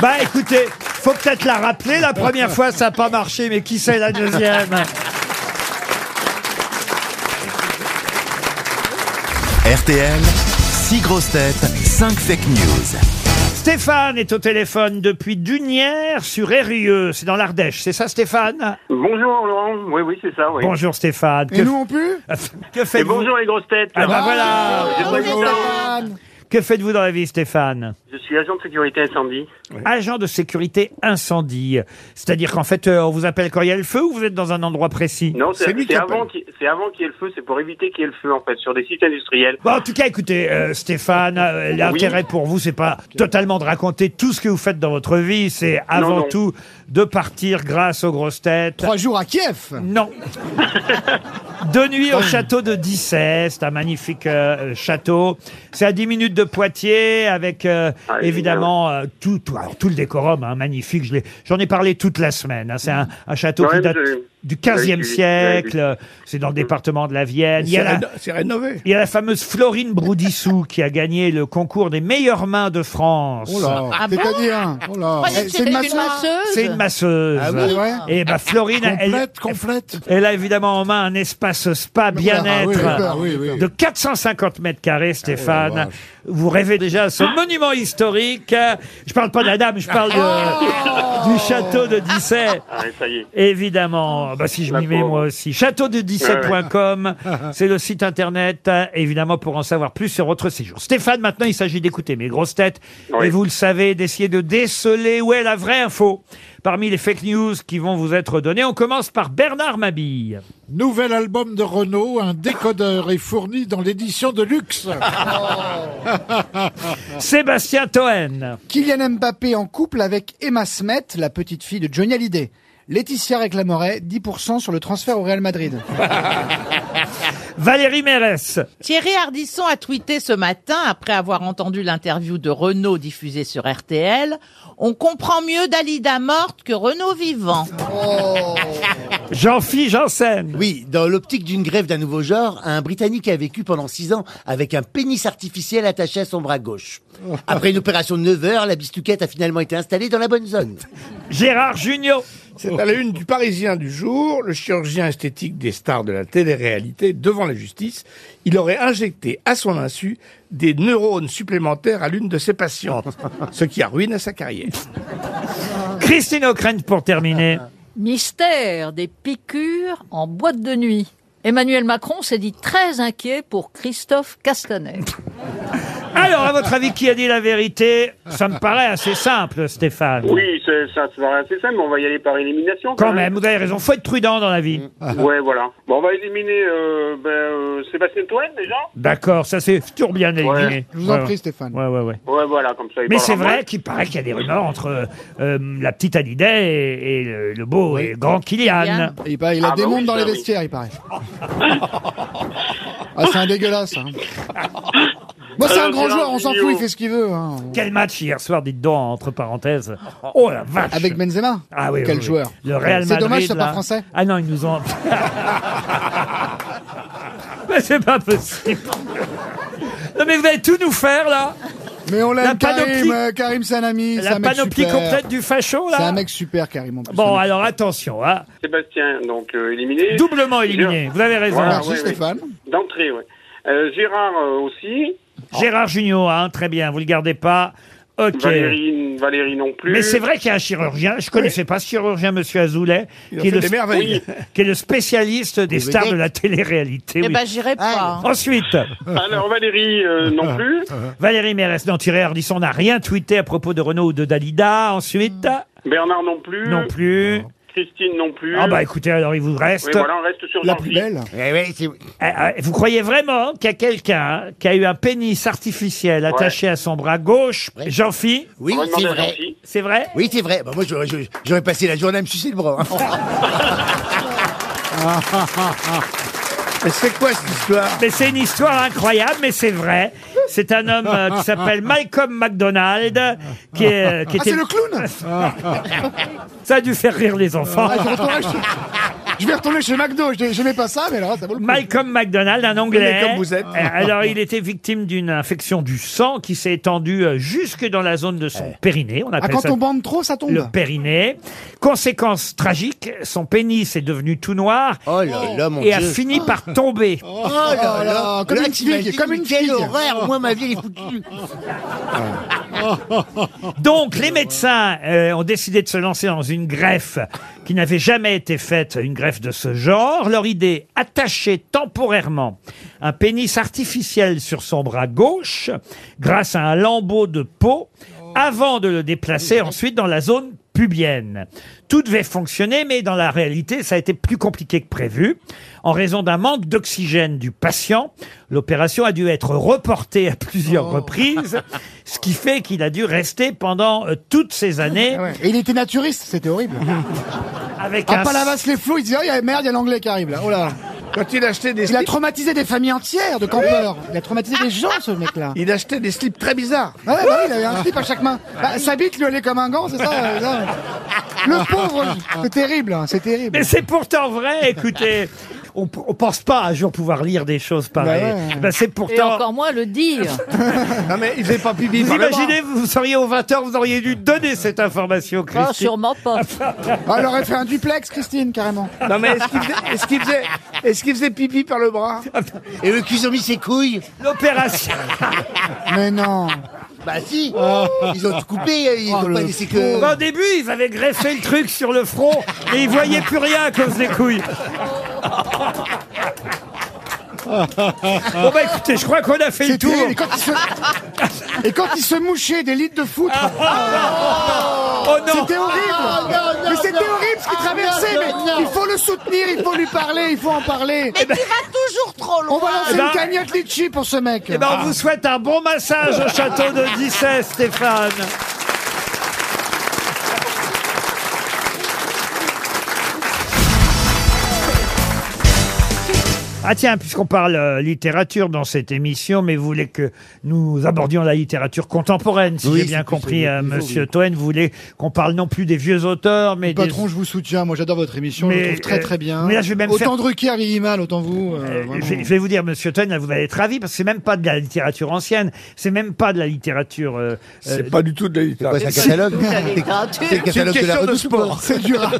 B: Bah écoutez, faut peut-être la rappeler. La première fois, ça n'a pas marché, mais qui sait la deuxième
A: RTL, 6 grosses têtes, 5 fake news.
B: Stéphane est au téléphone depuis Dunière sur Eyrieux. C'est dans l'Ardèche, c'est ça Stéphane
O: Bonjour Laurent, oui oui c'est ça. Oui.
B: Bonjour Stéphane.
O: Et nous
B: non plus Que
O: Et
B: faites-vous
O: bonjour les grosses têtes.
B: Ah bah voilà.
O: J'ai pas dit ça.
B: Que faites-vous dans la vie Stéphane
O: Je suis agent de sécurité incendie.
B: Agent de sécurité incendie. C'est-à-dire qu'en fait, euh, on vous appelle quand il y a le feu ou vous êtes dans un endroit précis
O: Non, c'est c'est avant qu'il c'est avant qu'il y ait le feu, c'est pour éviter qu'il y ait le feu en fait sur des sites industriels.
B: Bon, en tout cas, écoutez, euh, Stéphane, euh, l'intérêt pour vous, c'est pas totalement de raconter tout ce que vous faites dans votre vie, c'est avant
O: non.
B: tout de partir grâce aux grosses têtes. Trois jours à Kiev Non. de nuit au château de Dissay, c'est un magnifique euh, château. C'est à 10 minutes de Poitiers, avec euh,
D: Ah,
B: évidemment euh, tout, tout- alors, tout le décorum, hein, magnifique. Je l'ai- J'en ai parlé toute la semaine. hein. C'est un, un château
D: Ouais,
B: qui date
D: j'ai-
B: du
D: j'avais
B: 15e
D: vu,
B: siècle. C'est dans le département de la Vienne. Il y a la-
D: C'est rénové.
B: il y a la fameuse Florine Broudissou qui a gagné le concours des meilleures mains de France.
E: Oh là,
C: Ah bon c'est-à-dire Oh là. Croyez que C'est une c'était une masseuse masseuse
B: C'est une masseuse.
C: Ah oui, c'est vrai
B: Et bah Florine, elle,
E: Complète, complète.
B: elle a évidemment en main un espace spa bien-être
E: Ah oui, oui, oui.
B: de 450 mètres carrés, Stéphane.
E: vache.
B: Vous rêvez déjà à ce monument historique. euh, Je parle pas de la dame, je parle de- du château de Dissay.
O: Oh. Ah, ça y est.
B: Évidemment, bah si je m'y mets moi aussi. Château-de-17.com, c'est le site internet, euh, évidemment, pour en savoir plus sur votre séjour. Stéphane, maintenant, il s'agit d'écouter mes grosses têtes, et vous le savez, d'essayer de déceler où est la vraie info parmi les fake news qui vont vous être données. On commence par Bernard Mabille.
E: Nouvel album de Renault, un décodeur est fourni dans l'édition de luxe.
B: Sébastien Toen.
C: Kylian Mbappé en couple avec Emma Smet, la petite fille de Johnny Hallyday. Laetitia réclamerait 10% sur le transfert au Real Madrid.
B: Valérie Mérès.
G: Thierry Ardisson a tweeté ce matin, après avoir entendu l'interview de Renaud diffusée sur RTL, On comprend mieux Dalida morte que Renaud vivant.
B: Jean-Philippe Janssen.
F: Oui, dans l'optique d'une grève d'un nouveau genre, un Britannique a vécu pendant 6 ans avec un pénis artificiel attaché à son bras gauche. Après une opération de 9 heures, la bistouquette a finalement été installée dans la bonne zone.
B: Gérard Junior.
D: C'est à la une du Parisien du jour, le chirurgien esthétique des stars de la télé-réalité devant la justice. Il aurait injecté à son insu des neurones supplémentaires à l'une de ses patientes, ce qui a ruiné sa carrière.
B: Christine O'Krent pour terminer.
H: Mystère des piqûres en boîte de nuit. Emmanuel Macron s'est dit très inquiet pour Christophe Castaner.
B: Alors, à votre avis, qui a dit la vérité Ça me paraît assez simple, Stéphane.
O: Oui, c'est- ça se paraît assez simple, mais on va y aller par élimination.
B: Quand même, vous avez raison. Faut être prudent dans la vie.
O: Ouais, voilà. Bon, on va éliminer euh, ben, euh, Sébastien Toen déjà.
B: D'accord, ça c'est toujours bien éliminé.
O: Je vous en
B: Ouais,
O: prie,
B: ouais.
C: Stéphane.
B: Ouais, ouais, ouais.
O: Ouais, voilà, comme ça. il
B: Mais
O: parlera
B: c'est
O: moins.
B: vrai qu'il paraît qu'il y a des rumeurs entre euh, euh, la petite Hallyday et, et le, le beau et grand Kylian.
C: Et bah, il a
B: Ah
C: des
B: bah oui,
C: mondes dans
B: ça,
C: les
B: oui.
C: vestiaires, il paraît. ah, c'est un dégueulasse. hein. Moi, c'est un
B: Alors,
C: grand
B: Gérard
C: joueur, on s'en
B: Jugnot.
C: fout, il fait ce qu'il veut. hein.
B: Quel match hier soir, dites donc, entre parenthèses. Oh la vache
C: Avec Benzema
B: Ah oui, oui,
C: Quel
B: oui.
C: joueur
B: Le Real
C: C'est dommage,
B: Madrid,
C: c'est pas
B: là.
C: français.
B: Ah non, ils nous ont... mais c'est pas possible Non mais vous allez tout nous faire, là
C: Mais on
B: La
C: l'aime, Karim.
B: panoplie-
C: euh, Karim, c'est un ami.
B: La
C: c'est un mec
B: panoplie
C: super.
B: complète du facho, là
C: C'est un mec super, Karim. en plus.
B: Bon, alors attention, hein.
O: Sébastien, donc euh, éliminé.
B: Doublement éliminé,
O: Gérard-
B: vous avez raison. Merci,
O: oui, oui.
B: Stéphane.
O: D'entrée, oui. Euh, Gérard euh, aussi.
B: Gérard Junior, hein, très bien, vous le gardez pas. Ok.
O: Valérie, Valérie non plus.
B: Mais c'est vrai qu'il y a un chirurgien, je connaissais pas ce chirurgien, monsieur Azoulay,
O: Il a
B: qui est,
O: fait
B: le,
O: des merveilles.
B: Oui. qui est le spécialiste des
O: Des
B: stars de
O: vedettes.
B: la télé-réalité.
G: Eh
B: oui. Oh,
G: ben, j'irai
B: Ah.
G: pas. hein.
B: Ensuite,
O: Alors Valérie Ah, euh,
B: Ah.
O: non plus.
B: Valérie Mérès, non, Thierry Ardisson n'a rien tweeté à propos de Renault ou de Dalida. Ensuite,
O: Bernard non plus.
B: non plus.
O: Christine non plus.
B: Ah bah écoutez, alors il vous reste...
O: Oui, voilà, on reste sur La Jean-Philippe. plus belle.
B: Eh, eh, vous croyez vraiment qu'il y a quelqu'un qui a eu un pénis artificiel attaché à son bras gauche, Jean-Phi
F: Oui,
B: On va
F: c'est
B: demander à
F: vrai.
B: Jean-Phi. C'est vrai
F: Oui, c'est vrai. Bah, moi, j'aurais, je- j'aurais passé la journée à me sucer le bras. hein.
B: Mais c'est quoi cette histoire Mais c'est une histoire incroyable, mais c'est vrai. C'est un homme euh, qui s'appelle Malcolm McDonald, qui est... euh, qui
C: Ah,
B: était-
C: c'est le clown
B: Ça a dû faire rire les enfants.
C: Ah, je, retournerai chez- je vais retourner chez McDo, je- j'aimais pas ça, mais là, ça vaut le coup.
B: Malcolm McDonald, un Anglais.
C: Mais comme vous êtes.
B: Euh, Alors, il était victime d'une infection du sang qui s'est étendue euh, jusque dans la zone de son périnée. On
C: Ah,
B: appelle
C: quand
B: ça
C: on bande trop, ça tombe.
B: le périnée. Conséquence tragique, son pénis est devenu tout noir
C: Oh
F: mon
B: et a
F: Dieu.
C: Ah.
B: fini par tomber.
F: Oh là là,
C: comme une
F: t'imagines,
C: figue, comme une
F: quelle
C: figue.
F: horreur, moi ma vie elle est foutue.
B: Donc, les médecins euh, ont décidé de se lancer dans une greffe qui n'avait jamais été faite, une greffe de ce genre. Leur idée, attacher temporairement un pénis artificiel sur son bras gauche grâce à un lambeau de peau avant de le déplacer ensuite dans la zone pubienne. Tout devait fonctionner, mais dans la réalité, ça a été plus compliqué que prévu. En raison d'un manque d'oxygène du patient, l'opération a dû être reportée à
D: Oh.
B: plusieurs reprises, ce qui fait qu'il a dû rester pendant euh, toutes ces
D: Ah
B: années
C: Et il était naturiste, c'était horrible. Ah,
B: avec
C: À
B: un...
C: Palavas les flots, il disait, oh, y a- merde, il y a l'anglais qui arrive là. Oh là.
D: Quand il achetait des
C: Il a
D: slips,
C: traumatisé des familles entières de campeurs. Il a traumatisé des gens, ce mec-là.
D: il achetait des slips très bizarres.
C: Ah ouais, bah oui, il avait un slip à chaque main. Bah, sa bite lui allait comme un gant, c'est ça, euh, ça. Le pauvre, c'est terrible, hein, c'est terrible.
B: Ah. Mais c'est pourtant vrai, écoutez on, p- on pense pas un jour pouvoir lire des choses
D: Bah
Q: Bah
B: pareilles.
C: ouais.
B: Ben, c'est
H: Et
B: pourtant...
H: encore moins le dire.
D: non mais il faisait pas pipi.
B: Vous
D: par le
B: imaginez, vous seriez aux 20h, vous auriez dû donner cette information,
H: Ah,
B: Christine.
H: sûrement pas.
C: Ah, elle aurait fait un duplex, Christine, carrément.
D: bras. Non mais est-ce qu'il faisait, est-ce qu'il faisait, est-ce qu'il faisait pipi par le bras
F: Et eux qu'ils ont mis ses couilles.
B: L'opération.
C: Mais non.
F: Bah si, ils ont tout coupé, ils
C: Oh,
F: ont
C: le
F: pas laissé que.
B: Bah, au début, ils avaient greffé le truc sur le front et ils voyaient plus rien à cause des couilles. Bon bah écoutez, je crois qu'on a fait le
C: C'est
B: tour.
C: terrible. Et quand, il se... Et quand il se mouchait des litres de foutre.
B: Ah, Oh non Ah,
C: C'était horrible Mais c'était horrible ce qu'il traversait
F: non,
C: mais
F: non, non.
C: Il faut le soutenir, il faut lui parler, il faut en parler
G: Mais tu vas toujours trop loin.
C: On va lancer
B: Eh ben-
C: une cagnotte litchi pour ce mec
B: Eh ben, on vous souhaite un bon massage au château de Dissay, Stéphane. Ah tiens, puisqu'on parle euh, littérature dans cette émission, mais vous voulez que nous abordions la littérature contemporaine, si
C: Oui,
B: j'ai bien
C: c'est plus
B: compris,
C: le
B: euh,
C: niveau,
B: Monsieur
C: oui.
B: Toen, vous voulez qu'on parle non plus des vieux auteurs, mais des...
C: Patron, je vous soutiens. Moi, j'adore votre émission. je
B: Mais,
C: la trouve très
B: euh,
C: très bien.
B: mais là, je vais même
C: autant
B: faire-
C: Drucker vieillit mal, autant vous. euh,
B: Euh,
C: vraiment.
B: je, vais- je vais vous dire, Monsieur Toen, là, vous allez être ravi parce que c'est même pas de la littérature ancienne, c'est même pas de la littérature. euh, c'est
D: pas du tout de la littérature.
C: quoi, c'est un catalogue C'est le catalogue de la
B: question
C: Redoute ou pas
B: C'est du rap.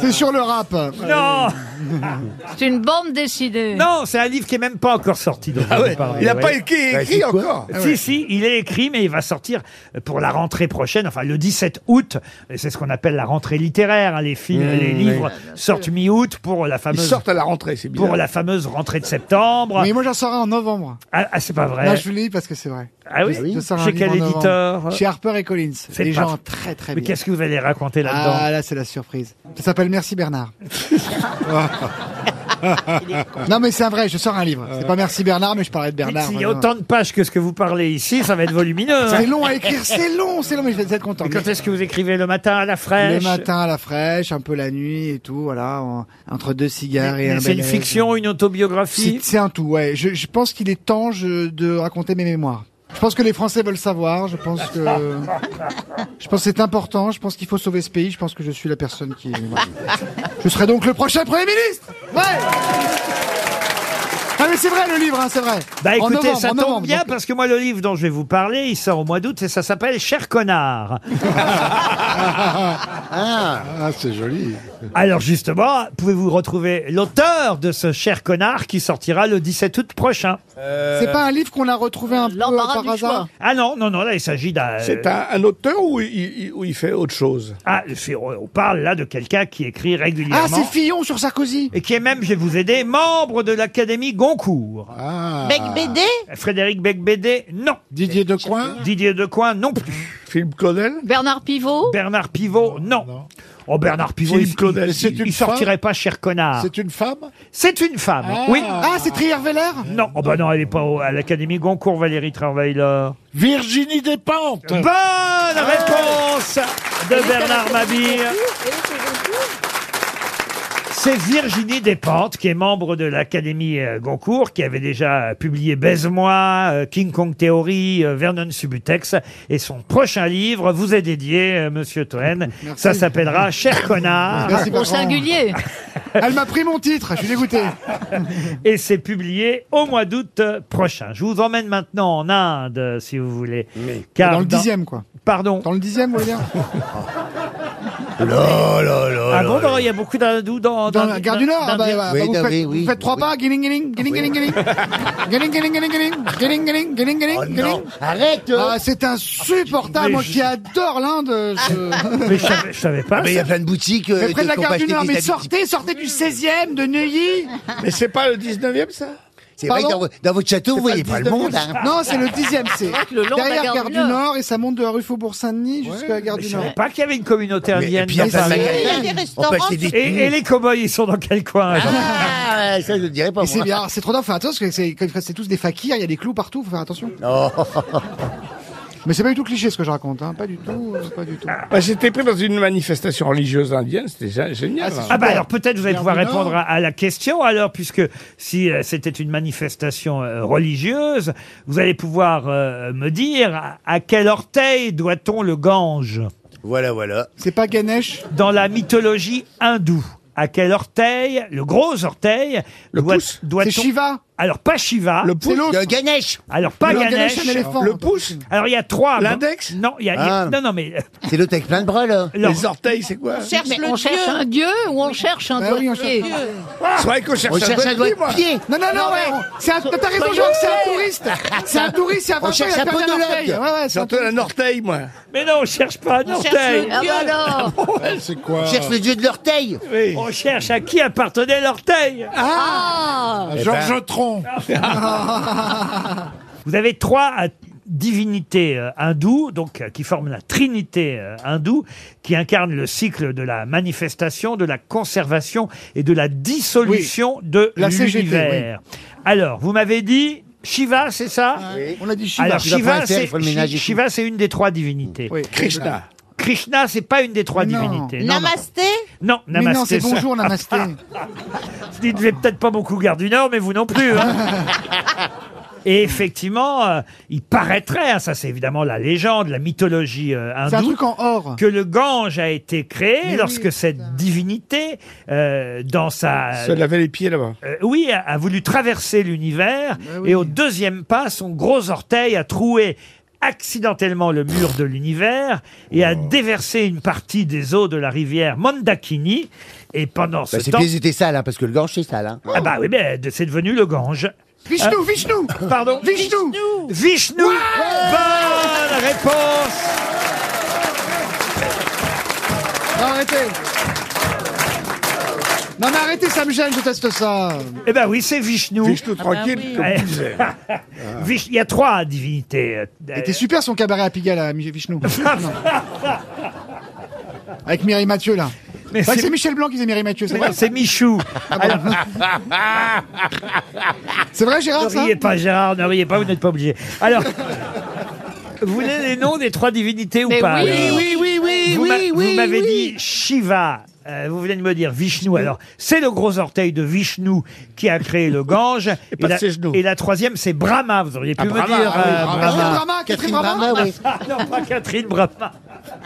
C: C'est sur le rap.
B: Non.
H: C'est une bande dessinée.
B: Non, c'est un livre qui est même pas encore sorti. dont
D: Ah
B: vous
D: ouais,
B: parlez,
D: il a
B: vous
D: pas
B: voyez.
D: écrit- écrit
B: c'est quoi
D: encore. Ah
B: Bah, Si,
D: ouais.
B: si, il est écrit, mais il va sortir pour la rentrée prochaine, enfin le 17 août. Et C'est ce qu'on appelle la rentrée littéraire. hein. Les films,
D: Mmh,
B: les
D: oui.
B: livres sortent mi-août pour la fameuse.
D: sortent à la rentrée, c'est bizarre.
B: Pour la fameuse rentrée de septembre.
C: Mais moi, j'en serai en novembre.
B: Ah, ah, c'est pas vrai.
C: Là, je vous le dis parce que c'est vrai.
B: Ah oui
C: Je- je sors un
B: Chez
C: livre
B: quel
C: en novembre.
B: éditeur
C: Chez Harper et Collins.
B: C'est
C: Des
B: pas-
C: gens très très
B: Mais
C: bien.
B: qu'est-ce que vous allez raconter là-dedans
C: Ah là, c'est la surprise. Ça s'appelle Merci Bernard. non mais c'est un vrai, je sors un livre. C'est pas Merci Bernard, mais je parlais de Bernard.
B: S'il y a
C: vraiment.
B: autant de pages que ce que vous parlez ici, ça va être volumineux. hein.
C: C'est long à écrire, c'est long, c'est long, mais je vais être content.
B: Et quand est-ce que vous écrivez le matin à la
C: Le
B: fraîche
C: matin à la fraîche, un peu la nuit et tout, voilà, en- entre deux cigares et
B: Mais
C: un
B: C'est une
C: bel-
B: fiction, une autobiographie
C: C'est c'est un tout, ouais. Je, je pense qu'il est temps je- de raconter mes mémoires. Je pense que les Français veulent savoir. Je pense que je pense que c'est important. Je pense qu'il faut sauver ce pays. Je pense que je suis la personne qui. Je serai donc le prochain premier ministre. Ouais. Ah mais c'est vrai le livre, hein, c'est vrai.
B: Bah
C: En
B: écoutez,
C: novembre,
B: ça
C: en
B: tombe
C: novembre,
B: bien
C: donc-
B: parce que moi le livre dont je vais vous parler, il sort au mois d'août et ça s'appelle Cher connard.
M: Ah, c'est joli.
B: Alors justement, pouvez-vous retrouver l'auteur de ce Cher connard qui sortira le 17 août prochain Euh,
C: C'est pas un livre qu'on a retrouvé un peu euh, par hasard.
B: Ah non, non, non, là il s'agit d'un...
D: Euh,
B: Euh,
D: C'est un, un auteur ou il, il- ou il fait autre chose
B: Ah, c'est- on parle là de quelqu'un qui écrit régulièrement.
C: Ah c'est Fillon sur Sarkozy.
B: et qui est même, je vais vous aider, membre de l'Académie Goncourt.
C: Ah.
G: Becbédé
B: Frédéric Becbédé, non. Didier Decoing Didier Decoing, non plus.
D: Philippe Claudel
H: Bernard Pivot
B: Bernard Pivot, non. Oh, Bernard Pivot,
D: Philippe
B: il,
D: Claudel,
B: il-
D: c'est
B: il-
D: une
B: il sortirait
D: femme
B: pas, cher connard.
M: C'est une femme
B: C'est une femme,
M: Ah.
B: oui.
C: Ah c'est Trier-Veller
B: Non, oh bah non, elle est pas au- à l'Académie Goncourt, Valérie Travailleur.
M: Virginie Despentes
B: Bonne
C: Ah.
B: réponse de Bernard Mabir. C'est Virginie Despentes, qui est membre de l'Académie euh, Goncourt, qui avait déjà euh, publié Baise-moi, euh, King Kong Theory, euh, Vernon Subutex. Et son prochain livre vous est dédié, euh, monsieur Toen. Ça s'appellera Cher connard.
C: Merci,
H: Au
C: Bertrand.
H: singulier.
C: Elle m'a pris mon titre. Je suis dégoûté.
B: Et c'est publié au mois d'août prochain. Je vous emmène maintenant en Inde, euh, si vous voulez.
C: Dans le dixième, quoi.
B: Pardon
C: Dans le dixième, vous voulez dire
F: Là, là, là,
B: Ah
F: Oh là,
B: bon,
F: là.
B: non, il y a beaucoup d'hindous dans,
C: Dans la gare du Nord ah bah, bah,
F: Oui,
C: bah, vous,
F: bah,
C: faites,
F: oui, oui.
C: vous faites trois pas, guiling, guiling, guiling, guiling, guiling. Guiling, guiling, guiling, guiling, guiling, guiling, guiling, guiling,
F: Oh
C: guiling.
F: non, arrête euh.
C: Ah, c'est insupportable,
B: Mais
C: moi
B: je-
C: qui adore l'Inde. euh, je-
B: Mais je savais, je savais pas.
F: Ah, mais il y a plein de boutiques. euh,
C: Mais près de la
F: qui ont pas
C: gare du
F: acheté
C: Nord,
F: des
C: mais
F: habits.
C: sortez, sortez du 16e, de Neuilly.
D: Mais c'est pas le 19e, ça
F: C'est vrai que dans,
C: Pardon
F: vo- dans votre château, vous voyez
D: C'est pas le
F: pas le monde.
D: 19e.
F: hein.
C: Non, c'est le 10e, c'est
H: vrai que le long de la
C: derrière
H: gare
C: gare
H: du
C: du
H: Nord.
C: Nord et ça monte de la rue Faubourg-Saint-Denis jusqu'à la gare
B: Je
C: du
B: savais
C: Nord.
B: Ah, pas qu'il y avait une communauté
F: Mais- et
B: indienne.
F: puis il y a
B: dans
F: plein de
B: Paris.
H: Il y a
F: magasins.
H: des
F: On peut
H: restaurants
F: acheter des
B: et, et les cow-boys, ils sont dans quel coin alors
F: Ah, ça, je le dirais pas.
C: Et c'est
F: moi.
C: bien, c'est trop d'enfants. Attention, parce que c'est comme c'est tous des fakirs, il y a des clous partout, faut faire attention.
F: Oh.
C: Mais c'est pas du tout cliché ce que je raconte, hein. pas du tout, euh, pas du tout.
D: Bah, J'étais pris dans une manifestation religieuse indienne, c'était gé- génial.
C: Ah, c'est
D: hein.
B: Ah bah alors peut-être vous allez
C: Gare
B: pouvoir
C: du Nord.
B: répondre à, à la question alors puisque si euh, c'était une manifestation euh, religieuse, vous allez pouvoir euh, me dire à, à quel orteil doit-on le Gange
F: Voilà, voilà.
C: C'est pas Ganesh
B: dans la mythologie hindoue À quel orteil, le gros orteil,
D: Le
B: doit,
D: pouce
B: doit
C: C'est Shiva
B: Alors pas Shiva,
D: Le pouce,
C: C'est l'autre
F: Le Ganesh.
B: alors pas
C: Le
B: Ganesh.
C: Ganesh, un éléphant.
D: le pouce
B: Alors il y a trois.
D: L'index
B: Non, il y a, il y a-
F: Ah.
B: non non mais
F: C'est l'autre avec plein de bras, là.
B: leur-
D: Les orteils, c'est quoi
G: On cherche
H: Mais
G: le
H: on
G: dieu.
H: cherche un dieu ou on cherche un
C: Bah oui, on
H: doigtier
C: cherche
D: C'est vrai qu'on cherche
F: On cherche
D: un
F: un doigt
D: doigt
F: de pied.
C: Non, non, non, ouais. on- c'est un- T'as raison, Jacques, c'est un touriste. C'est un touriste, c'est un
F: On
C: vampire,
F: cherche
C: il a
F: un
C: perdu
F: podologue.
C: orteil. Ouais, ouais, c'est un
D: J'entends
C: touriste.
D: un orteil, moi.
B: mais non, on cherche pas un
G: On cherche
B: orteil. Oh,
G: le
H: Ah
G: dieu.
H: bah alors
M: Ah, C'est quoi
F: On cherche le dieu de l'orteil.
D: Oui.
B: On cherche à qui appartenait l'orteil.
H: Ah
F: Eh
M: Ah,
F: ben.
M: Georges Tron.
B: Vous avez trois euh, divinités euh, hindoues, donc euh, qui forment la trinité euh, hindoue, qui incarne le cycle de la manifestation, de la conservation et de la dissolution de
C: La CGT,
B: l'univers. Alors, vous m'avez dit Shiva, c'est ça
C: On a dit Shiva.
B: Alors
F: tu vas
B: Shiva,
F: prendre un terre,
B: c'est
F: il faut le ménager
B: Shi-
F: et tout.
B: Shiva, c'est une des trois divinités.
C: Oui.
D: Krishna.
B: Krishna, c'est pas une des trois divinités. Non, non.
G: Namasté
B: Non,
G: Mais non,
B: namasté.
G: c'est bonjour,
B: namasté. Vous n'avez peut-être pas beaucoup garde du Nord, mais vous non plus. hein. Et effectivement, euh, il paraîtrait, hein, ça c'est évidemment la légende, la mythologie euh,
Q: C'est un
B: hindoue,
Q: truc en or.
B: que le Gange a été créé
Q: Mais
B: lorsque
Q: oui,
B: cette divinité, euh, dans sa...
D: Se lavait les pieds là-bas.
B: Euh, oui, a, a voulu traverser l'univers
Q: Bah
B: et au deuxième pas, son gros orteil a troué accidentellement le mur de l'univers et
D: Oh.
B: a déversé une partie des eaux de la rivière Mandakini. Et pendant ce
F: Bah, c'est
B: temps...
F: bien c'était sale, hein, parce que le gorge, c'est sale. Hein.
B: Ah bah oui, mais c'est devenu le Gange.
C: Vishnu,
B: Euh,
C: Vishnu
B: Pardon
C: Vishnu
B: Vishnu Bonne réponse
C: Non, arrêtez Non, mais arrêtez, ça me gêne, je teste ça
B: Eh ben oui, c'est Vishnu. ben
C: Vishnu tranquille, Ah bah oui. comme tu disais.
B: Vish- Il y a trois divinités. euh,
Q: Il était super son cabaret à Pigalle à Michel Vishnu. Non. Avec Mireille Mathieu là.
B: Mais
Q: Bah,
B: c'est-
Q: c'est Michel Blanc qui disait Mireille Mathieu, c'est
B: Mais
Q: vrai Ah
B: non, c'est Michou. Ah
Q: C'est vrai, Gérard,
B: Ne
Q: ça
B: riez pas, Gérard, ne riez pas, vous n'êtes pas obligé. Alors, vous voulez les noms des trois divinités ou
N: Mais
B: pas
N: oui,
B: alors
N: oui, oui, oui,
B: Vous
N: oui,
B: m'a-
N: oui,
B: Vous m'avez
N: oui.
B: dit Shiva. euh, vous venez de me dire Vishnu. Alors, c'est le gros orteil de Vishnu qui a créé le Gange. Et,
D: pas
B: la,
D: ses genoux.
B: et la troisième, c'est Brahma. Vous auriez pu
D: Ah,
B: me
D: Brahma,
B: dire
D: ah oui,
B: euh,
D: Brahma.
B: Brahma.
D: Catherine Brahma, oui.
B: non, pas Catherine Brahma.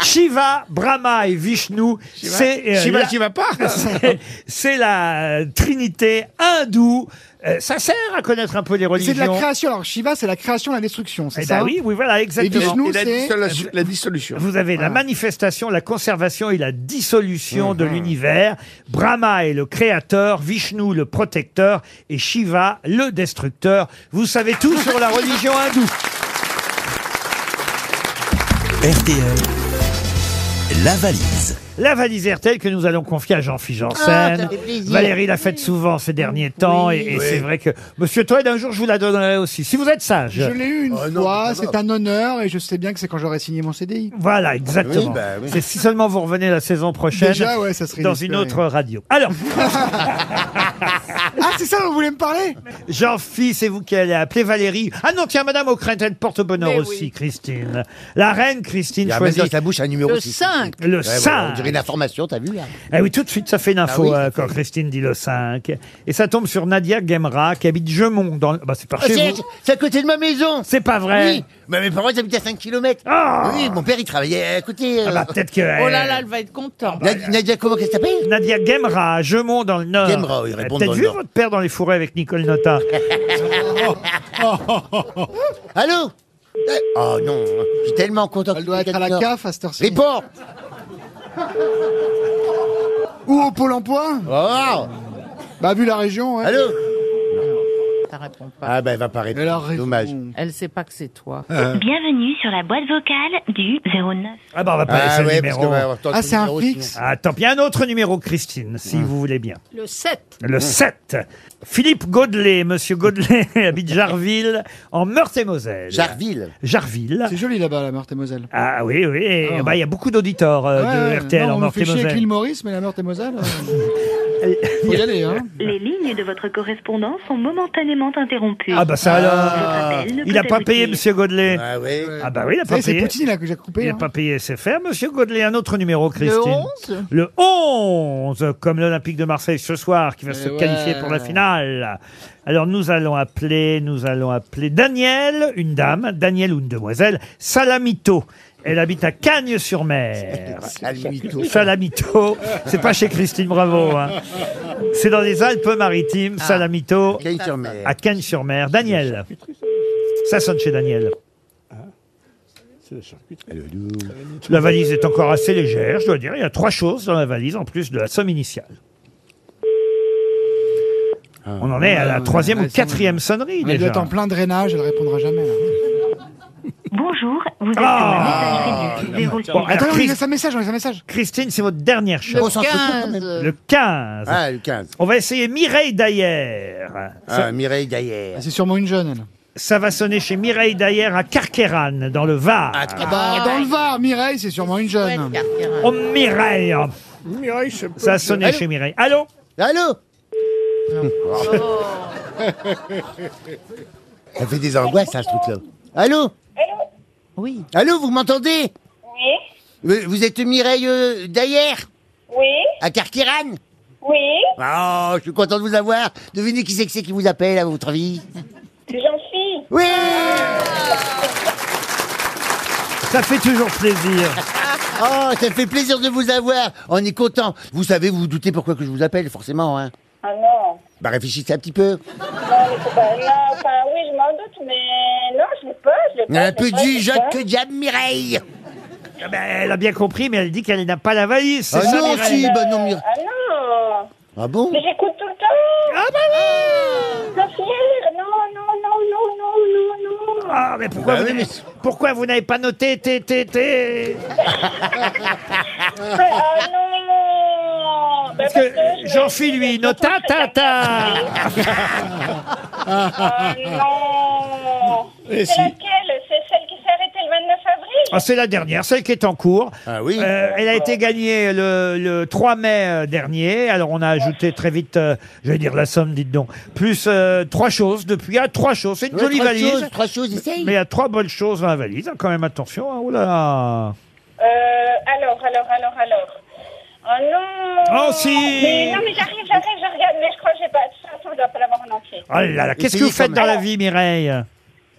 B: Shiva, Brahma et Vishnu, c'est euh,
D: Shiva, Shiva pas.
B: c'est- c'est la euh, trinité hindoue. Euh, ça sert à connaître un peu les religions.
Q: C'est de la création. Alors Shiva, c'est la création, la destruction, c'est
B: Eh ben
Q: ça
B: oui, oui, voilà, exactement.
Q: Et Vishnu,
B: la,
Q: c'est
B: dissolution. Vous avez la manifestation, la conservation et la dissolution
Q: Mhm.
B: de l'univers. Brahma est le créateur, Vishnu le protecteur et Shiva le destructeur. Vous savez tout sur la religion hindoue.
A: RTL, la valise.
B: La valise RTL que nous allons confier à Jean-Philippe
N: Ah,
B: Janssen.
N: ça fait plaisir.
B: Valérie l'a faite souvent ces derniers temps et, et
Q: Oui.
B: c'est vrai que Monsieur Toed, un jour, je vous la donnerai aussi. Si vous êtes sage.
Q: Je l'ai eu une
C: Oh,
Q: fois, c'est un honneur et je sais bien que c'est quand j'aurai signé mon CDI.
B: Voilà, exactement.
Q: Oui, bah oui.
B: C'est si seulement vous revenez la saison prochaine
Q: Déjà, ouais, ça serait
B: dans une
Q: inespéré.
B: autre radio. Alors,
Q: Ah, c'est ça dont vous voulez me parler
B: Jean-Phi, c'est vous qui allez appeler Valérie. Ah non, tiens, Madame O'Krent, elle porte bonheur
Q: Mais oui.
B: aussi, Christine. La reine Christine
F: Il a
B: choisit...
F: dans sa bouche un numéro
B: Le
F: six.
B: cinq. Le
F: Ouais, voilà,
B: cinq.
F: on dirait une information, t'as vu là
B: Eh oui, tout de suite, ça fait une info
F: Ah oui,
B: euh, quand Christine dit le 5. Et ça tombe sur Nadia Gemra, qui habite Gemont. Dans... le- Bah, c'est par
F: Oh,
B: chez
F: c'est-
B: vous.
F: C'est à côté de ma maison
B: C'est pas vrai
F: Oui, mais mes parents ils habitaient à 5 km. Oui, mon père il travaillait à côté.
B: Ah bah, peut-être que, euh,
G: Oh là là, elle va être contente. hein,
F: Nadia, Nadia, comment qu'elle s'appelle
B: Ah. Nadia Gemra, à Gemont, dans le Nord.
F: Guemra, oui,
B: Vous avez
F: répondre
B: Peut-être
F: dans le
B: vu
F: Nord.
B: votre père dans les fourrés avec Nicole Nota.
F: Allô Eh, Oh non, je suis tellement content. Elle doit être à la CAF
Q: à cette heure-ci.
F: Réponds
Q: Ou au Pôle emploi
F: Oh.
Q: Bah, vu la région, ouais.
F: Allô
G: Ça répond pas.
F: Ah ben elle va pas répondre. Dommage.
G: Elle sait pas que c'est toi.
F: Euh.
R: Bienvenue sur la boîte vocale du 09.
B: Ah bah on va pas
F: Ah
B: laisser
F: ouais, parce
B: le numéro.
F: qu'on va avoir tant de Ah, c'est un numéros, sinon. fixe
B: Ah, tant pis, un autre numéro, Christine,
F: Ah.
B: si vous voulez bien.
H: Le 7.
B: Le 7. Philippe Godelet, monsieur Godelet, habite Jarville, en Meurthe-et-Moselle.
Q: Jarville.
B: Jarville.
Q: C'est joli là-bas, la Meurthe-et-Moselle.
B: Ah oui, oui, et, bah,
Q: Ah.
B: il y a beaucoup d'auditeurs euh,
Q: Ouais,
B: de RTL
Q: non,
B: en
Q: on nous fait chier avec l'île
B: Meurthe-et-Moselle.
Q: Maurice, mais la Meurthe-et-Moselle. euh, Faut y aller, hein.
R: Les lignes de votre correspondance sont momentanément interrompues.
B: Ah bah ça
R: Votre
B: alors
R: appel ne
B: Il
R: peut
B: n'a pas payé,
R: aboutir.
B: monsieur Godelet. Ah, bah oui, il
Q: Ça
B: n'a
Q: y
B: pas
Q: est, c'est
B: payé.
Q: Poutine là que j'ai coupé.
B: Il n'a
Q: hein.
B: pas payé SFR, monsieur Godelet. Un autre numéro, Christine.
Q: 11?
B: Le 11, comme l'Olympique de Marseille ce soir, qui va se
Q: ouais.
B: qualifier pour la finale. Alors nous allons appeler, nous allons appeler Daniel, une dame, Daniel ou une demoiselle, Salamito. Elle habite à Cagnes-sur-Mer.
F: Salamito.
B: Salamito. C'est pas chez Christine Bravo. hein. C'est dans les Alpes-Maritimes, Salamito. À Cagnes-sur-Mer. Daniel. Ça sonne chez Daniel. La valise est encore assez légère, je dois dire. Il y a trois choses dans la valise en plus de la somme initiale.
Q: Ah.
B: On en est à la
Q: ouais,
B: troisième
Q: ouais,
B: ou quatrième sonnerie
Q: Elle doit
B: déjà.
Q: être en plein drainage, elle répondra jamais. Là.
R: Bonjour, vous êtes
B: Ah
R: sur la messagerie du
B: Bon, alors,
Q: Attends, on
B: Christ-
Q: laisse un message, on laisse un message.
B: Christine, c'est votre dernière
Q: Le
B: chance.
Q: 15.
B: Le 15.
F: Ah, le 15.
B: On va essayer Mireille Dayer. Ça,
F: Ah, Mireille Gaillère.
Q: C'est sûrement une jeune, elle.
B: ça va sonner chez Mireille Dayer à Carqueran, dans le Var.
Q: Ah bah, dans le Var, Mireille, c'est sûrement une jeune.
B: Oh, Mireille
D: Mireille, je peux-
B: Ça a sonné
D: Allô
B: chez Mireille. Ah. Allô
F: Allô
D: Oh.
F: Ça fait des angoisses, hein, ce truc-là. Allô Oui. Allô, vous m'entendez
R: Oui.
F: Euh, Vous êtes Mireille euh, Daillère
M: Oui.
F: À Carquirane
M: Oui.
F: Oh, je suis content de vous avoir. Devinez qui c'est que c'est qui vous appelle, à votre avis
M: Jean-Fille.
F: Oui
B: Ça fait toujours plaisir.
F: Oh, ça fait plaisir de vous avoir. On est content. Vous savez, vous vous doutez pourquoi que je vous appelle, forcément. Hein.
M: Ah non.
F: Bah réfléchissez un petit peu.
M: Non, mais c'est pas... non, enfin, oui, je m'en doute, mais non, je l'ai pas, je l'ai pas.
F: Un
M: je l'ai
F: peu
M: pas, je l'ai
F: du Jacques
M: pas.
F: que diable Mireille.
B: Ah ben, elle a bien compris, mais elle dit qu'elle n'a pas la valise.
F: Ah
B: c'est ça,
F: non,
B: Mireille
F: si, bah non, Mireille.
M: Ah non.
F: Ah bon
M: Mais j'écoute tout le temps. Ah bah
B: Ah.
M: oui. Jean-Pierre, non, non, non, non, non, non, non.
B: Ah, mais pourquoi,
F: Bah
B: vous
F: oui,
B: n'avez- pourquoi vous n'avez pas noté T, T, T
M: Ah non. Ben,
B: Parce que Jean-Phil, lui, il nota, ta, ta
M: Ah non.
B: Eh
M: C'est
B: si.
M: laquelle C'est celle qui s'est arrêtée le 29 avril
B: Ah, c'est la dernière, celle qui est en cours.
F: Ah
B: Euh, elle a été gagnée le, le 3 mai euh, dernier. Alors on a ajouté très vite, euh, je vais dire la somme, dites donc, plus euh, trois choses depuis. Ah, trois choses, c'est une
F: Ouais,
B: jolie
F: trois
B: valise.
F: choses, trois choses, essaye.
B: Mais il y a trois bonnes choses dans la valise, hein, quand même, attention. hein. Oh là là
M: Euh, alors, alors, alors, alors. Oh non
B: Oh, si.
M: mais, Non mais j'arrive, j'arrive, je regarde, mais je crois que j'ai pas... De toute façon, je dois pas l'avoir en entier.
B: Oh là là, qu'est-ce que vous faites dans la vie, Mireille
M: Euh,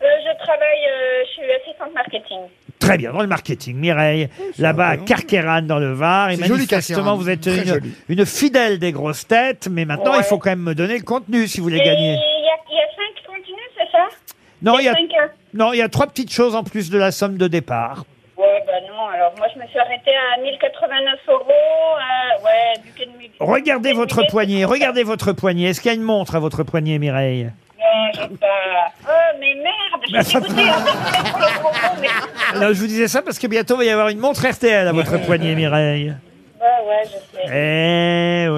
M: je travaille, euh, je suis assistante marketing.
B: Très bien, dans le marketing, Mireille, là-bas à Carquérane, dans le Var. Et
Q: C'est joli,
B: manifestement,
Q: Carquérane.
B: vous êtes
Q: Très
B: une,
Q: joli.
B: une fidèle des grosses têtes, mais maintenant,
M: Ouais.
B: il faut quand même me donner le contenu si vous voulez
M: Et
B: gagner.
M: Il y a, il y a cinq continents, c'est ça
B: Non, il y a,
M: cinq, hein.
B: non, il y a trois petites choses en plus de la somme de départ.
M: Ouais, bah non, alors moi je me suis arrêtée à 1089 euros, euh, ouais, du quai de Mu-
B: Regardez
M: du quai de
B: votre
M: Muguet.
B: poignet, regardez votre poignet. Est-ce qu'il y a une montre à votre poignet, Mireille
M: Non, j'ai pas... Oh, mais merde, je suis dégoûtée, en fait, c'est pour le gros mot, mais...
B: Alors, je vous disais ça parce que bientôt, il va y avoir une montre RTL à votre poignet, Mireille.
M: Ouais, ouais, je sais.
B: Eh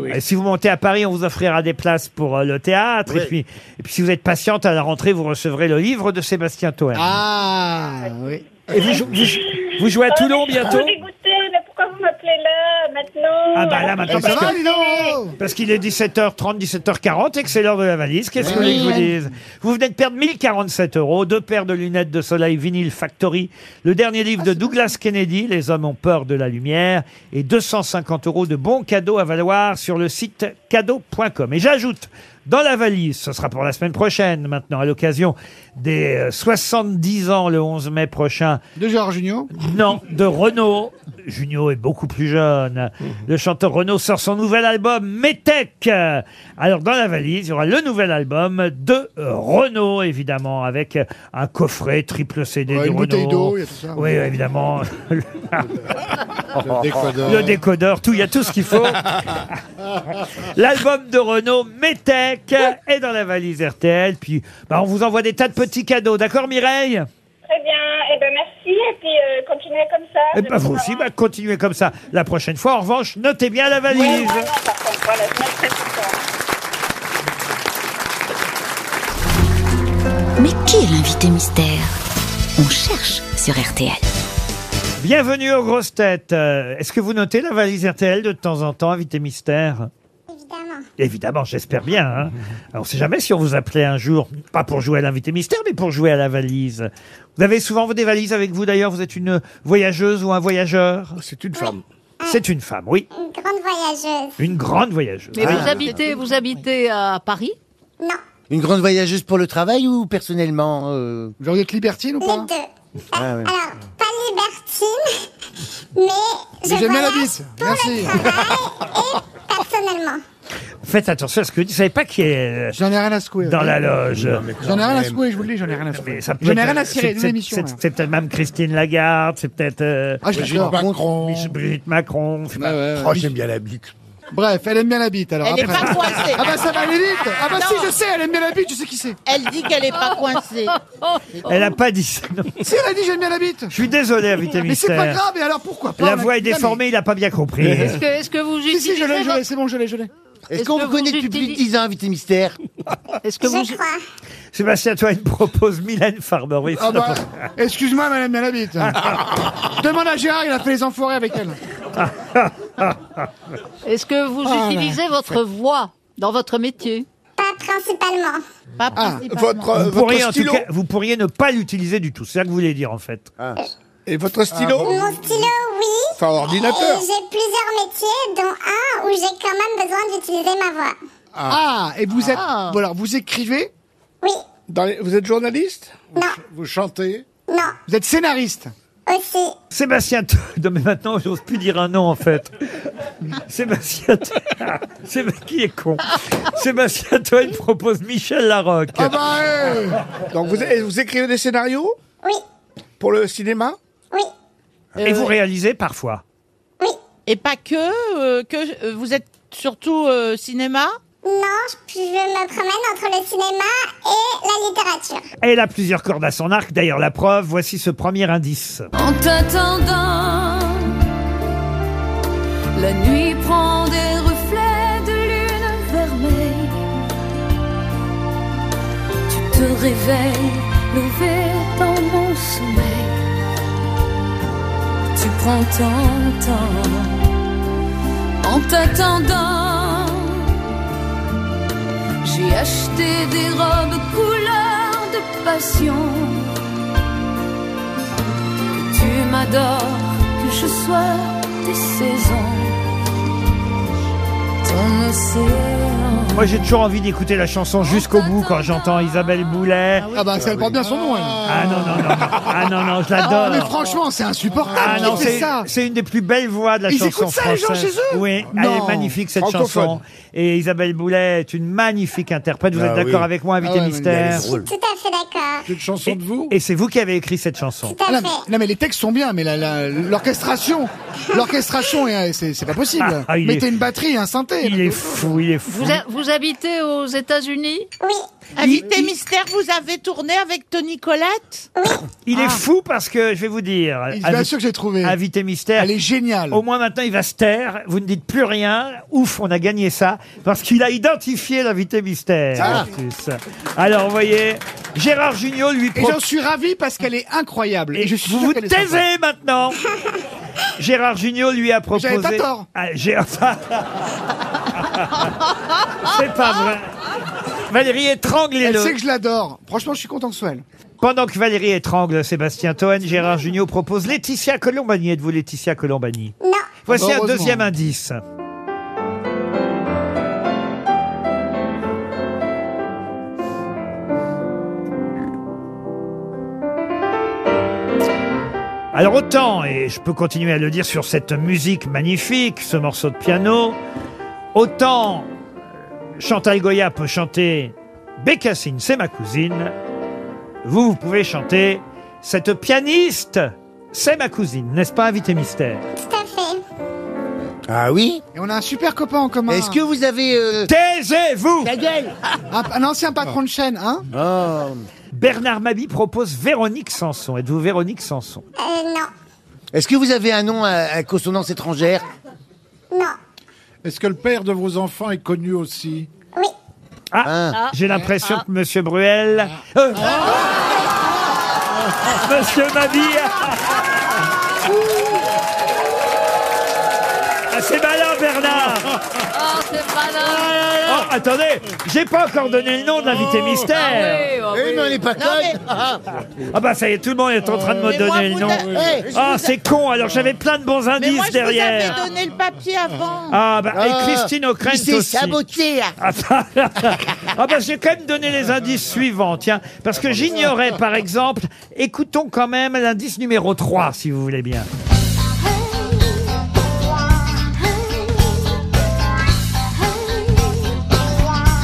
B: oui. Et Si vous montez à Paris, on vous offrira des places pour euh, le théâtre. Et,
Q: Oui.
B: puis, et puis, si vous êtes patiente, à la rentrée, vous recevrez le livre de Sébastien Toen.
Q: Ah, oui.
B: Et vous, jou- vous jou- vous jouez à
M: Oh,
B: Toulon
M: mais je suis
B: bientôt
M: trop dégoûtée, mais pourquoi vous m'appelez là, maintenant
B: Ah bah là, maintenant,
M: parce
B: parce
M: que...
B: que- Parce qu'il est 17h30, 17h40 et que c'est l'heure de la valise. Qu'est-ce que vous voulez que je vous dise Vous venez de perdre 1047 euros, deux paires de lunettes de soleil Vinyl Factory, le dernier livre de Douglas Kennedy, Les hommes ont peur de la lumière, et 250 euros de bons cadeaux à valoir sur le site cadeau.com. Et j'ajoute dans la valise, ce sera pour la semaine prochaine maintenant, à l'occasion des euh, 70 ans le 11 mai prochain.
Q: De Gérard Junior
B: Non, de Renaud. Junio est beaucoup plus jeune.
Q: Mhm.
B: Le chanteur Renaud sort son nouvel album Métèque. Alors dans la valise, il y aura le nouvel album de euh, Renaud, évidemment, avec un coffret triple CD
Q: Ouais,
B: de
Q: une
B: Renaud.
Q: bouteille d'eau, il y a tout ça.
B: Oui, évidemment. le
Q: décodeur.
B: Le décodeur, tout, il y a tout ce qu'il faut. L'album de Renaud Métèque est dans la valise RTL. Puis bah, on vous envoie des tas de petits cadeaux, d'accord Mireille
M: Très bien, et ben merci, et puis euh, continuez comme ça.
B: Eh ben, vous aussi, bah, continuez comme ça. La prochaine fois, en revanche, notez bien la valise.
I: Mais qui est l'invité mystère On cherche sur RTL.
B: Bienvenue aux grosses têtes. Euh, Est-ce que vous notez la valise RTL de temps en temps, invité mystère
S: Évidemment.
B: Évidemment, j'espère bien. hein. Alors, on sait jamais si on vous appelait un jour, pas pour jouer à l'invité mystère, mais pour jouer à la valise. Vous avez souvent vos des valises avec vous d'ailleurs. Vous êtes une voyageuse ou un voyageur Ah, C'est une femme. C'est une femme, oui.
S: Une grande voyageuse.
B: Une grande voyageuse.
H: Mais
B: Ah.
H: vous habitez, vous habitez à Paris
S: Non,
F: Une grande voyageuse pour le travail ou personnellement euh? Ah,
Q: Genre d'être libertine ou
S: les
Q: pas
S: deux. Alors, pas libertine, mais je
Q: Mais j'aime bien la
S: voyage
Q: bite.
S: pour
Q: Merci.
S: le travail et personnellement.
B: Faites attention à ce que vous dites. Vous savez pas qui est euh,
Q: J'en ai rien à secouer.
B: dans la loge.
Q: J'en ai rien à secouer, je vous le dis, j'en ai rien à secouer.
B: Mais ça peut
Q: J'en ai
B: être-
Q: rien à cirer
B: c'est-
Q: d'une
B: c'est-
Q: émission.
B: c'est-
Q: là.
B: C'est peut-être même Christine Lagarde, c'est peut-être. euh,
Q: Ah, je
B: Brigitte
Q: l'adore.
B: Macron. Brigitte Macron.
F: Oh, j'aime bien la bite.
Q: Bref, elle aime bien la bite alors.
G: Elle est
Q: après.
G: pas coincée.
Q: Ah bah ça va aller vite. Ah bah
G: Non.
Q: si, je sais, elle aime bien la bite, je sais qui c'est.
G: Elle dit qu'elle est pas coincée.
B: Elle n'a pas dit ça. non.
Q: Si elle a dit j'aime bien la bite.
B: Je suis désolé, invité
Q: Mais c'est
B: mystère.
Q: pas grave, et alors pourquoi pas
B: La
Q: on a-
B: voix est déformée, il n'a pas bien compris.
H: Est-ce que, est-ce que vous
Q: Si, si, je
H: utilisez
Q: l'ai, je l'ai,
H: votre-
Q: c'est bon, je l'ai, je l'ai.
F: Est-ce qu'on
H: que
F: vous connaît depuis plus de
H: utilisez-
F: 10 ans, invité mystère
H: Est-ce que vous...
B: Sébastien Toine propose Mylène Farmer. Oui,
Q: Ah
B: c'est
Q: bah,
B: n'importe-
Q: excuse-moi, madame bien la bite. Demande à Gérard, Ah, il a fait les enfoirés avec elle.
H: Est-ce que vous
Q: Ah, là.
H: utilisez votre voix dans votre métier
S: Pas principalement.
G: Pas
Q: Ah,
G: principalement.
Q: Ah.
B: vous, pourriez, en tout cas, vous pourriez ne pas l'utiliser du tout. C'est ça que vous voulez dire en fait.
D: Et votre stylo
S: Ah, Mon stylo, oui.
D: Enfin, ordinateur.
S: Et j'ai plusieurs métiers, dont un où j'ai quand même besoin d'utiliser ma voix.
C: Ah, et vous êtes. Voilà, vous écrivez
S: Oui.
D: vous êtes journaliste
S: Non.
D: Vous chantez
S: Non.
C: Vous êtes scénariste
S: Aussi.
B: Sébastien Toen- Non mais maintenant, j'ose plus dire un nom en fait. Sébastien Toen- Séb- Qui est con Sébastien Toen propose Michel Larocque.
D: Ah bah, euh. Donc vous, et vous écrivez des scénarios
S: Oui.
D: Pour le cinéma Euh.
S: Oui.
B: Et vous réalisez parfois
G: Et pas que, euh, que euh, vous êtes surtout euh, cinéma
S: Non, je me promène entre le cinéma et la littérature.
B: Elle a plusieurs cordes à son arc. D'ailleurs, la preuve, voici ce premier indice.
M: En t'attendant, la nuit prend des reflets de lune vermeille. Tu te réveilles, levé dans mon sommeil. Tu prends ton temps. En t'attendant, j'ai acheté des robes couleur de passion. Tu m'adores, que je sois tes saisons, ton océan.
B: Moi, j'ai toujours envie d'écouter la chanson jusqu'au bout quand j'entends Isabelle Boulet.
C: Ah bah, ça elle porte bien son nom, elle.
B: Ah non, non, non. non. Ah non, non, je l'adore.
C: Ah, mais franchement, c'est insupportable.
B: Ah non,
C: qui fait
B: c'est
C: ça
B: c'est une des plus belles voix de la
C: Ils
B: chanson
C: écoutent ça, les
B: française.
C: gens, chez eux
B: Oui, elle
C: Non.
B: est magnifique cette
C: Francophone.
B: chanson. Et Isabelle Boulet est une magnifique interprète. Vous
D: Ah
B: êtes d'accord
D: oui.
B: avec moi, invité
D: Ah ouais, mais elle
B: mystère
D: est drôle.
S: Tout à fait d'accord.
B: une chanson de vous Et c'est vous qui avez écrit cette chanson.
S: Tout à
C: Ah, non,
S: fait.
C: mais- non, mais les textes sont bien, mais la- la- l'orchestration, l'orchestration, est- euh, c'est c'est pas possible.
B: Ah, il
C: Mettez
B: est-
C: une batterie, un synthé.
B: Il est fou, il est fou.
T: Vous, ha- vous habitez aux États-Unis
S: Oui.
G: Invité mystère, vous avez tourné avec Tony Collette
B: Il est fou parce que, je vais vous dire.
C: Je suis Ah. sûr que j'ai trouvé.
B: Invité mystère.
C: Elle est géniale.
B: Au moins maintenant, il va se taire. Vous ne dites plus rien. Ouf, on a gagné ça. Parce qu'il a identifié l'invité mystère.
C: Ah.
B: en plus. Alors, vous voyez, Gérard Junior lui
C: Et
B: pro-
C: j'en suis ravi parce qu'elle est incroyable. Et, je suis
B: Vous
C: sûr
B: vous
C: qu'elle est sympa.
B: taisez maintenant Gérard Junior lui a proposé.
C: j'avais pas tort.
B: Ah, j'ai- enfin, C'est pas vrai. Valérie,
C: Elle
B: étranglez-le.
C: sait que je l'adore. Franchement, je suis content que ce soit elle.
B: Pendant que Valérie étrangle Sébastien Toen, Gérard Junior propose Laetitia Colombani. Êtes-vous Laetitia Colombani
S: Non.
B: Voici un
C: Ah bah Heureusement.
B: deuxième indice. Alors autant, et je peux continuer à le dire sur cette musique magnifique, ce morceau de piano, autant euh, Chantal Goya peut chanter Bécassine, c'est ma cousine, vous, vous pouvez chanter cette pianiste, c'est ma cousine, n'est-ce pas, invité mystère
S: Tout à fait.
U: Ah oui
C: Et on a un super copain en commun.
U: Est-ce que vous avez... euh,
B: Taisez-vous
U: Ta gueule
C: un, un ancien patron de chaîne, hein
B: Bernard Mabi propose Véronique Sanson. Êtes-vous Véronique Sanson
S: Euh, non.
U: Est-ce que vous avez un nom à, à consonance étrangère
S: Non.
V: Est-ce que le père de vos enfants est connu aussi
S: Oui. Ah.
B: Ah, J'ai l'impression que Monsieur Bruel...
U: Ah.
B: Euh,
G: Ah.
B: Monsieur Mabi Ah, C'est malin, Bernard
M: Oh, c'est pas
G: Ah,
B: Oh, Attendez, j'ai pas encore donné le nom de l'invité Oh,
G: Oh. Ah
B: mystère
U: Eh, mais on n'est pas
G: Non,
U: conne
G: mais-
B: Ah bah ça y est, tout le monde est en train de me
G: Mais moi,
B: donner le
G: vous
B: nom
G: a-
U: Eh,
G: je
B: Ah,
G: vous a-
B: c'est con, alors j'avais plein de bons
G: Ah. Mais moi, je
B: indices
G: vous avais
B: derrière
G: donné le papier avant.
B: Ah bah,
U: Ah,
B: et Christine O'Krent
U: il s'est
B: aussi.
U: saboté, là.
B: Ah, ça- ah bah j'ai quand même donné les indices suivants, tiens, parce que j'ignorais par exemple, écoutons quand même l'indice numéro 3 si vous voulez bien.
U: Ah,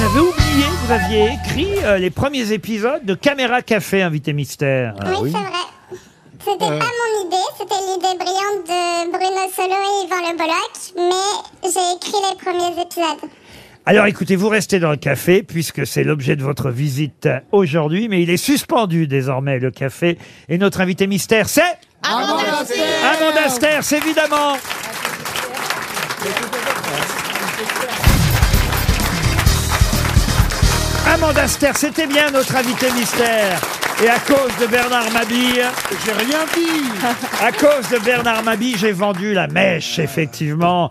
B: J'avais oublié que vous aviez écrit euh, les premiers épisodes de Caméra Café, invité mystère.
S: oui, c'est vrai. C'était pas mon idée, c'était l'idée brillante de Bruno Solo et Yvan Le Bolloc, mais j'ai écrit les premiers épisodes.
B: Alors écoutez, vous restez dans le café puisque c'est l'objet de votre visite aujourd'hui, mais il est suspendu désormais le café et notre invité mystère c'est
G: Ah,
C: Amanda Aster.
B: Amanda Aster, c'est évidemment. Amanda Aster, c'était bien notre invité mystère. Et à cause de Bernard Mabille. J'ai rien dit. À cause de Bernard Mabille, j'ai vendu la mèche, effectivement.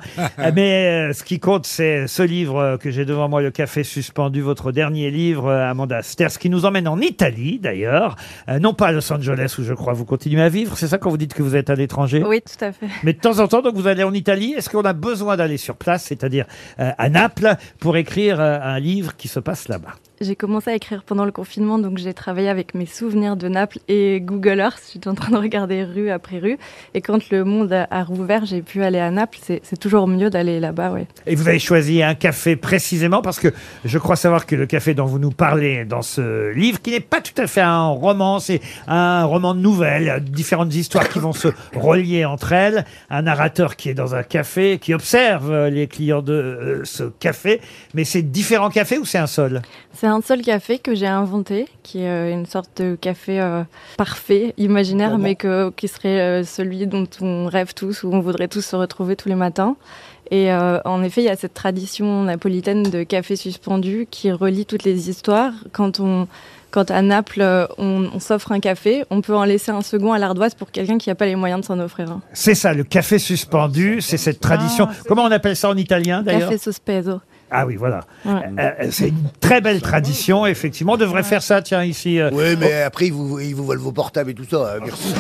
B: Mais euh, ce qui compte, c'est ce livre euh, que j'ai devant moi, Le Café suspendu, votre dernier livre, euh, Amanda Sters, qui nous emmène en Italie, d'ailleurs. Euh, non pas à Los Angeles, où je crois vous continuez à vivre. C'est ça quand vous dites que vous êtes à l'étranger
W: Oui, tout à fait.
B: Mais de temps en temps, donc vous allez en Italie. Est-ce qu'on a besoin d'aller sur place, c'est-à-dire euh, à Naples, pour écrire euh, un livre qui se passe là-bas
W: J'ai commencé à écrire pendant le confinement, donc j'ai travaillé avec mes souvenirs de Naples et Google Earth. J'étais en train de regarder rue après rue. Et quand le monde a, a rouvert, j'ai pu aller à Naples. C'est c'est toujours mieux d'aller là-bas, ouais.
B: Et vous avez choisi un café précisément parce que je crois savoir que le café dont vous nous parlez dans ce livre, qui n'est pas tout à fait un roman, c'est un roman de nouvelles, différentes histoires qui vont se relier entre elles. Un narrateur qui est dans un café, qui observe euh, les clients de euh, ce café, mais c'est différents cafés ou c'est un seul
W: C'est un seul café que j'ai inventé, qui est euh, une sorte de café euh, parfait, imaginaire,
B: Gourmand.
W: mais que, qui serait euh, celui dont on rêve tous, où on voudrait tous se retrouver tous les matins. Et euh, en effet, il y a cette tradition napolitaine de café suspendu qui relie toutes les histoires. Quand on quand à Naples, euh, on, on s'offre un café, on peut en laisser un second à l'ardoise pour quelqu'un qui n'a pas les moyens de s'en offrir un.
B: C'est ça, le café suspendu, Ah, c'est cette tradition. Comment on appelle ça en italien d'ailleurs
W: Café sospeso.
B: Ah oui, voilà.
W: Ouais.
B: Euh, c'est une très belle tradition, effectivement. On devrait faire ça, tiens, ici. euh.
F: Oui, mais après, ils vous, ils vous volent vos portables et tout ça. hein, Merci.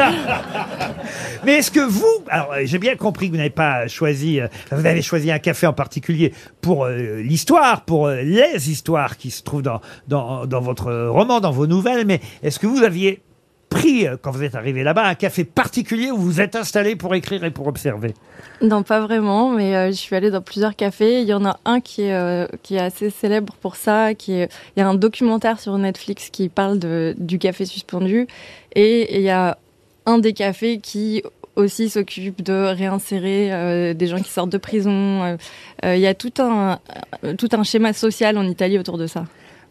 B: Mais est-ce que vous, alors euh, j'ai bien compris que vous n'avez pas choisi, euh, vous avez choisi un café en particulier pour euh, l'histoire, pour euh, les histoires qui se trouvent dans, dans, dans votre euh, roman, dans vos nouvelles, mais est-ce que vous aviez pris, euh, quand vous êtes arrivé là-bas, un café particulier où vous vous êtes installé pour écrire et pour observer
W: Non, pas vraiment, mais euh, je suis allée dans plusieurs cafés. Il y en a un qui est, euh, qui est assez célèbre pour ça. Qui est... Il y a un documentaire sur Netflix qui parle de, du café suspendu. Et il y a un des cafés qui aussi s'occupe de réinsérer euh, des gens qui sortent de prison. Euh, euh, il y a tout un, euh, tout un schéma social en Italie autour de ça.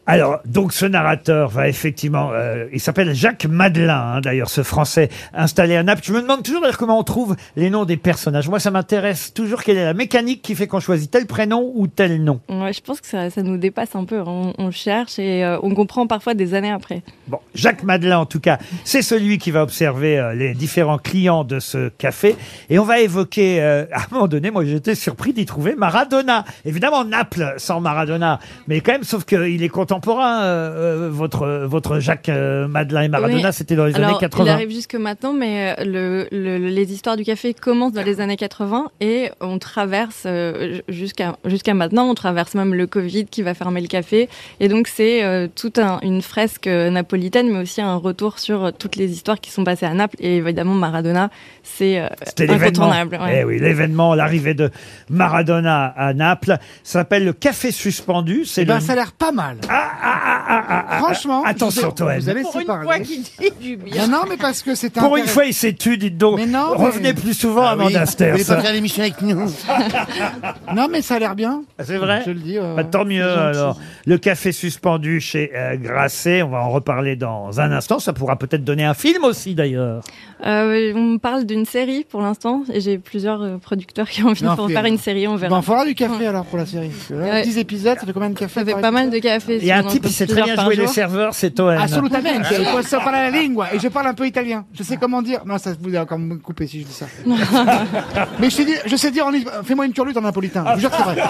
B: Alors, donc ce narrateur va effectivement, euh, il s'appelle Jacques Madelin, hein, d'ailleurs, ce Français installé à Naples. Je me demande toujours d'ailleurs comment on trouve les noms des personnages. Moi, ça m'intéresse toujours quelle est la mécanique qui fait qu'on choisit tel prénom ou tel nom.
W: Ouais, je pense que ça, ça nous dépasse un peu. On, on cherche et euh, on comprend parfois des années après.
B: Bon, Jacques Madelin, en tout cas, c'est celui qui va observer euh, les différents clients de ce café. Et on va évoquer, euh, à un moment donné, moi j'étais surpris d'y trouver Maradona. Évidemment, Naples sans Maradona. Mais quand même, sauf qu'il est contemporain, euh, euh, votre, votre Jacques euh, Madelin et Maradona,
W: Oui.
B: c'était dans les
W: Alors,
B: années 80.
W: Il arrive jusque maintenant, mais euh, le, le- les histoires du café commencent dans les années 80 et on traverse euh, ju- jusqu'à jusqu'à maintenant, on traverse même le Covid qui va fermer le café. Et donc c'est euh, toute un- une fresque euh, napolitaine, mais aussi un retour sur euh, toutes les histoires qui sont passées à Naples. Et évidemment, Maradona, c'est euh,
B: C'était l'événement.
W: incontournable. ouais.
B: Eh oui, l'événement, l'arrivée de Maradona à Naples, ça s'appelle le café suspendu. C'est
Q: Eh ben,
B: le- Ah,
Q: ça a l'air pas mal. Franchement.
B: Attention,
Q: vous-
B: Toen.
Q: Vous allez
B: Pour
Q: se
B: une
Q: parler.
B: fois
Q: qu'il dit du bien. Non, non, mais parce que c'est
B: Pour une fois, il s'est tu, dites donc.
Q: non, mais-
B: Revenez plus souvent à
Q: Ah oui,
B: Amanda
Q: vous voulez pas
B: Stairs.
Q: faire l'émission
F: avec nous.
Q: non, mais ça a l'air bien.
B: C'est vrai
Q: Je le dis. euh, ouais,
B: Bah,
Q: ouais.
B: tant mieux
Q: C'est gentil.
B: alors. Le café suspendu chez euh, Grasset, on va en reparler dans un instant. Ça pourra peut-être donner un film aussi d'ailleurs.
W: Euh, on me parle d'une série pour l'instant. et J'ai plusieurs euh, producteurs qui ont envie
Q: Non,
W: de
Q: fais-
W: faire une série. On
Q: Il
W: verra.
Q: va en falloir du café alors pour la série. Parce que là,
W: Ouais. Ah,
Q: 10 épisodes, ça fait combien de café
W: Ça fait pas mal de café.
B: Il y a un
W: sûrement,
B: type qui
W: parce
B: sait
W: que
B: très bien
W: plusieurs par
B: jouer les
W: jour. Ah,
B: serveurs, c'est Toen.
Q: Ah, Assolutamente, il faut parler la lingua. Et je parle un peu italien. Je sais comment dire. Non, ça vous allez encore me couper si je dis ça. Mais je sais dire, je sais dire en italien. Fais-moi une turlute en napolitain. Je vous jure que c'est vrai.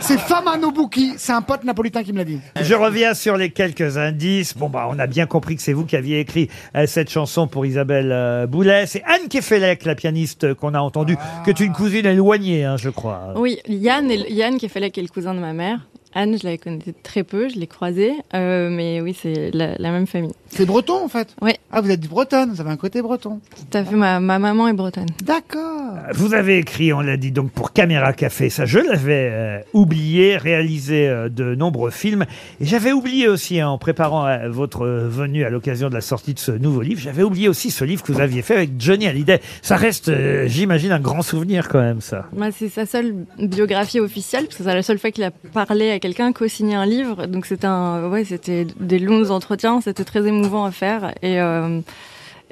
Q: C'est Famano Bucchi. C'est un pote napolitain qui me l'a dit.
B: Je reviens sur les quelques indices. Bon, bah, on a bien compris que c'est vous qui aviez écrit euh, cette chanson pour Isabelle euh, Boulet. C'est Anne Kefelec, la pianiste euh, qu'on a entendue, que tu une cousine éloignée, hein, je crois.
Q: Ah.
W: Oui, Yann, et, Yann Kefelec qui est le cousin de ma mère. Anne, je la connaissais très peu, je l'ai croisée. euh, mais oui, c'est la, la même famille.
Q: C'est breton en fait
W: Oui.
Q: Ah, vous êtes du bretonne. Vous avez un côté breton.
W: Tout à fait, ma, ma maman est bretonne.
Q: D'accord.
B: Vous avez écrit, on l'a dit donc pour Caméra Café, ça je l'avais euh, oublié, réalisé euh, de nombreux films. Et j'avais oublié aussi, hein, en préparant euh, votre euh, venue à l'occasion de la sortie de ce nouveau livre, j'avais oublié aussi ce livre que vous aviez fait avec Johnny Hallyday. Ça reste, euh, j'imagine, un grand souvenir quand même, ça.
W: Moi, c'est sa seule biographie officielle, parce que c'est la seule fois qu'il a parlé à quelqu'un, co-signé un livre. Donc c'était un, ouais, c'était des longs entretiens, c'était très émouvant à faire. Et, euh,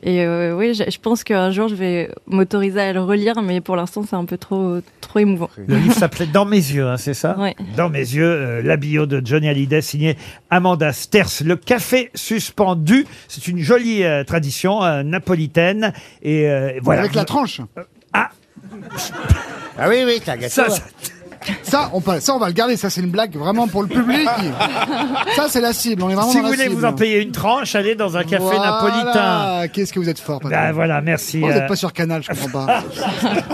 W: Et euh, oui, je, je pense qu'un jour, je vais m'autoriser à le relire, mais pour l'instant, c'est un peu trop, trop émouvant.
B: Le livre s'appelait Dans mes yeux, hein, c'est ça
W: Ouais.
B: Dans mes yeux, euh, la bio de Johnny Hallyday signée Amanda Sters. Le café suspendu, c'est une jolie euh, tradition euh, napolitaine. Et euh, voilà.
Q: Avec la tranche.
B: Ah
F: Ah oui, oui, ça
Q: Ça, ça- Ça, on, peut- ça, on va le garder. Ça, c'est une blague vraiment pour le public. Ça, c'est la cible. On est vraiment
B: Si
Q: dans
B: vous
Q: la
B: voulez
Q: cible.
B: vous en payer une tranche, allez dans un café
Q: Voilà.
B: napolitain.
Q: Qu'est-ce que vous êtes fort, Patrick.
B: Ben voilà, merci.
Q: Vous
B: euh,
Q: n'êtes pas sur Canal, je comprends pas.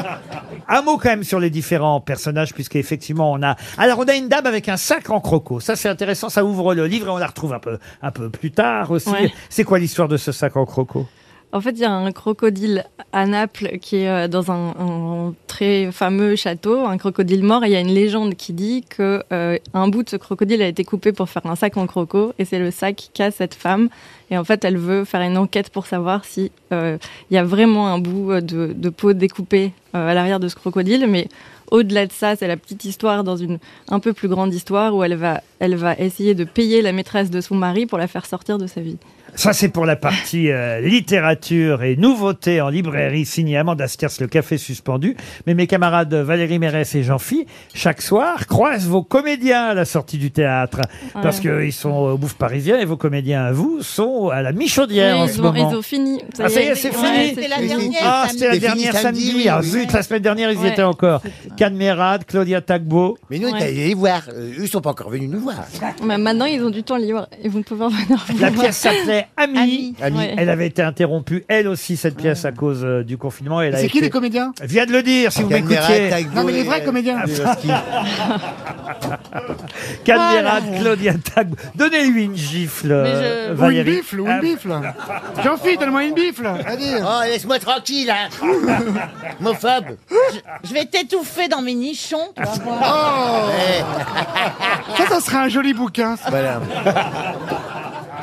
B: Un mot quand même sur les différents personnages, puisqu'effectivement on a. Alors on a une dame avec un sac en croco. Ça c'est intéressant, ça ouvre le livre et on la retrouve un peu, un peu plus tard aussi.
W: Ouais.
B: C'est quoi l'histoire de ce sac en croco
W: En fait, il y a un crocodile à Naples qui est euh, dans un, un très fameux château, un crocodile mort. Et il y a une légende qui dit que euh, un bout de ce crocodile a été coupé pour faire un sac en croco, et c'est le sac qu'a cette femme. Et en fait, elle veut faire une enquête pour savoir si euh, il y a vraiment un bout euh, de, de peau découpée euh, à l'arrière de ce crocodile, mais au-delà de ça, c'est la petite histoire dans une un peu plus grande histoire où elle va, elle va essayer de payer la maîtresse de son mari pour la faire sortir de sa vie.
B: Ça, c'est pour la partie euh, littérature et nouveautés en librairie signée Amanda Stiers, le café suspendu. Mais mes camarades Valérie Mérès et Jean-Phi, chaque soir, croisent vos comédiens à la sortie du théâtre.
W: Ouais.
B: Parce qu'ils sont au bouffe parisien et vos comédiens à vous sont à la Michaudière
W: Oui,
B: en
W: ils
B: ce
W: ont-
B: moment.
W: ils ont fini. Ça
B: ah,
W: y
B: ça
W: est,
B: y est, c'est
W: ouais,
B: fini.
W: c'est la dernière,
B: Ah, c'était la
W: samedi.
B: dernière
W: C'est
B: samedi.
W: fini samedi,
B: Ah,
W: oui,
B: zut,
W: oui.
B: la semaine dernière, ils y
W: Ouais.
B: étaient encore. Cadmerade, Claudia Tagbo.
F: Mais nous, on est
W: Ouais.
F: allés les voir. Euh, Eux, ils sont pas encore venus nous voir.
W: Mais Bah, maintenant, ils ont du temps libre et vous pouvez en venir. vous
B: La
W: voir.
B: pièce s'appelait Ami.
W: Ami. Ouais.
B: Elle avait été interrompue, elle aussi, cette pièce, à cause euh, du confinement. Elle a
Q: C'est qui
B: été-
Q: les comédiens
B: Elle vient de le dire, si vous
F: Cadmerade,
B: m'écoutiez.
F: Tagbo euh,
Q: Non, mais les vrais comédiens.
B: Cadmerade,
Q: Voilà.
B: Claudia Tagbo. Donnez-lui une gifle, euh,
Q: Ou une
B: Valérie.
Q: bifle, ou une bifle. Jean-Philippe, donne-moi une bifle. Allez.
F: Oh, laisse-moi tranquille, hein Homophobe
G: Je vais t'étouffer dans mes nichons, tu vas
Q: Oh
G: voir.
Q: Ça, ça serait un joli bouquin. ça.
F: Voilà.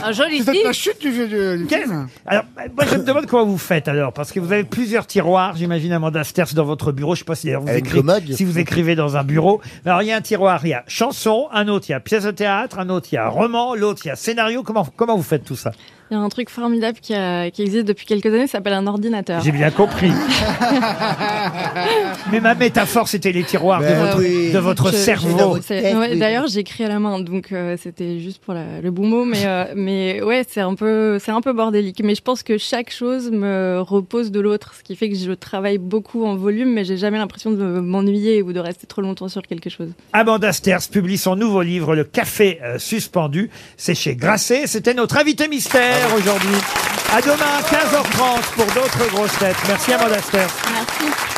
H: Un joli
Q: C'est peut-être la chute du, du, du film.
B: Alors, moi, je me demande comment vous faites alors, parce que vous avez plusieurs tiroirs, j'imagine, Amanda Sters, dans votre bureau. Je ne sais pas si d'ailleurs vous,
F: Avec
B: écrivez-
F: commode.
B: si vous écrivez dans un bureau. Alors, il y a un tiroir, il y a chanson, un autre, il y a pièce de théâtre, un autre, il y a roman, l'autre, il y a scénario. Comment, comment vous faites tout ça
W: Il y a un truc formidable qui, a- qui existe depuis quelques années, ça s'appelle un ordinateur.
B: J'ai bien compris. Mais ma métaphore, c'était les tiroirs de
W: Ben
B: votre,
W: oui.
B: de votre
W: Je- je-
B: cerveau.
W: c'est- ouais, D'ailleurs, j'écris à la main, donc euh, c'était juste pour la- le bon mot, mais euh, mais ouais, c'est un peu c'est un peu bordélique. Mais je pense que chaque chose me repose de l'autre, ce qui fait que je travaille beaucoup en volume, mais j'ai jamais l'impression de m'ennuyer ou de rester trop longtemps sur quelque chose.
B: Amanda Sters publie son nouveau livre, Le Café euh, suspendu. C'est chez Grasset. C'était notre invité
U: Ah
B: mystère aujourd'hui. À demain, 15h30 pour d'autres grosses têtes. Merci Amanda Sters.
W: Merci.